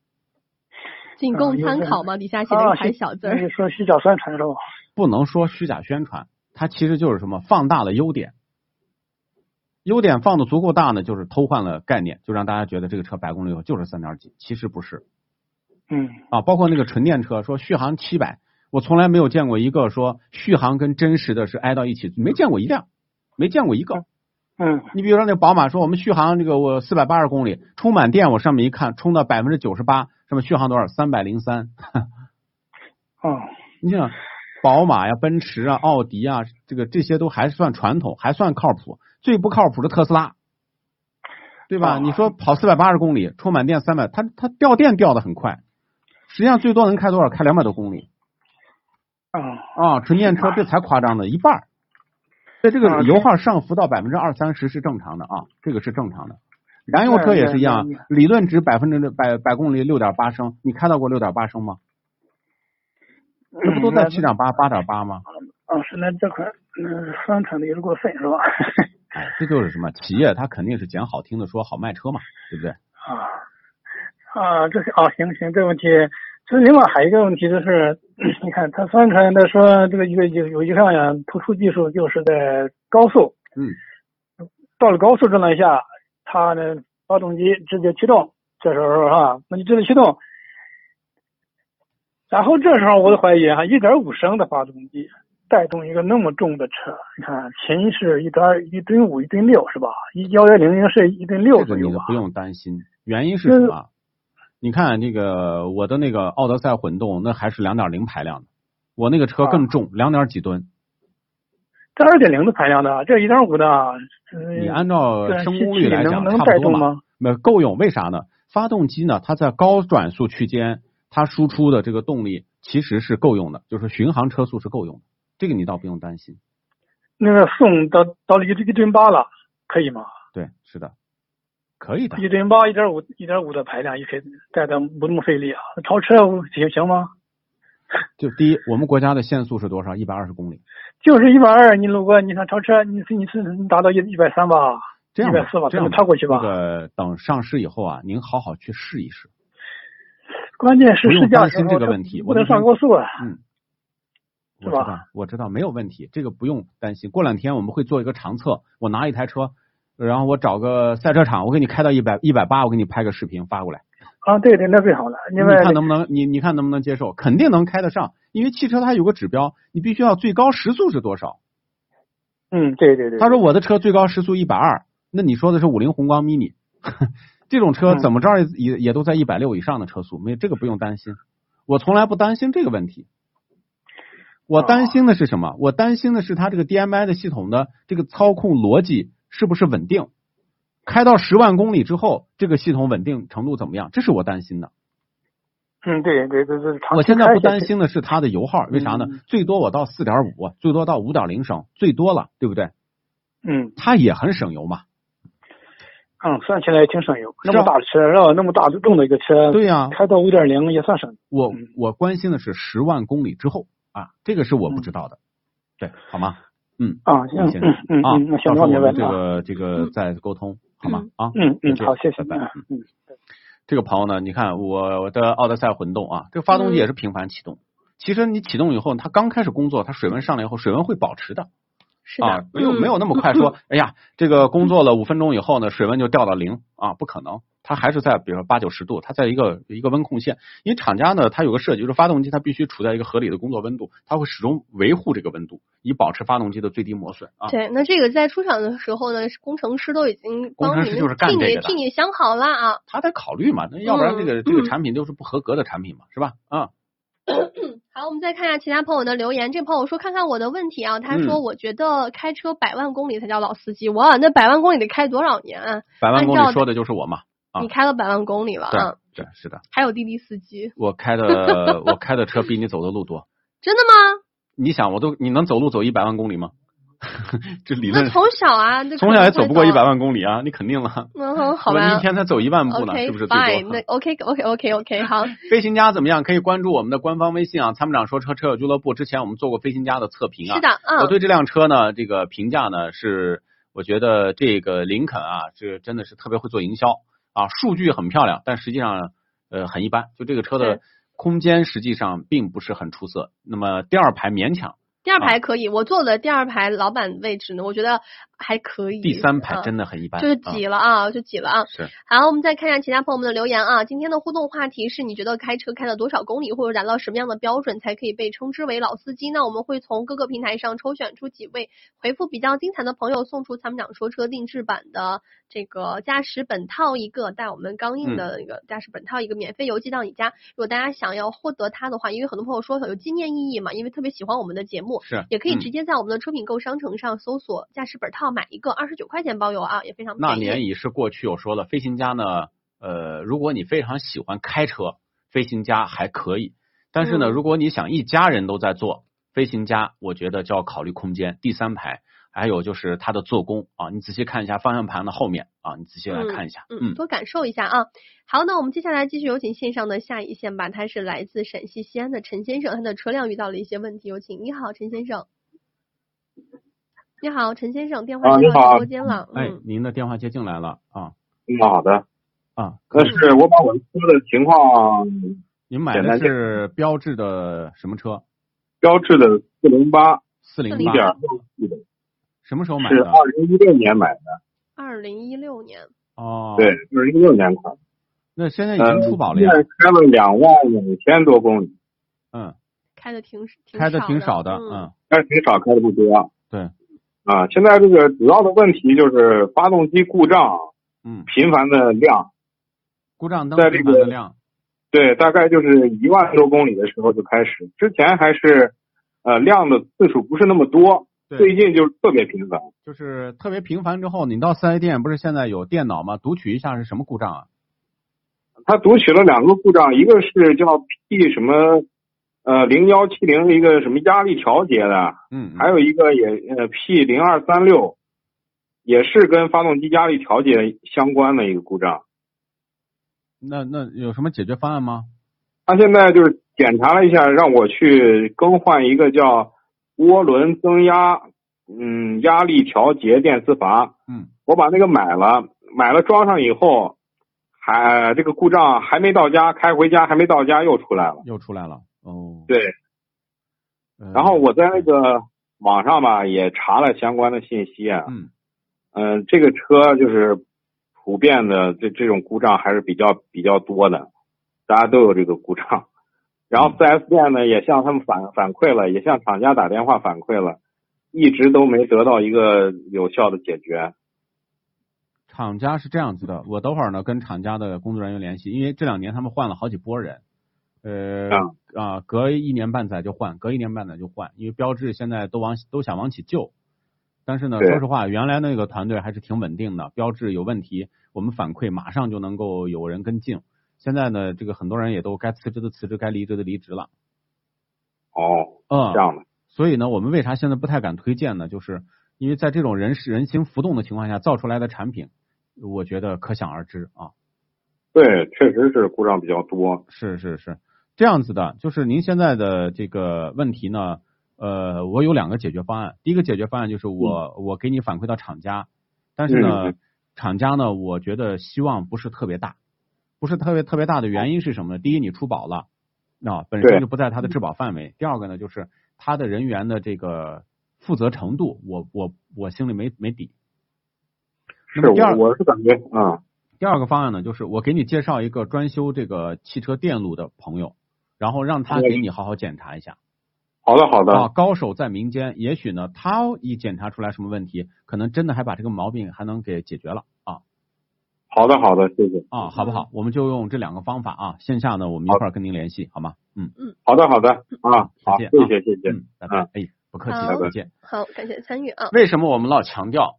Speaker 3: 仅
Speaker 8: 啊
Speaker 3: 供
Speaker 8: 有
Speaker 3: 参
Speaker 8: 的
Speaker 3: 考嘛，底下写了
Speaker 8: 啊，
Speaker 3: 一排小字
Speaker 2: 嗯
Speaker 8: 是
Speaker 3: 儿。
Speaker 8: 说虚假宣传是吧？
Speaker 2: 不能说虚假宣传，它其实就是什么放大了优点，优点放的足够大呢，就是偷换了概念，就让大家觉得这个车百公里以后就是三点几，其实不是
Speaker 8: 嗯，
Speaker 2: 啊。包括那个纯电车说续航七百，我从来没有见过一个说续航跟真实的是挨到一起，没见过一辆，没见过一个。
Speaker 8: 嗯，
Speaker 2: 你比如说那宝马说我们续航这个我四百八十公里，充满电我上面一看，充到百分之九十八，上面续航多少？三百零三。
Speaker 8: 哦，
Speaker 2: [laughs] 你想，宝马呀、奔驰啊、奥迪啊，这个这些都还算传统，还算靠谱。最不靠谱的特斯拉，对吧？
Speaker 8: 啊
Speaker 2: 你说跑四百八十公里，充满电三百，它它掉电掉的很快，实际上最多能开多少？开两百多公里
Speaker 8: 啊，
Speaker 2: 啊！纯电车这才夸张的一半儿。所以这
Speaker 8: 啊
Speaker 2: 个
Speaker 8: 对
Speaker 2: 油耗上浮到百分之二三十是正常的啊，这个是正常的。燃油车也是一样
Speaker 8: 对对，
Speaker 2: 理论值百分之百百公里六点八升，你开到过六点八升吗？这不都在七
Speaker 8: 嗯
Speaker 2: 点八、八点八吗？
Speaker 8: 那啊，是那这块儿嗯宣传的有点过分是吧？ [laughs]
Speaker 2: 哎，这就是什么？企业它肯定是捡好听的说，好卖车嘛，对不对？
Speaker 8: 啊啊，这是啊，行行，这个问题。就是另外还有一个问题就是， [clears throat] 你看他宣传的说这个有有有一项呀突出技术就是在高速，
Speaker 2: 嗯，
Speaker 8: 到了高速状态下，它呢发动机直接驱动，这时候哈，那你直接驱动，然后这时候我就怀疑哈，啊一点五升的发动机带动一个那么重的车，你看秦是一点一吨五一吨六是吧？一幺幺零零是一吨六
Speaker 2: 这
Speaker 8: 左
Speaker 2: 个
Speaker 8: 右
Speaker 2: 你
Speaker 8: 吧
Speaker 2: 不？用担心，原因是什么？你看这个我的那个奥德赛混动，那还是两点零排量的，我那个车更重，两点几吨。
Speaker 8: 这二点零的排量的，这一点五的，嗯
Speaker 2: 你按照
Speaker 8: 对
Speaker 2: 升功率来讲，
Speaker 8: 能能
Speaker 2: 差
Speaker 8: 带
Speaker 2: 不多
Speaker 8: 动
Speaker 2: 嘛。
Speaker 8: 吗？
Speaker 2: 那够用，为啥呢？发动机呢，它在高转速区间，它输出的这个动力其实是够用的，就是巡航车速是够用的，这个你倒不用担心。
Speaker 8: 那个送到到了一一吨八了，可以吗？
Speaker 2: 对，是的，可以的。
Speaker 8: 一点八、一点五、一点五的排量也可以带的不那么费力啊。超车行行吗？
Speaker 2: [laughs] 就第一，我们国家的限速是多少？一百二十公里。
Speaker 8: 就是一百二，你如果你想超车，你是你是能达到一一百三吧？
Speaker 2: 这样吧
Speaker 8: 140吧
Speaker 2: 这样
Speaker 8: 咱们跳过去吧
Speaker 2: 这个等上市以后啊，您好好去试一试。
Speaker 8: 关键是
Speaker 2: 不用
Speaker 8: 试驾
Speaker 2: 担
Speaker 8: 时
Speaker 2: 心
Speaker 8: 候
Speaker 2: 这个问题
Speaker 8: 不
Speaker 2: 我
Speaker 8: 能
Speaker 2: 那天
Speaker 8: 上高速啊。
Speaker 2: 嗯，我知
Speaker 8: 是吧
Speaker 2: 道，我知道，没有问题，这个不用担心。过两天我们会做一个长测，我拿一台车，然后我找个赛车场，我给你开到一百一百八，我给你拍个视频发过来，
Speaker 8: 啊，对对，那最好了，
Speaker 2: 你
Speaker 8: 因为
Speaker 2: 看能不能，你你看能不能接受？肯定能开得上，因为汽车它有个指标，你必须要最高时速是多少。
Speaker 8: 嗯，对对对，
Speaker 2: 他说我的车最高时速一百二，那你说的是五菱宏光 mini，这种
Speaker 8: 嗯
Speaker 2: 车怎么着也也也都在一百六以上的车速，没有这个不用担心。我从来不担心这个问题，我担心的是什么？我担心的是它这个 DMI 的系统的这个操控逻辑是不是稳定？开到十万公里之后，这个系统稳定程度怎么样？这是我担心的。
Speaker 8: 嗯，对对对对，长期
Speaker 2: 我现在
Speaker 8: 开
Speaker 2: 不
Speaker 8: 下
Speaker 2: 担
Speaker 8: 去，
Speaker 2: 心的是它的油耗，为啥呢
Speaker 8: 嗯？
Speaker 2: 最多我到四点五，最多到五点零升，最多了，对不对？
Speaker 8: 嗯
Speaker 2: 它也很省油嘛。
Speaker 8: 嗯，算起来也挺省油。那
Speaker 2: 是啊
Speaker 8: 么大的车，然后那么大重的一个车，
Speaker 2: 对呀、
Speaker 8: 开到五点零也算省。
Speaker 2: 我
Speaker 8: 嗯
Speaker 2: 我关心的是十万公里之后啊，这个是我不知道的，对，好吗？
Speaker 8: 啊，行，
Speaker 2: 嗯，
Speaker 8: 嗯
Speaker 2: 先生
Speaker 8: 嗯
Speaker 2: 啊
Speaker 8: 嗯，那，
Speaker 2: 到
Speaker 8: 行，
Speaker 2: 时
Speaker 8: 那我
Speaker 2: 候我
Speaker 8: 明白
Speaker 2: 们这
Speaker 8: 了啊。
Speaker 2: 个这个再沟通，好吗？啊，
Speaker 8: 嗯
Speaker 2: 就
Speaker 8: 嗯，
Speaker 2: 这
Speaker 8: 好，谢谢，
Speaker 2: 拜拜
Speaker 8: 嗯嗯，
Speaker 2: 这个朋友呢，你看我我的奥德赛混动啊，这个发动机也是频繁启动。其实你启动以后，它刚开始工作，它水温上来以后，水温会保持的
Speaker 3: 是的
Speaker 2: 啊，，没有
Speaker 3: 嗯
Speaker 2: 没有那么
Speaker 3: [laughs]
Speaker 2: 快说，哎呀，这个工作了五分钟以后呢，水温就掉到零啊，不可能，它还是在比如说八九十度，它在一个一个温控线，因为厂家呢，它有个设计，就是发动机它必须处在一个合理的工作温度，它会始终维护这个温度，以保持发动机的最低磨损啊。
Speaker 3: 对，那这个在出厂的时候呢，工程师都已经
Speaker 2: 工
Speaker 3: 帮你
Speaker 2: 程师
Speaker 3: 们
Speaker 2: 就是干
Speaker 3: 替
Speaker 2: 这
Speaker 3: 你
Speaker 2: 个的
Speaker 3: 替你想好了啊。
Speaker 2: 他得考虑嘛，那要不然这个、这
Speaker 3: 嗯
Speaker 2: 个产品就是不合格的产品嘛，是吧？啊，
Speaker 3: [clears throat] 好，我们再看一下其他朋友的留言。这朋友说：“看看我的问题啊，他说
Speaker 2: 嗯
Speaker 3: 我觉得开车百万公里才叫老司机，哇，那百万公里得开多少年啊？
Speaker 2: 百万公
Speaker 3: 按照
Speaker 2: 里说的就是我嘛，啊
Speaker 3: 你开了百万公里了
Speaker 2: 对
Speaker 3: 啊，
Speaker 2: 对是的，
Speaker 3: 还有滴滴司机，
Speaker 2: 我开的 [laughs] 我开的车比你走的路多，
Speaker 3: 真的吗？
Speaker 2: 你想我都你能走路走一百万公里吗？ [laughs] 这理论
Speaker 3: 那从小啊，那
Speaker 2: 从
Speaker 3: 可能
Speaker 2: 小也
Speaker 3: 会
Speaker 2: 走不过一百。万公里啊，你肯定了。
Speaker 3: 嗯哼，好
Speaker 2: 我
Speaker 3: 吧
Speaker 2: 一。天才走一万步呢，
Speaker 3: OK
Speaker 2: 是不是最
Speaker 3: fine，
Speaker 2: 多？
Speaker 3: 那 OK OK OK OK 好，
Speaker 2: 飞行家怎么样？可以关注我们的官方微信啊，参谋长说车车友俱乐部。之前我们做过飞行家的测评啊，
Speaker 3: 是的，嗯，
Speaker 2: 我对这辆车呢，这个评价呢是，我觉得这个林肯啊，是真的是特别会做营销啊，数据很漂亮，但实际上呃很一般，就这个车的
Speaker 3: 是
Speaker 2: 空间实际上并不是很出色。那么第二排勉强，
Speaker 3: 第二
Speaker 2: 啊
Speaker 3: 排可以，我坐的第二排老板位置呢，我觉得还可以。
Speaker 2: 第三排
Speaker 3: 嗯
Speaker 2: 真的很一般，
Speaker 3: 就是
Speaker 2: 啊
Speaker 3: 挤了啊，就挤了啊。
Speaker 2: 是
Speaker 3: 好，我们再看一下其他朋友们的留言啊。今天的互动话题是你觉得开车开了多少公里，或者达到什么样的标准才可以被称之为老司机？那我们会从各个平台上抽选出几位回复比较精彩的朋友，送出参谋长说车定制版的这个驾驶本套一个，带我们钢印
Speaker 2: 嗯
Speaker 3: 的那个驾驶本套一个，免费邮寄到你家。如果大家想要获得它的话，因为很多朋友说有纪念意义嘛，因为特别喜欢我们的节目，
Speaker 2: 是，
Speaker 3: 也可以
Speaker 2: 嗯
Speaker 3: 直接在我们的车品购商城上搜索驾驶本套买一个，二十九块钱包邮啊，也非常便宜。
Speaker 2: 那年已是过去，我说了，飞行家呢，呃，如果你非常喜欢开车，飞行家还可以。但是呢，
Speaker 3: 嗯
Speaker 2: 如果你想一家人都在坐飞行家，我觉得就要考虑空间，第三排，还有就是它的做工啊，你仔细看一下方向盘的后面啊，你仔细来看一下，
Speaker 3: 嗯，
Speaker 2: 嗯，
Speaker 3: 多感受一下啊。好，那我们接下来继续有请线上的下一线吧，他是来自陕西西安的陈先生，他的车辆遇到了一些问题，有请。你好，陈先生。你好，陈先生，电话
Speaker 9: 啊
Speaker 3: 接
Speaker 9: 你
Speaker 3: 到直
Speaker 9: 好
Speaker 3: 播间了。
Speaker 2: 哎
Speaker 3: 嗯，，
Speaker 2: 您的电话接进来了啊
Speaker 9: 嗯，好的。
Speaker 2: 啊，
Speaker 9: 但是我把我车的情况，
Speaker 2: 您买的是标致的什么车？
Speaker 9: 标致的四零八
Speaker 2: 四零
Speaker 9: 一
Speaker 3: 408
Speaker 9: 点
Speaker 2: 八，
Speaker 9: 六 T 的，
Speaker 2: 什么时候买
Speaker 9: 是
Speaker 2: 的？啊
Speaker 9: 二零一六年买的，
Speaker 3: 二零一六年，
Speaker 2: 哦，
Speaker 9: 对，，就是一六年款。
Speaker 2: 那现在已
Speaker 9: 呃
Speaker 2: 经出保了
Speaker 9: 现
Speaker 2: 呀，
Speaker 9: 在开了两万五千多公里，
Speaker 2: 嗯，
Speaker 3: 开的挺挺
Speaker 2: 开的挺
Speaker 3: 少
Speaker 2: 少的，
Speaker 3: 嗯
Speaker 2: 嗯，
Speaker 9: 但是挺少，开的不多。
Speaker 2: 对。
Speaker 9: 啊，现在这个主要的问题就是发动机故障
Speaker 2: 嗯，
Speaker 9: 频繁的亮，
Speaker 2: 故障灯
Speaker 9: 在
Speaker 2: 频
Speaker 9: 这
Speaker 2: 繁
Speaker 9: 个
Speaker 2: 的亮。
Speaker 9: 对，大概就是一万多公里的时候就开始，之前还是呃亮的次数不是那么多，
Speaker 2: 对
Speaker 9: 最近就是特别频繁。
Speaker 2: 就是特别频繁之后，你到四 S 店不是现在有电脑吗？读取一下是什么故障啊？
Speaker 9: 他读取了两个故障，一个是叫 P 什么呃零幺七零一
Speaker 10: 啊
Speaker 9: 个什么压力调节的，
Speaker 2: 嗯，嗯
Speaker 9: 还有一个也呃 P 零二三六也是跟发动机压力调节相关的一个故障。
Speaker 2: 那那有什么解决方案吗？
Speaker 9: 他现在就是检查了一下，让我去更换一个叫涡轮增压，嗯，压力调节电磁阀。
Speaker 2: 嗯，
Speaker 9: 我把那个买了，买了装上以后，还这个故障还没到家，开回家还没到家又出来了。
Speaker 2: 又出来了哦。
Speaker 9: 对，
Speaker 2: 呃
Speaker 9: 然后我在那个网上吧也查了相关的信息啊，
Speaker 2: 嗯
Speaker 9: 嗯、这个车就是普遍的这这种故障还是比较比较多的，大家都有这个故障。然后 4S 店呢也向他们反反馈了，也向厂家打电话反馈了，一直都没得到一个有效的解决。
Speaker 2: 厂家是这样子的，我等会儿呢跟厂家的工作人员联系，因为这两年他们换了好几波人，呃
Speaker 9: 啊
Speaker 2: 啊、隔一年半载就换，隔一年半载就换，因为标志现在都往都想往起救，但是呢，
Speaker 9: 对
Speaker 2: 说实话，原来那个团队还是挺稳定的，标志有问题，我们反馈马上就能够有人跟进。现在呢，这个很多人也都该辞职的辞职，该离职的离职了，
Speaker 9: 哦，
Speaker 2: 嗯
Speaker 9: 这，样的，
Speaker 2: 所以呢，我们为啥现在不太敢推荐呢？就是因为在这种人事人心浮动的情况下造出来的产品，我觉得可想而知啊。
Speaker 9: 对，确实是故障比较多。
Speaker 2: 是是是，这样子的，就是您现在的这个问题呢，呃，我有两个解决方案。第一个解决方案就是我、我给你反馈到厂家，但是呢，
Speaker 9: 嗯
Speaker 2: 厂家呢，我觉得希望不是特别大，不是特别特别大的原因是什么呢？第一，你出保了，啊，本身
Speaker 9: 哦对嗯
Speaker 2: 就不在他的质保范围。第二个呢，就是他的人员的这个负责程度，我我我心里没没底。那
Speaker 9: 是
Speaker 2: 么第
Speaker 9: 我
Speaker 2: 二
Speaker 9: 我是感觉，嗯，
Speaker 2: 第二个方案呢，就是我给你介绍一个专修这个汽车电路的朋友，然后让他给你好好检查一下。
Speaker 9: 好的好的，
Speaker 2: 啊，高手在民间，也许呢，他一检查出来什么问题，可能真的还把这个毛病还能给解决了啊
Speaker 9: 好的好的，谢谢。
Speaker 2: 啊，好不好？我们就用这两个方法啊，线下呢我们一块儿跟您联系，好吗？嗯，
Speaker 9: 好的好的啊，好，
Speaker 2: 再见
Speaker 9: 谢
Speaker 2: 啊
Speaker 9: 谢谢谢。
Speaker 2: 嗯，拜拜。哎，不客气，
Speaker 3: 好
Speaker 2: 再见。
Speaker 3: 好，感谢参与啊。
Speaker 2: 为什么我们老强调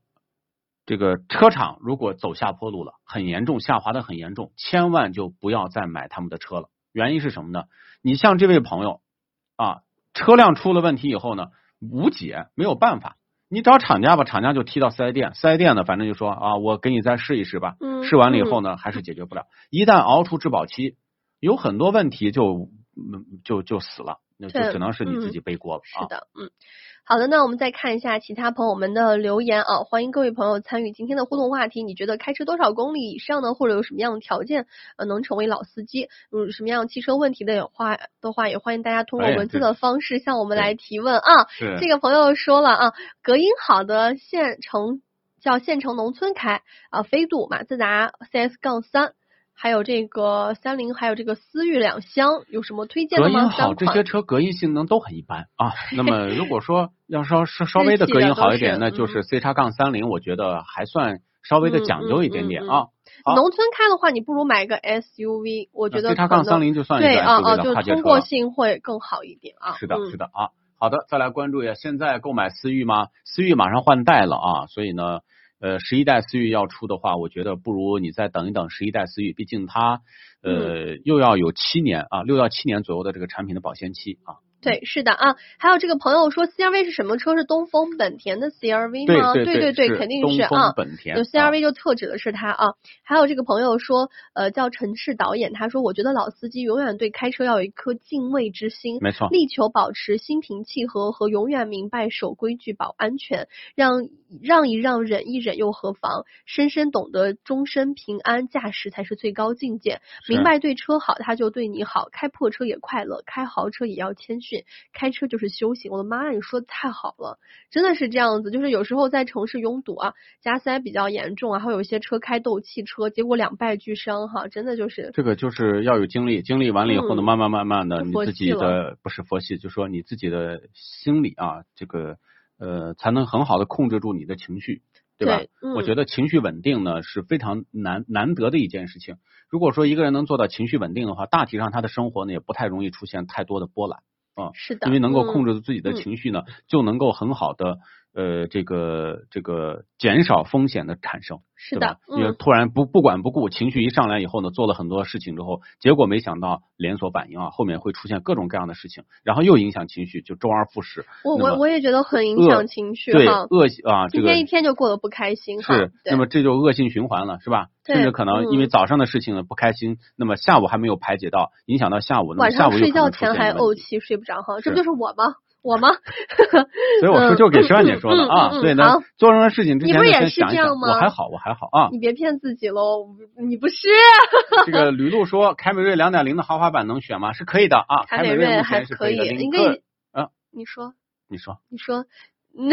Speaker 2: 这个车厂如果走下坡路了，很严重，下滑的很严重，千万就不要再买他们的车了。原因是什么呢？你像这位朋友啊，车辆出了问题以后呢，无解，没有办法，你找厂家吧，厂家就踢到四 S 店，四 S 店呢，反正就说啊，我给你再试一试吧，
Speaker 3: 嗯
Speaker 2: 试完了以后呢，还是解决不了。一旦熬出质保期，有很多问题就嗯就就死了，那就
Speaker 3: 对
Speaker 2: 只能是你自
Speaker 3: 嗯
Speaker 2: 己背锅了啊
Speaker 3: 是。的，嗯，好的，那我们再看一下其他朋友们的留言啊，欢迎各位朋友参与今天的互动话题。你觉得开车多少公里以上呢，或者有什么样的条件呃能成为老司机？有什么样汽车问题的有话的话，也欢迎大家通过
Speaker 2: 哎
Speaker 3: 文字
Speaker 2: 对
Speaker 3: 的方式向我们
Speaker 2: 对
Speaker 3: 来提问啊。
Speaker 2: 是
Speaker 3: 这个朋友说了啊，隔音好的县城叫县城农村开啊，飞度、马自达 CS 杠三，还有这个三菱，还有这个思域两厢，有什么推荐
Speaker 2: 隔
Speaker 3: 的吗？
Speaker 2: 音
Speaker 3: 三
Speaker 2: 好，
Speaker 3: 款
Speaker 2: 这些车隔音性能都很一般
Speaker 3: [laughs]
Speaker 2: 啊。那么如果说要稍稍稍微的隔音好一点，那
Speaker 3: 日系的都嗯
Speaker 2: 就是是 C 叉杠三零，我觉得还算稍微的讲究一点
Speaker 3: 嗯
Speaker 2: 点啊。好啊
Speaker 3: 农村开的话，你不如买个 SUV，我觉得
Speaker 2: C
Speaker 3: 可
Speaker 2: 叉杠
Speaker 3: 能
Speaker 2: 三零就算一个
Speaker 3: 对啊啊，就
Speaker 2: SUV 了，跨界
Speaker 3: 通
Speaker 2: 车
Speaker 3: 过
Speaker 2: 了。
Speaker 3: 性会更好一点啊。
Speaker 2: 是的，是
Speaker 3: 的，
Speaker 2: 的啊。好的，再来关注一下，现在购买思域吗？思域马上换代了啊，所以呢，呃，十一代思域要出的话，我觉得不如你再等一等十一代思域，毕竟它呃
Speaker 3: 嗯
Speaker 2: 又要有七年啊，六到七年左右的这个产品的保鲜期啊。
Speaker 3: 对，是的啊。还有这个朋友说，CRV 是什么车？是东风本田的 CRV
Speaker 2: 对
Speaker 3: 吗？
Speaker 2: 对
Speaker 3: 对
Speaker 2: 对，
Speaker 3: 肯定
Speaker 2: 东
Speaker 3: 是
Speaker 2: 风
Speaker 3: 啊。
Speaker 2: 本田
Speaker 3: 有
Speaker 2: 啊
Speaker 3: CRV 就特指的是它啊，还有这个朋友说，呃，叫陈氏导演，他说，我觉得老司机永远对开车要有一颗敬畏之心，
Speaker 2: 没错，
Speaker 3: 力求保持心平气和和永远明白守规矩、保安全，让让一让、忍一忍又何妨？深深懂得终身平安驾驶才是最高境界。
Speaker 2: 是
Speaker 3: 明白对车好，他就对你好。开破车也快乐，开豪车也要谦逊，开车就是修行。我的妈呀，你说的太好了，真的是这样子。就是有时候在城市拥堵啊，加塞比较严重啊，还会有一些车开斗气车，结果两败俱伤哈，真的就是
Speaker 2: 这个就是要有经历，经历完了以后呢，
Speaker 3: 嗯
Speaker 2: 慢慢慢慢的，
Speaker 3: 就
Speaker 2: 你
Speaker 3: 佛
Speaker 2: 自
Speaker 3: 系
Speaker 2: 己
Speaker 3: 了
Speaker 2: 的不是佛系，就说你自己的心理啊，这个呃，才能很好的控制住你的情绪，对吧？
Speaker 3: 嗯、
Speaker 2: 我觉得情绪稳定呢是非常难难得的一件事情。如果说一个人能做到情绪稳定的话，大体上他的生活呢也不太容易出现太多的波澜。啊
Speaker 3: 是的，
Speaker 2: 因为能够
Speaker 3: 嗯
Speaker 2: 控制住自己的情绪呢，就能够很好的呃这个这个减少风险的产生，
Speaker 3: 是
Speaker 2: 对
Speaker 3: 的
Speaker 2: 吧，？因为
Speaker 3: 嗯，
Speaker 2: 突然不不管不顾，情绪一上来以后呢，做了很多事情之后，结果没想到连锁反应啊，后面会出现各种各样的事情，然后又影响情绪，就周而复始。
Speaker 3: 我
Speaker 2: 那么
Speaker 3: 我我也觉得很影
Speaker 2: 恶
Speaker 3: 响情绪
Speaker 2: 对
Speaker 3: 哈。
Speaker 2: 恶习啊，这
Speaker 3: 今
Speaker 2: 个
Speaker 3: 天一天就过得不开心哈。
Speaker 2: 是，
Speaker 3: 对
Speaker 2: 那么这就恶性循环了，是吧？
Speaker 3: 对
Speaker 2: 甚至可能因为
Speaker 3: 嗯
Speaker 2: 早上的事情呢不开心，那么下午还没有排解到，影响到下午，那么
Speaker 3: 晚
Speaker 2: 下
Speaker 3: 上
Speaker 2: 午又
Speaker 3: 睡
Speaker 2: 可能
Speaker 3: 觉
Speaker 2: 出
Speaker 3: 前
Speaker 2: 现
Speaker 3: 还
Speaker 2: 问
Speaker 3: 怄
Speaker 2: 题。
Speaker 3: 气睡不着哈，这
Speaker 2: 是
Speaker 3: 不就是我吗？我吗？
Speaker 2: [laughs]
Speaker 3: [laughs]
Speaker 2: 所以我说
Speaker 3: 嗯
Speaker 2: 就给十万姐
Speaker 3: 嗯
Speaker 2: 说的
Speaker 3: 嗯
Speaker 2: 啊，
Speaker 3: 嗯
Speaker 2: 对
Speaker 3: 嗯
Speaker 2: 呢
Speaker 3: 好，
Speaker 2: 做任何事情之
Speaker 3: 你
Speaker 2: 前
Speaker 3: 不是
Speaker 2: 呢
Speaker 3: 也
Speaker 2: 先
Speaker 3: 是
Speaker 2: 想一
Speaker 3: 这
Speaker 2: 想，
Speaker 3: 样
Speaker 2: 我还
Speaker 3: 吗
Speaker 2: 好，我还好啊。
Speaker 3: 你别骗自己喽，你不是
Speaker 2: 这个 [laughs] 吕露说，凯美瑞两点零的豪华版能选吗？是可以的啊，
Speaker 3: [laughs] 凯
Speaker 2: 凯
Speaker 3: 美
Speaker 2: 美瑞目
Speaker 3: 还
Speaker 2: 前是
Speaker 3: 可
Speaker 2: 以
Speaker 3: 以
Speaker 2: 的。，林
Speaker 3: 应
Speaker 2: 克
Speaker 3: 该
Speaker 2: 尔，啊，
Speaker 3: 你说
Speaker 2: 你说，
Speaker 3: 你说。 [laughs] 嗯，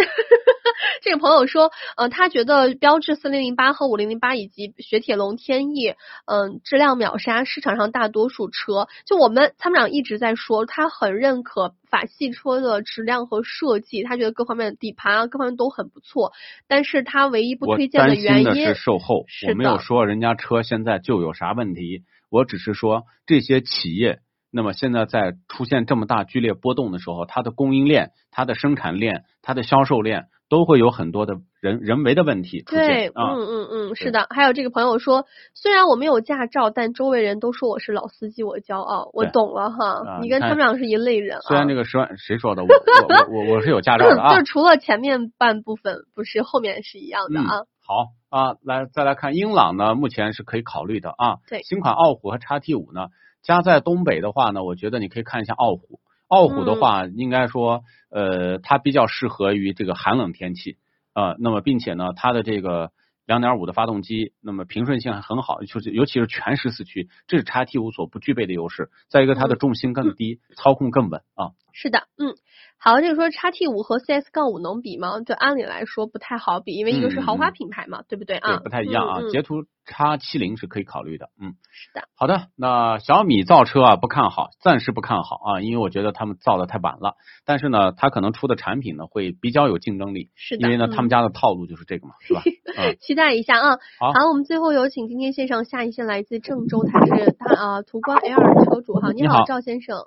Speaker 3: 这个朋友说，嗯、他觉得标致四零零八和五零零八以及雪铁龙天翼，嗯、质量秒杀市场上大多数车。就我们参谋长一直在说，他很认可法系车的质量和设计，他觉得各方面底盘啊各方面都很不错。但是他唯一不
Speaker 2: 我
Speaker 3: 推荐
Speaker 2: 担
Speaker 3: 原
Speaker 2: 心
Speaker 3: 因
Speaker 2: 是售后，
Speaker 3: 是
Speaker 2: 我没有
Speaker 3: 的
Speaker 2: 说人家车现在就有啥问题，我只是说这些企业，那么现在在出现这么大剧烈波动的时候，它的供应链、它的生产链、它的销售链都会有很多的人人为的问题出
Speaker 3: 对
Speaker 2: 现，啊。
Speaker 3: 嗯嗯嗯，是
Speaker 2: 对
Speaker 3: 的。还有这个朋友说，虽然我没有驾照，但周围人都说我是老司机，我骄傲。我
Speaker 2: 对
Speaker 3: 懂了哈
Speaker 2: 啊，
Speaker 3: 你
Speaker 2: 你
Speaker 3: 跟
Speaker 2: 看
Speaker 3: 参谋长是一类人啊。嗯
Speaker 2: 虽然这个十万谁说的，我我我我我是有驾照的啊，
Speaker 3: 就是除了前面半部分不是，后面是一样的啊。
Speaker 2: 嗯、好啊，来再来看英朗呢，目前是可以考虑的啊。
Speaker 3: 对
Speaker 2: 新款傲虎和叉 T 五呢，家在东北的话呢，我觉得你可以看一下傲虎。傲虎
Speaker 3: 嗯
Speaker 2: 的话，应该说，呃，它比较适合于这个寒冷天气啊、呃那么，并且呢，它的这个两点五的发动机，那么平顺性还很好，就是尤其是全时四驱，这是叉 T 五所不具备的优势。再一个，
Speaker 3: 嗯
Speaker 2: 它的重心更低，操控更稳啊。
Speaker 3: 是的，嗯，好，这个说叉 T 五和 CS 杠五能比吗？就按理来说不太好比，因为一个是豪华
Speaker 2: 嗯嗯嗯
Speaker 3: 品牌嘛，对不对啊？
Speaker 2: 对，不太一样啊
Speaker 3: 嗯。嗯
Speaker 2: 捷途叉七零是可以考虑的，嗯。
Speaker 3: 是的，
Speaker 2: 好的，那小米造车啊不看好，暂时不看好啊，因为我觉得他们造的太晚了。但是呢，它可能出的产品呢会比较有竞争力，
Speaker 3: 是的。
Speaker 2: 因为呢
Speaker 3: 嗯
Speaker 2: 他们家的套路就是这个嘛，
Speaker 3: [laughs]
Speaker 2: 是吧？嗯，
Speaker 3: 期待一下啊！
Speaker 2: 好
Speaker 3: 我们最后有请今天线上下一线来自郑州台市大啊途观 L 车主哈，你
Speaker 2: 你
Speaker 3: 好，
Speaker 2: 好
Speaker 3: 赵先生，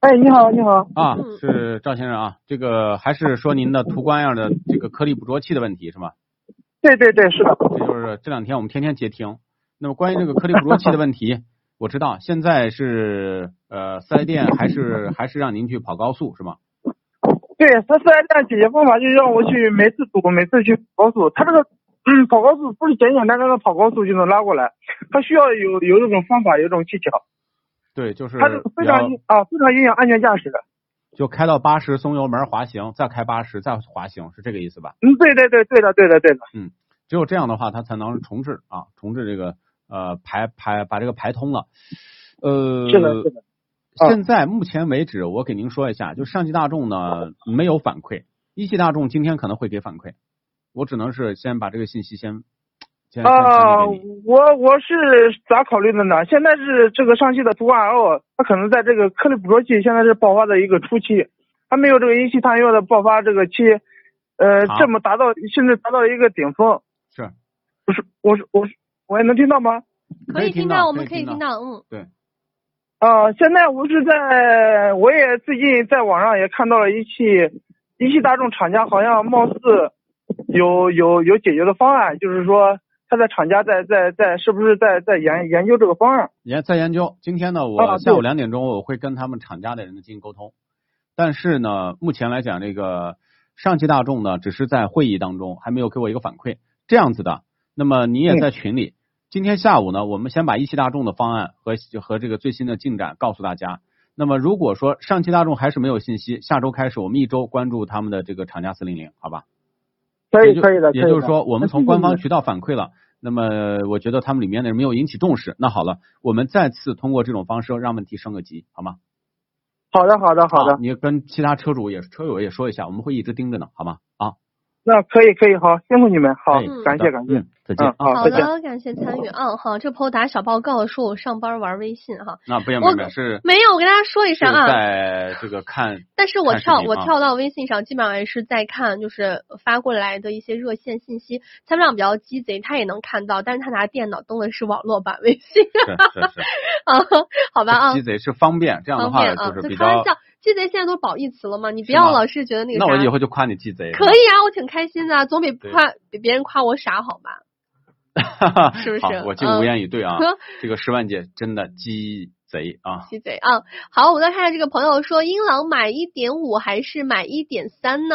Speaker 10: 哎，你好，你好，
Speaker 2: 啊
Speaker 3: 嗯
Speaker 2: 是赵先生啊，这个还是说您的途观样的这个颗粒捕捉器的问题是吗？
Speaker 10: 对对对，是的，
Speaker 2: 这就是这两天我们天天接听。那么关于这个颗粒捕捉器的问题，我知道现在是呃四 S 店还是还是让您去跑高速是吗？
Speaker 10: 对，他四 S 店解决方法就是让我去每次堵，每次去跑高速。他这个嗯，跑高速不是简简单单的跑高速就能拉过来，他需要有有这种方法，有这种技巧，
Speaker 2: 对，就是
Speaker 10: 他这个非
Speaker 2: 聊
Speaker 10: 常啊非常影响安全驾驶的。
Speaker 2: 就开到八十松油门滑行，再开八十再滑行，是这个意思吧？
Speaker 10: 嗯，对对对对的对的对的，
Speaker 2: 嗯只有这样的话，它才能重置啊，重置这个呃排排把这个排通了。呃，
Speaker 10: 是的是的。啊
Speaker 2: 现在目前为止，我给您说一下，就上汽大众呢没有反馈，一汽大众今天可能会给反馈，我只能是先把这个信息先先先
Speaker 10: 啊，
Speaker 2: 传递给你。
Speaker 10: 我我是咋考虑的呢？现在是这个上汽的途观 L，它可能在这个颗粒捕捉器现在是爆发的一个初期，还没有这个一汽探岳的爆发这个期，呃，
Speaker 2: 好
Speaker 10: 这么达到甚至达到一个顶峰。
Speaker 2: 是，
Speaker 10: 不是，我是我是我也能听到吗？
Speaker 3: 可以
Speaker 2: 听
Speaker 3: 听到，我
Speaker 2: 可
Speaker 3: 们
Speaker 2: 以
Speaker 3: 可以听到，
Speaker 2: 到。
Speaker 3: 嗯，
Speaker 10: 啊、现在我是在，我也最近在网上也看到了一汽一汽大众厂家好像貌似有有有解决的方案，就是说他在厂家在在在是不是在在研研究这个方案？
Speaker 2: 研再研究。今天呢，
Speaker 10: 啊
Speaker 2: 我
Speaker 10: 对
Speaker 2: 下午两点钟我会跟他们厂家的人呢进行沟通。但是呢，目前来讲，这个上汽大众呢，只是在会议当中还没有给我一个反馈，这样子的。那么你
Speaker 10: 嗯
Speaker 2: 也在群里，今天下午呢，我们先把一汽大众的方案和和这个最新的进展告诉大家。那么如果说上汽大众还是没有信息，下周开始我们一周关注他们的这个厂家四零零，好吧？
Speaker 10: 可
Speaker 2: 也
Speaker 10: 以
Speaker 2: 就
Speaker 10: 可以的，
Speaker 2: 也
Speaker 10: 可以
Speaker 2: 就是
Speaker 10: 的嗯
Speaker 2: 说，我们从
Speaker 10: 那
Speaker 2: 官
Speaker 10: 谢
Speaker 2: 方
Speaker 10: 谢
Speaker 2: 渠道反馈了，那么我觉得他们里面的人没有引起重视。那好了，我们再次通过这种方式让问题升个级，好吗？
Speaker 10: 好的好的好的，
Speaker 2: 啊你跟其他车主也车友也说一下，我们会一直盯着呢，好吗？啊，
Speaker 10: 那可以可以，好，辛苦你们，好
Speaker 2: 哎，
Speaker 10: 感
Speaker 2: 好的
Speaker 10: 谢感谢，
Speaker 2: 嗯，再见
Speaker 10: 嗯
Speaker 2: 啊。
Speaker 10: 好
Speaker 3: 好
Speaker 10: 再见。
Speaker 3: 的，感谢参与，嗯，好，这朋友打小报告说我上班玩微信哈，
Speaker 2: 那不要
Speaker 3: 我
Speaker 2: 不要是
Speaker 3: 没有，我跟大家说一
Speaker 2: 是
Speaker 3: 声啊，
Speaker 2: 在这个看
Speaker 3: 但是我
Speaker 2: 看视
Speaker 3: 跳
Speaker 2: 频
Speaker 3: 我
Speaker 2: 啊
Speaker 3: 跳到微信上，基本上也是在看，就是发过来的一些热线信息。参谋长比较鸡贼，他也能看到，但是他拿电脑登的是网络版微信
Speaker 2: 是是是，
Speaker 3: 啊，好吧啊
Speaker 2: 鸡，贼是方便，这样的
Speaker 3: 方
Speaker 2: 话
Speaker 3: 便啊，
Speaker 2: 就是比
Speaker 3: 开玩
Speaker 2: 较
Speaker 3: 笑，鸡贼现在都是褒义词了嘛，你不
Speaker 2: 是
Speaker 3: 要
Speaker 2: 吗
Speaker 3: 老是觉得那个
Speaker 2: 那我
Speaker 3: 啥
Speaker 2: 以后就夸你鸡贼。
Speaker 3: 可以啊，我挺开心的啊，总比
Speaker 2: 对
Speaker 3: 夸比别人夸我傻好吧？
Speaker 2: [laughs]
Speaker 3: 是不是
Speaker 2: 好，我竟
Speaker 3: 嗯
Speaker 2: 无言以对啊！
Speaker 3: 呵
Speaker 2: 这个十万姐真的鸡贼啊！
Speaker 3: 鸡贼啊！好，我们再看看这个朋友说，英朗买一点五还是买一点三呢？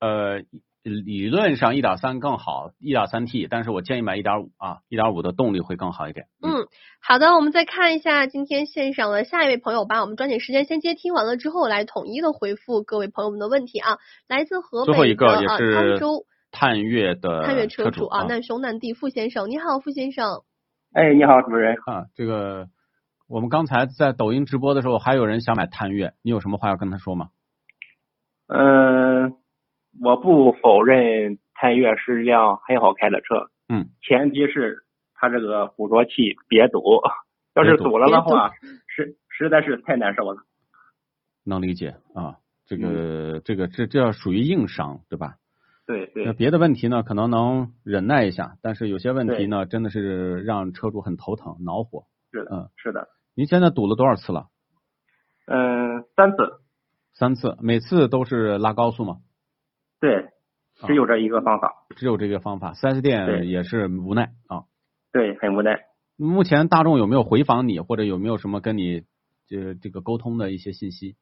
Speaker 2: 呃，理论上一点三更好，一点三 T，但是我建议买一点五啊，一点五的动力会更好一点。
Speaker 3: 嗯，好的，我们再看一下今天线上的下一位朋友吧。我们抓紧时间先接听完了之后，来统一的回复各位朋友们的问题啊。来自河
Speaker 2: 最后一
Speaker 3: 北的
Speaker 2: 个
Speaker 3: 啊，
Speaker 2: 也
Speaker 3: 沧
Speaker 2: 是
Speaker 3: 州
Speaker 2: 探岳的
Speaker 3: 探岳
Speaker 2: 车
Speaker 3: 主啊，难兄难弟傅先生，你好，傅先生。
Speaker 5: 哎，你好，主持人。
Speaker 2: 啊，这个我们刚才在抖音直播的时候，还有人想买探岳，你有什么话要跟他说吗？
Speaker 11: 嗯，我不否认探岳是一辆很好开的车，
Speaker 2: 嗯，
Speaker 11: 前提是它这个捕捉器别堵，要是
Speaker 2: 别堵
Speaker 11: 堵了的
Speaker 3: 别堵
Speaker 11: 话，实实在是太难受了。
Speaker 2: 能理解啊，这
Speaker 3: 嗯
Speaker 2: 个、这个这这要属于硬伤，对吧？
Speaker 11: 对
Speaker 2: 那
Speaker 11: 对
Speaker 2: 别的问题呢，可能能忍耐一下，但是有些问题
Speaker 11: 对
Speaker 2: 呢，真的是让车主很头疼、恼火。
Speaker 11: 是的
Speaker 2: 嗯，
Speaker 11: 是的，
Speaker 2: 您现在堵了多少次了？
Speaker 11: 嗯，三次，
Speaker 2: 三次，每次都是拉高速吗？
Speaker 11: 对，只有这一个方法，
Speaker 2: 啊只有这个方法，4S 啊店
Speaker 11: 对
Speaker 2: 也是无奈啊。
Speaker 11: 对，很无奈。
Speaker 2: 目前大众有没有回访你，或者有没有什么跟你这这个沟通的一些信息？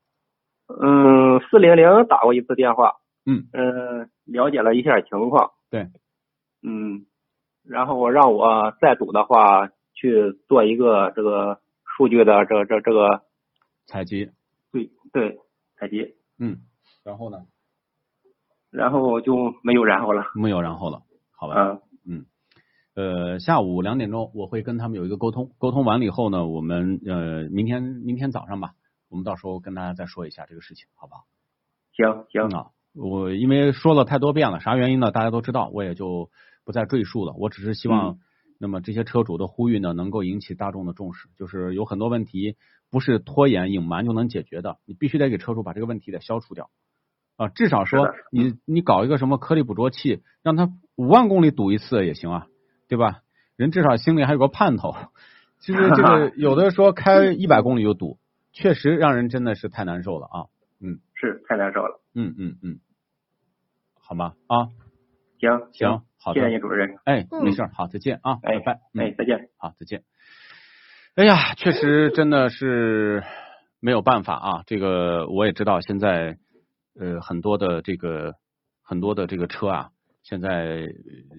Speaker 11: 嗯，四零零打过一次电话，
Speaker 2: 嗯
Speaker 11: 嗯，了解了一下情况，
Speaker 2: 对，
Speaker 11: 嗯，然后让我再赌的话，去做一个这个数据的这这这个
Speaker 2: 采集，
Speaker 11: 对对采集，
Speaker 2: 嗯，然后呢？
Speaker 11: 然后就没有然后了，
Speaker 2: 没有然后了，好吧？
Speaker 11: 嗯，
Speaker 2: 呃，下午两点钟我会跟他们有一个沟通，沟通完了以后呢，我们呃明天明天早上吧，我们到时候跟大家再说一下这个事情，好不好？
Speaker 11: 行行，
Speaker 2: 啊，我因为说了太多遍了，啥原因呢？大家都知道，我也就不再赘述了。我只是希望，
Speaker 11: 嗯
Speaker 2: 那么这些车主的呼吁呢，能够引起大众的重视。就是有很多问题不是拖延、隐瞒就能解决的，你必须得给车主把这个问题得消除掉。啊，至少说
Speaker 11: 是的嗯
Speaker 2: 你你搞一个什么颗粒捕捉器，让他五万公里堵一次也行啊，对吧？人至少心里还有个盼头。其实这
Speaker 11: [laughs]
Speaker 2: 个有的说开一百公里就堵，确实让人真的是太难受了啊。
Speaker 11: 是太难受了，
Speaker 2: 嗯嗯嗯，好吗？啊，
Speaker 11: 行
Speaker 2: 行，，好
Speaker 11: 谢
Speaker 2: 的
Speaker 11: 谢，你主持人，
Speaker 2: 哎，
Speaker 3: 嗯
Speaker 2: 没事儿，好，再见啊，
Speaker 11: 哎
Speaker 2: 拜拜，
Speaker 11: 哎
Speaker 2: 嗯，，
Speaker 11: 再见。
Speaker 2: 好，再见。哎呀，确实真的是没有办法啊，这个我也知道，现在呃很多的这个很多的这个车啊，现在呃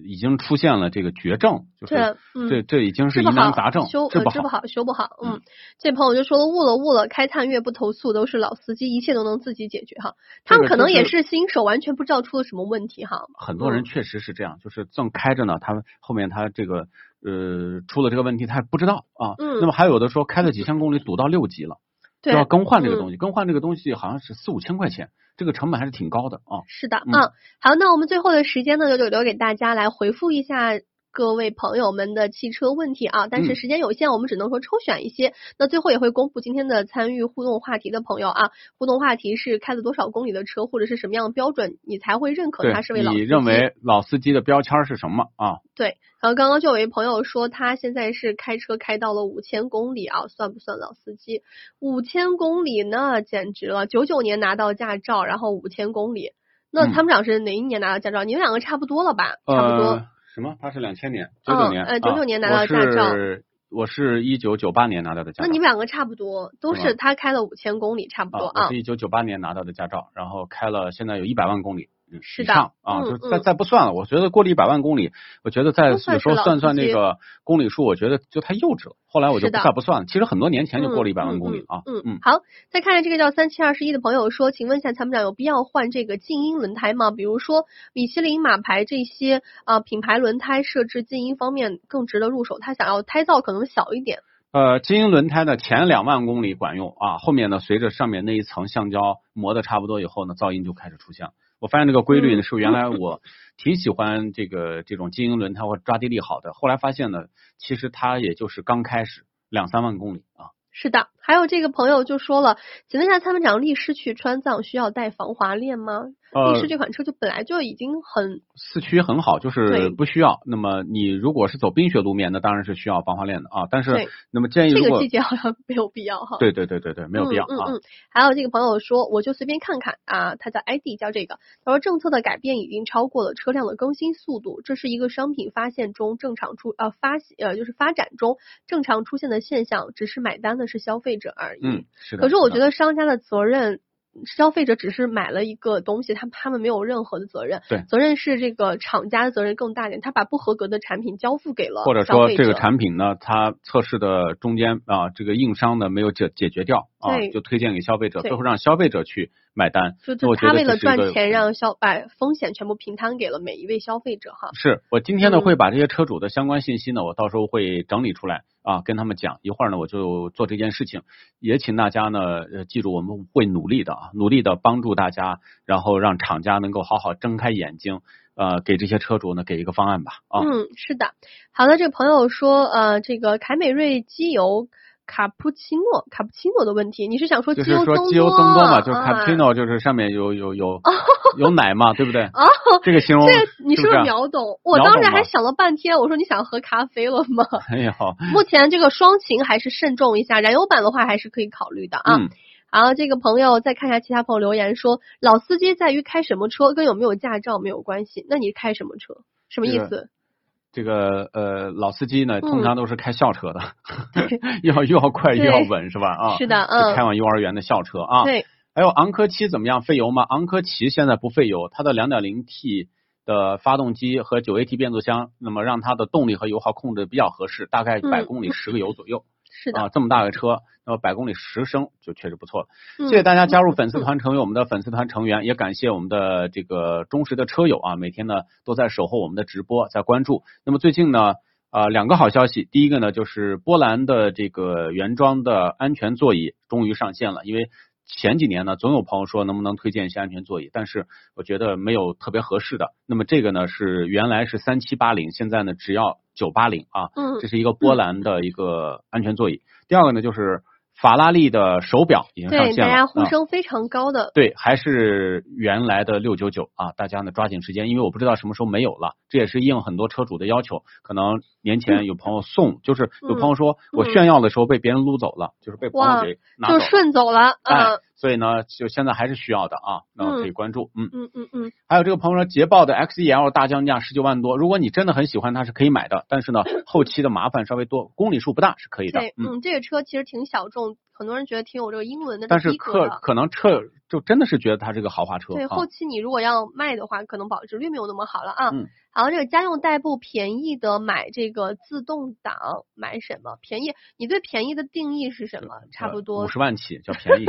Speaker 2: 已经出现了这个绝症，就是
Speaker 3: 对嗯
Speaker 2: 这这已经是
Speaker 3: 治不
Speaker 2: 疑
Speaker 3: 好
Speaker 2: 难杂症，
Speaker 3: 修
Speaker 2: 治
Speaker 3: 呃
Speaker 2: 不
Speaker 3: 治不
Speaker 2: 好，
Speaker 3: 好，修不好。
Speaker 2: 嗯
Speaker 3: 嗯，这朋友就说了，误了误了，开探岳不投诉，都是老司机，一切都能自己解决哈。他
Speaker 2: 这
Speaker 3: 们
Speaker 2: 个
Speaker 3: 可
Speaker 2: 就
Speaker 3: 能也是
Speaker 2: 是
Speaker 3: 新手，完全不知道出了什么问题哈。
Speaker 2: 很多人确实是这样，就是正开着呢，他后面他这个呃出了这个问题，他还不知道啊。
Speaker 3: 嗯
Speaker 2: 那么还有的说开了几千公里，堵到六级了，就
Speaker 3: 对，
Speaker 2: 要更换这个
Speaker 3: 嗯
Speaker 2: 东西，更换这个东西好像是四五千块钱，这个成本还是挺高的啊。
Speaker 3: 是的，
Speaker 2: 嗯
Speaker 3: 嗯，好，那我们最后的时间呢，就留给大家来回复一下。各位朋友们的汽车问题啊，但是
Speaker 2: 嗯
Speaker 3: 时间有限，我们只能说抽选一些。那最后也会公布今天的参与互动话题的朋友啊，互动话题是开了多少公里的车，或者是什么样的标准，你才会认可
Speaker 2: 对
Speaker 3: 他是位老司
Speaker 2: 你
Speaker 3: 机？
Speaker 2: 认为老司机的标签是什么啊？
Speaker 3: 对，然后刚刚就有一朋友说，他现在是开车开到了五千公里啊，算不算老司机？五千公里那简直了，九九年拿到驾照，然后五千公里，那
Speaker 2: 嗯
Speaker 3: 参谋长是哪一年拿到驾照？你们两个差不多了吧？差不多
Speaker 2: 呃。，什么？他是两千年，九九年，
Speaker 3: 呃
Speaker 2: 啊
Speaker 3: 99年拿到驾照
Speaker 2: 我是我是一九九八年拿到的驾
Speaker 3: 那
Speaker 2: 照。
Speaker 3: 你们两个差不多，都
Speaker 2: 是
Speaker 3: 是
Speaker 2: 吧
Speaker 3: 他开了五千公里，差不多
Speaker 2: 啊，
Speaker 3: 啊
Speaker 2: 我是。一九九八年拿到的驾照，然后开了现在有一百万公里。嗯
Speaker 3: 是
Speaker 2: 以
Speaker 3: 的
Speaker 2: 上啊，
Speaker 3: 嗯嗯
Speaker 2: 就再再不算了。我觉得过了一百万公里，我觉得在有
Speaker 3: 都算
Speaker 2: 时候
Speaker 3: 是老
Speaker 2: 算
Speaker 3: 司
Speaker 2: 算
Speaker 3: 机
Speaker 2: 那个公里数，我觉得就太幼稚了。后来我就是不
Speaker 3: 的
Speaker 2: 再不算了。其实很多年前就过
Speaker 3: 嗯
Speaker 2: 了一百万公里
Speaker 3: 嗯
Speaker 2: 啊。
Speaker 3: 嗯
Speaker 2: 嗯，
Speaker 3: 好，再看看这个叫三七二十一的朋友说，请问一下参谋长，有必要换这个静音轮胎吗？比如说米其林马牌这些呃品牌轮胎设置静音方面更值得入手，他想要胎噪可能小一点。
Speaker 2: 呃，精英轮胎呢，前两万公里管用啊，后面呢，随着上面那一层橡胶磨的差不多以后呢，噪音就开始出现了。我发现这个规律呢，
Speaker 3: 嗯
Speaker 2: 是
Speaker 3: [laughs]
Speaker 2: 原来我挺喜欢这个这种精英轮胎或者抓地力好的，后来发现呢，其实它也就是刚开始两三万公里啊。
Speaker 3: 是的，还有这个朋友就说了，请问一下参谋长，力狮去川藏需要带防滑链吗？
Speaker 2: 呃
Speaker 3: 力狮这款车就本来就已经很
Speaker 2: 四驱很好，就是
Speaker 3: 对
Speaker 2: 不需要。那么你如果是走冰雪路面，那当然是需要防滑链的啊。但是
Speaker 3: 对
Speaker 2: 那么建议
Speaker 3: 这
Speaker 2: 如
Speaker 3: 个
Speaker 2: 果
Speaker 3: 季节好像没有必要哈。
Speaker 2: 对对对对对，没有必要
Speaker 3: 嗯
Speaker 2: 啊
Speaker 3: 嗯。嗯，还有这个朋友说，我就随便看看啊，他叫 ID 叫这个，他说政策的改变已经超过了车辆的更新速度，这是一个商品发现中正常出呃发呃就是发展中正常出现的现象，只是买单的是消费者而已。
Speaker 2: 嗯，是的。
Speaker 3: 可是我
Speaker 2: 的
Speaker 3: 觉得商家的责任。消费者只是买了一个东西，他他们没有任何的责任，
Speaker 2: 对
Speaker 3: 责任是这个厂家的责任更大一点，他把不合格的产品交付给了
Speaker 2: 或者
Speaker 3: 消
Speaker 2: 说
Speaker 3: 费
Speaker 2: 这个
Speaker 3: 者
Speaker 2: 产品呢，它测试的中间啊，这个硬伤呢没有解解决掉啊，
Speaker 3: 对
Speaker 2: 就推荐给消费者，
Speaker 3: 对
Speaker 2: 最后让消费者去买单。
Speaker 3: 就
Speaker 2: 那
Speaker 3: 就
Speaker 2: 我觉
Speaker 3: 他
Speaker 2: 得
Speaker 3: 为
Speaker 2: 这
Speaker 3: 了
Speaker 2: 是一
Speaker 3: 赚
Speaker 2: 个嗯
Speaker 3: 钱，让消把风险全部平摊给了每一位消费者哈。
Speaker 2: 是我今天呢
Speaker 3: 嗯
Speaker 2: 会把这些车主的相关信息呢，我到时候会整理出来啊，跟他们讲。一会儿呢我就做这件事情，也请大家呢呃记住，我们会努力的啊，努力的帮助大家，然后让厂家能够好好睁开眼睛，呃，给这些车主呢给一个方案吧啊。
Speaker 3: 嗯，是的。好的，这个朋友说，呃，这个凯美瑞机油卡布奇诺卡布奇诺的问题，你是想说
Speaker 2: 就
Speaker 3: 机
Speaker 2: 是
Speaker 3: 油
Speaker 2: 说
Speaker 3: 增
Speaker 2: 机油增多嘛，就是
Speaker 3: 啊
Speaker 2: cappuccino，就是上面有有有有奶嘛，对不对？
Speaker 3: 哦，
Speaker 2: 这个形
Speaker 3: [laughs]
Speaker 2: 容
Speaker 3: 这你
Speaker 2: 是
Speaker 3: 是不
Speaker 2: 是
Speaker 3: 是
Speaker 2: 啊？
Speaker 3: 秒懂？我
Speaker 2: 秒
Speaker 3: 当
Speaker 2: 懂
Speaker 3: 时
Speaker 2: 吗
Speaker 3: 还想了半天，我说你想喝咖啡了
Speaker 2: [laughs]
Speaker 3: 吗？
Speaker 2: 哎呀，
Speaker 3: 目前这个双擎还是慎重一下，燃油版的话还是可以考虑的啊。
Speaker 2: 嗯，
Speaker 3: 然后这个朋友再看一下其他朋友留言说，老司机在于开什么车，跟有没有驾照没有关系。那你开什么车？什么意
Speaker 2: 这
Speaker 3: 思？
Speaker 2: 这个呃老司机呢，通
Speaker 3: 嗯
Speaker 2: 常都是开校车的， [laughs] 要又要快又要
Speaker 3: 对
Speaker 2: 稳是吧？啊，
Speaker 3: 是的
Speaker 2: 就
Speaker 3: 嗯
Speaker 2: 开往幼儿园的校车啊。
Speaker 3: 对，
Speaker 2: 还有昂科旗怎么样？费油吗？昂科旗现在不费油，它的 2.0T 的发动机和 9AT 变速箱，那么让它的动力和油耗控制得比较合适，大概百
Speaker 3: 嗯
Speaker 2: 公里十个油左右。
Speaker 3: 是的，
Speaker 2: 啊，这么大个车，那么百公里十升就确实不错了。
Speaker 3: 嗯
Speaker 2: 谢谢大家加入粉丝团，成为我们的粉丝团成员，也感谢我们的这个忠实的车友啊，每天呢都在守候我们的直播，在关注。那么最近呢，呃，两个好消息，第一个呢就是波兰的这个原装的安全座椅终于上线了，因为。前几年呢，总有朋友说能不能推荐一些安全座椅，但是我觉得没有特别合适的。那么这个呢是原来是三七八零，现在呢只要九八零啊，
Speaker 3: 嗯
Speaker 2: 这是一个波兰的一个安全座椅。第二个呢，就是法拉利的手表已经上
Speaker 3: 对，
Speaker 2: 线
Speaker 3: 大
Speaker 2: 了，
Speaker 3: 家呼
Speaker 2: 啊
Speaker 3: 声非常高的。
Speaker 2: 对，还是原来的六九九啊，大家呢抓紧时间，因为我不知道什么时候没有了，这也是应很多车主的要求。可能年前有朋友送，就是有朋友说我炫耀的时候被别人撸走了，就是被朋友
Speaker 3: 嗯哇
Speaker 2: 给拿走
Speaker 3: 就
Speaker 2: 了，
Speaker 3: 顺走了，
Speaker 2: 哎
Speaker 3: 嗯，
Speaker 2: 所以呢，就现在还是需要的啊，那可以关注，嗯
Speaker 3: 嗯嗯嗯，
Speaker 2: 还有这个朋友说，捷豹的 XEL 大降价十九万多，如果你真的很喜欢它，是可以买的，但
Speaker 3: [laughs]
Speaker 2: 是呢，后期的麻烦稍微多，公里数不大是可以的
Speaker 3: 对，，
Speaker 2: 嗯，
Speaker 3: 嗯，这个车其实挺小众，很多人觉得挺有这个英伦的
Speaker 2: 但是
Speaker 3: 逼嗯格
Speaker 2: 可
Speaker 3: 的。
Speaker 2: 可能车就真的是觉得它是个豪华车，
Speaker 3: 对，
Speaker 2: 啊
Speaker 3: 后期你如果要卖的话，可能保值率没有那么好了啊。
Speaker 2: 嗯
Speaker 3: 好，这个家用代步便宜的买这个自动挡买什么？便宜？你对便宜的定义是什么？差不多
Speaker 2: 呃
Speaker 3: [laughs]
Speaker 2: 五，十万起叫便宜，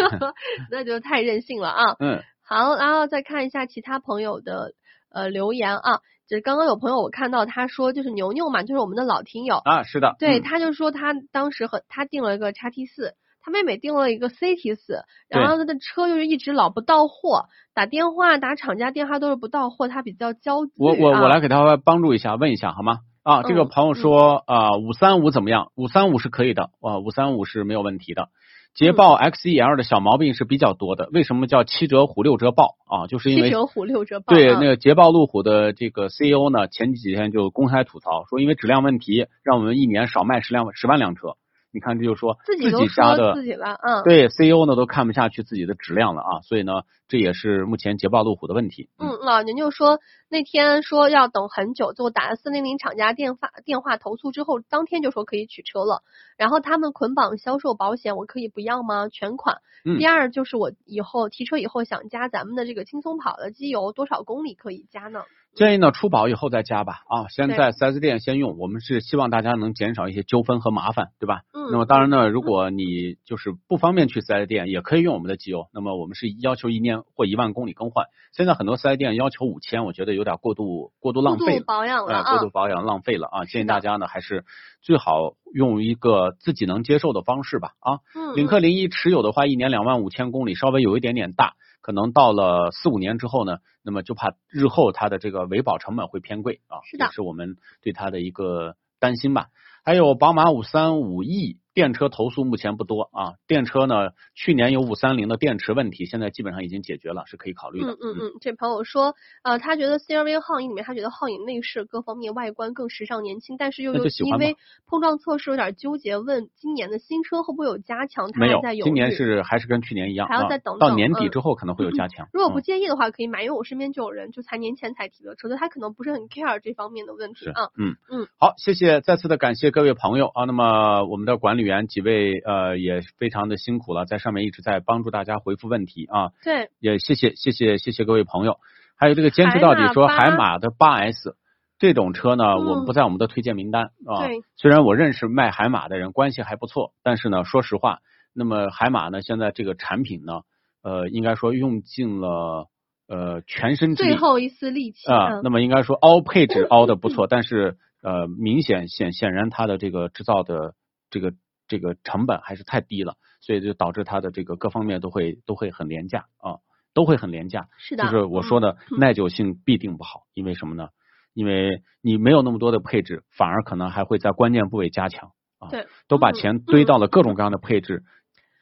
Speaker 3: 那就太任性了啊。
Speaker 2: 嗯，
Speaker 3: 好，然后再看一下其他朋友的呃留言啊，就是刚刚有朋友我看到他说，就是牛牛嘛，就是我们的老听友，
Speaker 2: 啊，是的，
Speaker 3: 对，
Speaker 2: 嗯
Speaker 3: 他就说他当时和他订了一个叉 T 四，他妹妹订了一个 CT 四，然后他的车就是一直老不到货，打电话打厂家电话都是不到货，他比较焦虑、啊。
Speaker 2: 我我我来给他帮助一下，问一下好吗？啊，这个
Speaker 3: 嗯
Speaker 2: 朋友说啊，五三五怎么样？五三五是可以的，啊，五三五是没有问题的。捷豹
Speaker 3: 嗯
Speaker 2: XEL 的小毛病是比较多的，为什么叫七折虎六折豹啊？就是因
Speaker 3: 七
Speaker 2: 为
Speaker 3: 折虎六折八啊。
Speaker 2: 对，那个捷豹路虎的这个 CEO 呢，前几天就公开吐槽说，因为质量问题，让我们一年少卖十辆十万辆车。你看，这就说
Speaker 3: 自己都
Speaker 2: 家的
Speaker 3: 说自己了，嗯，
Speaker 2: 对 CEO 呢都看不下去自己的质量了啊，所以呢，这也是目前捷豹路虎的问题。
Speaker 3: 嗯，老牛就说那天说要等很久，最后打了四零零厂家电话电话投诉之后，当天就说可以取车了。然后他们捆绑销售保险，我可以不要吗？全款。
Speaker 2: 嗯
Speaker 3: 第二就是我以后提车以后想加咱们的这个轻松跑的机油，多少公里可以加呢？
Speaker 2: 建议呢，出保以后再加吧，啊，
Speaker 3: 嗯
Speaker 2: 先
Speaker 3: 对
Speaker 2: 在 4S 店先用，我们是希望大家能减少一些纠纷和麻烦，对吧？
Speaker 3: 嗯，
Speaker 2: 那么当然呢，如果你就是不方便去 4S 店，也可以用我们的机油。那么我们是要求一年或一万公里更换。现在很多 4S 店要求五千，我觉得有点过度过度
Speaker 3: 过
Speaker 2: 浪
Speaker 3: 度
Speaker 2: 费了，
Speaker 3: 保养了
Speaker 2: 哎，
Speaker 3: 啊
Speaker 2: 过。度保养浪费了啊！建议
Speaker 3: 的
Speaker 2: 大家呢，还是最好用一个自己能接受的方式吧啊。
Speaker 3: 嗯，
Speaker 2: 领
Speaker 3: 嗯
Speaker 2: 克零一持有的话，一年两万五千公里，稍微有一点点大，可能到了四五年之后呢，那么就怕日后它的这个维保成本会偏贵啊，
Speaker 3: 是的
Speaker 2: 也是我们对它的一个担心吧。还有宝马五三五 E 电车投诉目前不多啊。电车呢，去年有五三零的电池问题，现在基本上已经解决了，是可以考虑的。
Speaker 3: 嗯嗯嗯，这朋友说，呃，他觉得 CRV 皓影里面，他觉得皓影内饰各方面外观更时尚年轻，但是又
Speaker 2: 那
Speaker 3: 有
Speaker 2: 就喜
Speaker 3: 因
Speaker 2: 欢
Speaker 3: 为
Speaker 2: 吧
Speaker 3: 碰撞测试有点纠结，问今年的新车会不会有加强？他
Speaker 2: 没有
Speaker 3: 还在，犹
Speaker 2: 今年
Speaker 3: 豫
Speaker 2: 是还是跟去年一样
Speaker 3: 还要
Speaker 2: 啊
Speaker 3: 再等，
Speaker 2: 到
Speaker 3: 等
Speaker 2: 年底
Speaker 3: 嗯
Speaker 2: 之后可能会有加强。
Speaker 3: 如果
Speaker 2: 嗯
Speaker 3: 不介意的话，可以买，因为我身边就有人就才年前才提的车，所以他可能不是很 care 这方面的问题
Speaker 2: 是
Speaker 3: 啊。，
Speaker 2: 嗯
Speaker 3: 嗯，
Speaker 2: 好，谢谢，再次的感谢各位朋友啊。那么我们的管理员几位呃也非常的辛苦了，在上面一直在帮助大家回复问题啊，
Speaker 3: 对，
Speaker 2: 也谢谢谢谢谢谢各位朋友。还有这个坚持
Speaker 3: 海
Speaker 2: 到底
Speaker 3: 马
Speaker 2: 说
Speaker 3: 八
Speaker 2: 海马的八 S 这种车呢，我
Speaker 3: 嗯
Speaker 2: 们不在我们的推荐名单啊
Speaker 3: 对。
Speaker 2: 虽然我认识卖海马的人关系还不错，但是呢，说实话，那么海马呢现在这个产品呢，呃，应该说用尽了呃全身之力，
Speaker 3: 最后一丝力气嗯
Speaker 2: 啊，那么应该说凹配置 [laughs] 凹的不错，但是呃，明显显显然它的这个制造的这个这个成本还是太低了，所以就导致它的这个各方面都会都会很廉价啊，都会很廉价。
Speaker 3: 是的，
Speaker 2: 就是我说
Speaker 3: 嗯
Speaker 2: 的耐久性必定不好，因为什么呢？因为你没有那么多的配置，反而可能还会在关键部位加强，
Speaker 3: 对，
Speaker 2: 都把
Speaker 3: 嗯
Speaker 2: 钱堆
Speaker 3: 嗯
Speaker 2: 到了各种各样的配置，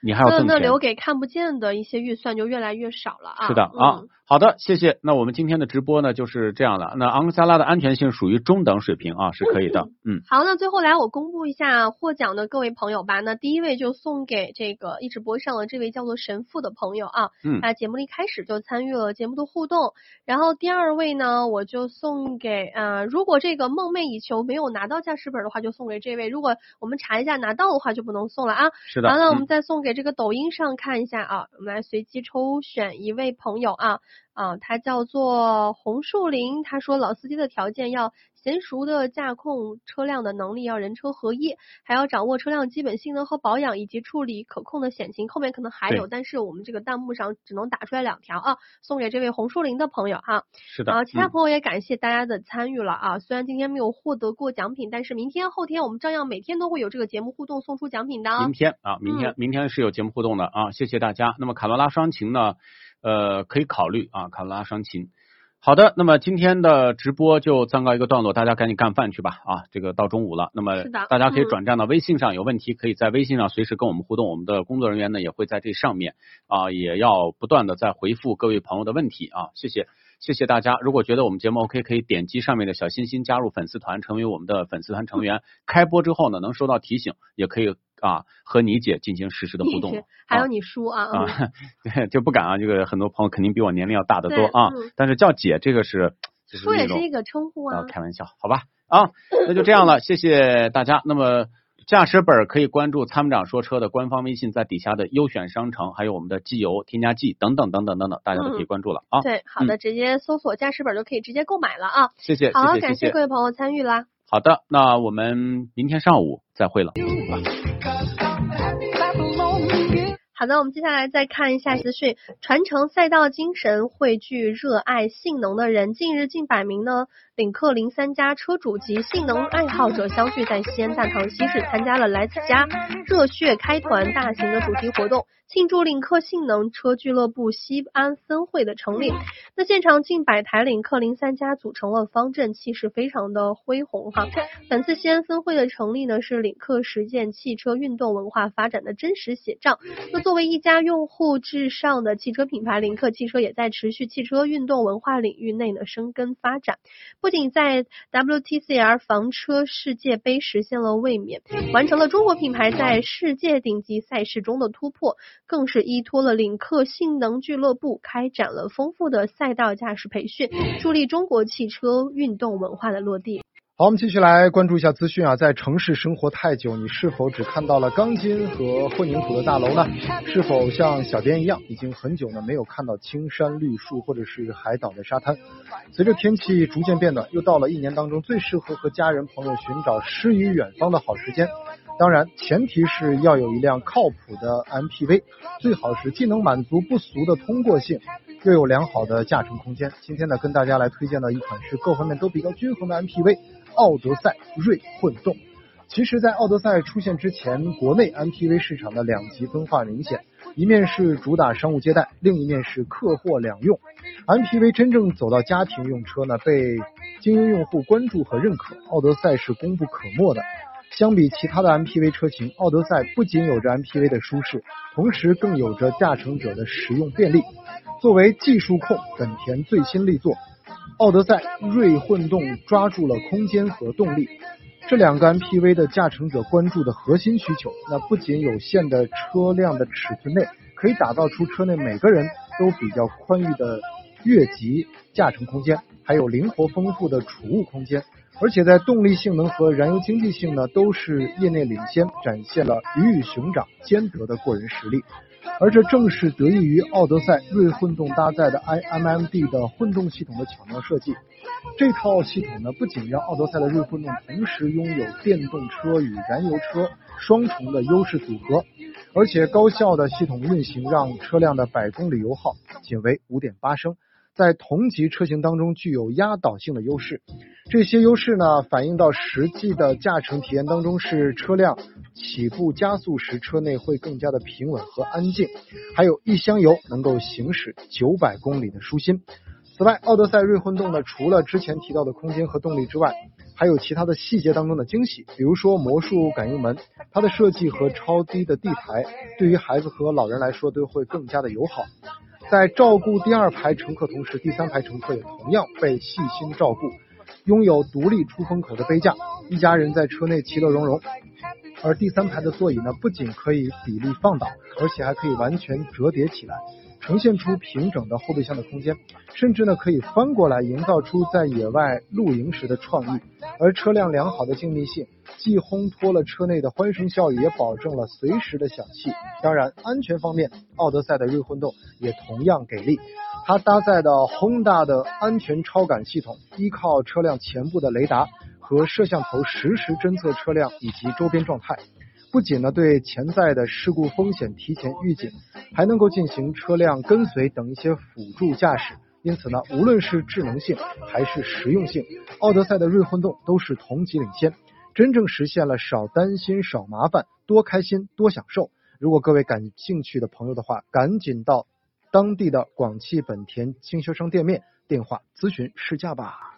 Speaker 2: 你还要
Speaker 3: 那
Speaker 2: 挣
Speaker 3: 那
Speaker 2: 钱。
Speaker 3: 留给看不见的一些预算就越来越少了啊。
Speaker 2: 是的啊
Speaker 3: 嗯，，
Speaker 2: 好的，谢谢。那我们今天的直播呢就是这样了。那昂克赛拉的安全性属于中等水平啊，是可以的。嗯，
Speaker 3: 好，那最后来我公布一下获奖的各位朋友吧。那第一位就送给这个一直播上的这位叫做神父的朋友啊，
Speaker 2: 嗯
Speaker 3: 啊，节目一开始就参与了节目的互动。然后第二位呢，我就送给呃，如果这个梦寐以求没有拿到驾驶本的话，就送给这位；如果我们查一下拿到的话，就不能送了啊。
Speaker 2: 是的。
Speaker 3: 完了，我们
Speaker 2: 嗯
Speaker 3: 再送给这个抖音上看一下啊，我们来随机抽选一位朋友啊啊，他叫做红树林，他说老司机的条件要娴熟的驾控车辆的能力，要人车合一，还要掌握车辆基本性能和保养，以及处理可控的险情。后面可能还有，
Speaker 2: 对
Speaker 3: 但是我们这个弹幕上只能打出来两条啊，送给这位红树林的朋友啊。
Speaker 2: 是的
Speaker 3: 然后。其他
Speaker 2: 嗯
Speaker 3: 朋友也感谢大家的参与了啊！虽然今天没有获得过奖品，但是明天、后天我们照样每天都会有这个节目互动送出奖品的、哦。
Speaker 2: 明天啊，明天
Speaker 3: 嗯
Speaker 2: 明天是有节目互动的啊，谢谢大家。那么卡罗拉双擎呢，呃，可以考虑啊，卡罗拉双擎。好的，那么今天的直播就暂告一个段落，大家赶紧干饭去吧啊！这个到中午了，那么
Speaker 3: 是的
Speaker 2: 大家可以
Speaker 3: 嗯
Speaker 2: 转战到微信上，有问题可以在微信上随时跟我们互动，我们的工作人员呢也会在这上面啊，也要不断的在回复各位朋友的问题啊，谢谢。谢谢大家。如果觉得我们节目 OK，可以点击上面的小心心加入粉丝团，成为我们的粉丝团成员。开播之后呢，能收到提醒，也可以啊和妮姐进行实时的互动
Speaker 3: 是。还有你叔啊，嗯
Speaker 2: 啊， [laughs] 对，就不敢啊，这个很多朋友肯定比我年龄要大得多
Speaker 3: 对
Speaker 2: 啊
Speaker 3: 嗯。
Speaker 2: 但是叫姐这个是，就是
Speaker 3: 叔也
Speaker 2: 那
Speaker 3: 是
Speaker 2: 种
Speaker 3: 一个称呼
Speaker 2: 啊
Speaker 3: 啊，
Speaker 2: 开玩笑，好吧啊，那就这样了，谢谢大家。那么。驾驶本可以关注参谋长说车的官方微信，在底下的优选商城，还有我们的机油、添加剂等等等等等等，大家都可以
Speaker 3: 嗯
Speaker 2: 关注了啊！
Speaker 3: 对，好的，直接搜索驾驶本就可以直接购买了啊。
Speaker 2: 谢谢，
Speaker 3: 好，
Speaker 2: 谢谢，
Speaker 3: 感
Speaker 2: 谢
Speaker 3: 谢
Speaker 2: 谢
Speaker 3: 各。位朋友参与啦。
Speaker 2: 好的，那我们明天上午再会了。
Speaker 3: 好的，我们接下来再看一下资讯。传承赛道精神，汇聚热爱性能的人。近日，近百名呢领克零三家车主及性能爱好者相聚在西安大唐西市，参加了来此家热血开团大型的主题活动，庆祝领克性能车俱乐部西安分会的成立。那现场近百台领克零三家组成了方阵，气势非常的恢宏哈。本次西安分会的成立呢，是领克实践汽车运动文化发展的真实写照。那作为一家用户至上的汽车品牌，领克汽车也在持续汽车运动文化领域内呢生根发展。不仅在 WTCR 房车世界杯实现了卫冕，完成了中国品牌在世界顶级赛事中的突破，更是依托了领克性能俱乐部开展了丰富的赛道驾驶培训，助力中国汽车运动文化的落地。
Speaker 12: 好，我们继续来关注一下资讯啊，在城市生活太久，你是否只看到了钢筋和混凝土的大楼呢？是否像小编一样，已经很久呢没有看到青山绿树或者是海岛的沙滩？随着天气逐渐变暖，又到了一年当中最适合和家人朋友寻找诗与远方的好时间。当然，前提是要有一辆靠谱的 MPV，最好是既能满足不俗的通过性，又有良好的驾乘空间。今天呢，跟大家来推荐的一款是各方面都比较均衡的 MPV——奥德赛锐混动。其实，在奥德赛出现之前，国内 MPV 市场的两极分化明显，一面是主打商务接待，另一面是客货两用。MPV 真正走到家庭用车呢，被精英用户关注和认可，奥德赛是功不可没的。相比其他的 MPV 车型，奥德赛不仅有着 MPV 的舒适，同时更有着驾乘者的实用便利。作为技术控，本田最新力作，奥德赛锐混动抓住了空间和动力这两个 MPV 的驾乘者关注的核心需求。那不仅有限的车辆的尺寸内，可以打造出车内每个人都比较宽裕的越级驾乘空间，还有灵活丰富的储物空间。而且在动力性能和燃油经济性呢，都是业内领先，展现了鱼与熊掌兼得的过人实力。而这正是得益于奥德赛锐混动搭载的 iMMD 的混动系统的巧妙设计。这套系统呢，不仅让奥德赛的锐混动同时拥有电动车与燃油车双重的优势组合，而且高效的系统运行让车辆的百公里油耗仅为五点八升，在同级车型当中具有压倒性的优势。这些优势呢，反映到实际的驾乘体验当中，是车辆起步加速时车内会更加的平稳和安静，还有一箱油能够行驶九百公里的舒心。此外，奥德赛锐混动呢，除了之前提到的空间和动力之外，还有其他的细节当中的惊喜，比如说魔术感应门，它的设计和超低的地台，对于孩子和老人来说都会更加的友好。在照顾第二排乘客同时，第三排乘客也同样被细心照顾，拥有独立出风口的杯架，一家人在车内其乐融融。而第三排的座椅呢，不仅可以比例放倒，而且还可以完全折叠起来，呈现出平整的后备箱的空间，甚至呢可以翻过来，营造出在野外露营时的创意。而车辆良好的静谧性，既烘托了车内的欢声笑语，也保证了随时的响气。当然，安全方面，奥德赛的锐混动也同样给力。它搭载的 Honda 的安全超感系统，依靠车辆前部的雷达和摄像头实时侦测车辆以及周边状态，不仅呢对潜在的事故风险提前预警，还能够进行车辆跟随等一些辅助驾驶。因此呢，无论是智能性还是实用性，奥德赛的锐混动都是同级领先，真正实现了少担心、少麻烦、多开心、多享受。如果各位感兴趣的朋友的话，赶紧到当地的广汽本田经销商店面电话咨询试驾吧。